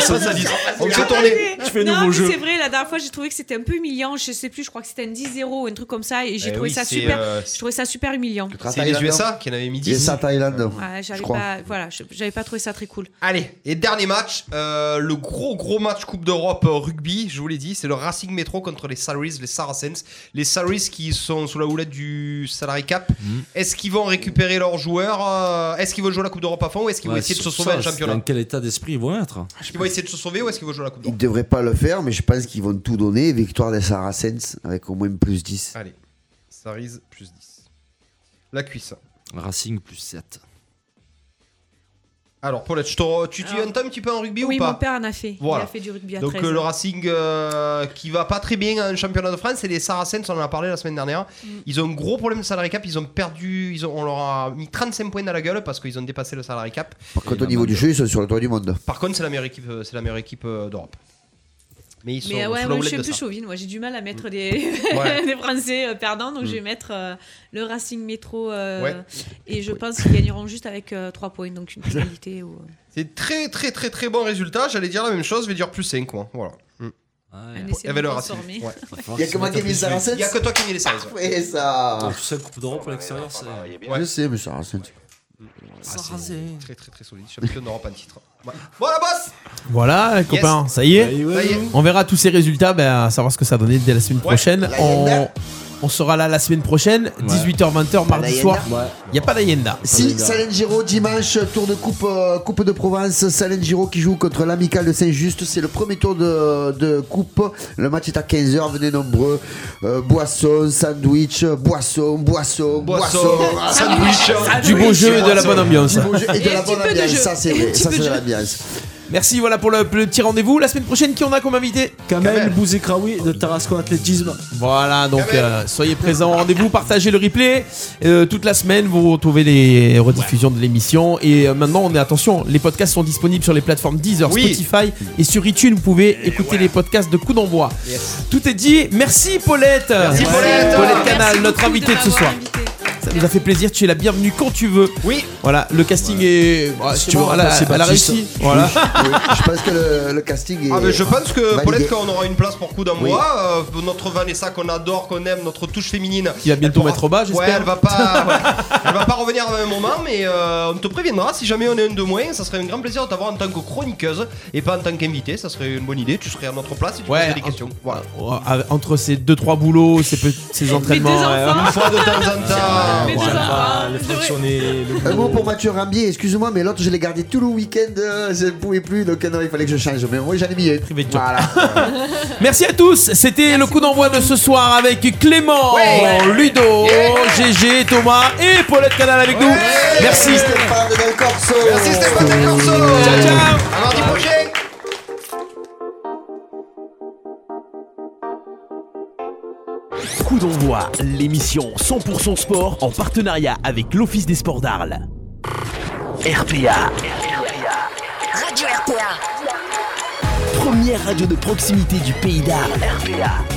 S3: Passe à 10. On me fait tourner.
S6: Arrêtez.
S9: Tu fais
S6: non,
S9: nouveau
S6: mais
S9: jeu.
S6: C'est vrai, la dernière fois, j'ai trouvé que c'était un peu humiliant. Je sais plus, je crois que c'était un 10-0, un truc comme ça, et j'ai
S3: Eh
S6: trouvé
S3: oui,
S6: ça
S3: c'est,
S6: super.
S3: euh,
S6: Je trouvais ça super humiliant.
S3: C'est les USA qui en avaient mis
S8: Et
S3: 10.
S8: ça, Thaïlande.
S6: Ouais,
S8: je
S6: j'avais
S8: crois.
S6: pas, voilà, je- j'avais pas trouvé ça très cool.
S3: Allez, et dernier match, euh, le gros gros match Coupe d'Europe euh, rugby, je vous l'ai dit, c'est le Racing Métro contre les Salaries, les Saracens. Les Salaries qui sont sous la houlette du salary cap.
S4: Mhm.
S3: Est-ce qu'ils vont récupérer leurs joueurs euh, Est-ce qu'ils veulent jouer la Coupe d'Europe à fond ou est-ce qu'ils vont
S4: Ouais,
S3: essayer de se
S4: sur
S3: sauver
S4: ça,
S3: un championnat
S4: Dans quel état d'esprit ils vont être
S3: Est-ce qu'ils vont essayer de se sauver ou est-ce qu'ils vont jouer la Coupe
S8: Ils
S3: d'Europe
S8: devraient pas le faire, mais je pense qu'ils vont tout donner. Victoire des Saracens avec au moins plus 10.
S3: Allez, Salaries plus 10. La cuisse.
S4: Racing plus 7.
S3: Alors, Paulette, je te- tu, tu
S6: Alors-
S3: entends un petit peu en rugby
S6: oui,
S3: ou pas
S6: mon père en a fait.
S3: Voilà.
S6: Il a fait du rugby à
S3: Donc
S6: 13.
S3: euh, le Racing euh, qui va pas très bien en championnat de France et les Saracens, on en a parlé la semaine dernière.
S6: Mm.
S3: Ils ont un gros problème de salary cap, ils ont perdu, ils ont, on leur a mis 35 points dans la gueule parce qu'ils ont dépassé le salary cap.
S8: Par contre, au niveau du jeu, ils sont sur le toit du monde.
S3: Par contre, c'est la meilleure équipe, euh, c'est la meilleure équipe euh, d'Europe. Mais ils sont
S6: Mais euh,
S3: sous
S6: ouais,
S3: la
S6: moi, je
S3: houlette
S6: suis un
S3: de
S6: peu
S3: ça. Mm.
S6: chauvine. Moi, j'ai du mal à mettre des,
S3: Ouais.
S6: des Français euh, perdants, donc
S3: Mm.
S6: je vais mettre euh, le Racing Métro. euh,
S3: Ouais.
S6: Et je pense qu'ils gagneront juste avec 3 points, donc une pénalité. ou, euh,
S3: C'est très très très très bon résultat, j'allais dire la même chose, je vais dire plus 5 moi. Voilà. Mm.
S6: un
S3: Il
S6: essai
S3: y avait
S6: de
S3: le
S6: s'en
S3: Racing.
S6: sortir.
S3: Ouais.
S8: Il n'y a que moi qui ai mis les
S3: Il y a
S8: Saracens.
S3: que toi qui mets les Saracens. ouais.
S8: Et Eh, ça.
S4: Tout seul Coupe d'Europe à l'extérieur, c'est.
S8: Je sais, mais Saracens.
S2: Ah,
S3: Très très très solide, champion d'Europe en titre. Ouais. Voilà, boss
S2: Voilà, les copains, ça y
S9: Eh
S2: est.
S3: Ça y est.
S2: On verra tous ces résultats, ben, à savoir ce que ça donnait dès la semaine prochaine.
S8: La
S2: on,
S8: Yenda.
S2: on sera là la semaine prochaine, 18h-20h, mardi
S8: La
S2: soir.
S8: Yenda.
S2: Il n'y a pas d'Ayenda.
S8: Si, Salengiro, dimanche, tour de coupe, euh, coupe de Provence. Salengiro qui joue contre l'Amical de Saint-Just. C'est le premier tour de, de coupe. Le match est à 15h. Venez nombreux. Euh, boisson, sandwich, boisson, boisson, boisson.
S2: Ah,
S3: Boisson, sandwich,
S2: Du beau jeu et de la bonne ambiance.
S8: Du beau jeu Et de
S6: Et
S8: la
S6: un petit
S8: bonne
S6: peu de
S8: ambiance.
S6: jeu.
S8: Ça, c'est
S6: Et un
S8: vrai.
S6: petit
S8: Ça,
S6: peu
S8: c'est
S6: de
S8: de
S6: jeu.
S8: l'ambiance.
S2: Merci, voilà pour le, le petit rendez-vous. La semaine prochaine, qui on a comme invité
S9: Kamel Bouzekraoui de Tarascon Athlétisme.
S2: Voilà, donc euh, soyez présents au rendez-vous, partagez le replay. Euh, toute la semaine, vous retrouvez les rediffusions de l'émission. Et euh, maintenant, on est attention, les podcasts sont disponibles sur les plateformes Deezer,
S3: Oui.
S2: Spotify et sur iTunes. Vous pouvez écouter les podcasts de Coup d'envoi.
S3: Yes.
S2: Tout est dit. Merci Paulette.
S3: Merci, Paulette.
S2: Paulette
S6: Merci
S2: Canal,
S6: beaucoup
S2: notre invitée de ce
S6: m'avoir
S2: soir.
S6: invité.
S2: Ça nous a fait plaisir. Tu es la bienvenue quand tu veux.
S3: Oui,
S2: Voilà, le casting est. bah,
S9: Si
S2: c'est
S9: tu veux
S2: bon, elle, a-
S9: remplacer
S2: elle a
S9: Baptiste.
S2: réussi. Voilà.
S8: Oui, je pense que le, le casting est.
S3: Ah mais je pense que
S8: validé.
S3: Paulette quand on aura une place pour coup d'un
S8: Oui.
S3: mois, euh, notre Vanessa qu'on adore, qu'on aime, notre touche féminine.
S2: Qui va bientôt
S3: elle pourra-
S2: mettre au bas, j'espère.
S3: Ouais, elle va pas, ouais. elle va pas revenir à un moment, mais euh, on te préviendra si jamais on est un de moins. Ça serait un grand plaisir de t'avoir en tant que chroniqueuse et pas en tant qu'invité. Ça serait une bonne idée. Tu serais à notre place et tu
S2: Ouais,
S3: poserais des
S2: en-
S3: questions. Voilà.
S2: Euh, Entre ces deux trois boulots, ces, pe- ces
S6: Mes deux
S2: entraînements. ouais.
S6: enfants.
S3: Une fois de temps en temps.
S6: Mes deux
S3: voilà.
S4: Ah,
S9: Ah,
S6: enfants. je devrais-
S9: fonctionner,
S8: Un mot pour Mathieu Rambier, excuse-moi, mais l'autre je l'ai gardé tout le week-end, euh, je ne pouvais plus, donc euh, non, il fallait que je change. Mais moi j'en ai mis un.
S2: Privé de job.
S8: Voilà.
S2: Merci à tous, c'était le coup d'envoi de ce soir avec Clément, Ludo, GG, Thomas et Paulette Canal avec nous. Merci.
S8: Stéphane Del Corso.
S3: Merci Stéphane Del Corso.
S2: Ciao, ciao.
S3: À mardi prochain.
S10: Coup d'envoi, l'émission 100% sport en partenariat avec l'Office des sports d'Arles. RPA,
S11: Radio RPA.
S10: première radio de proximité du pays d'Arles. RPA.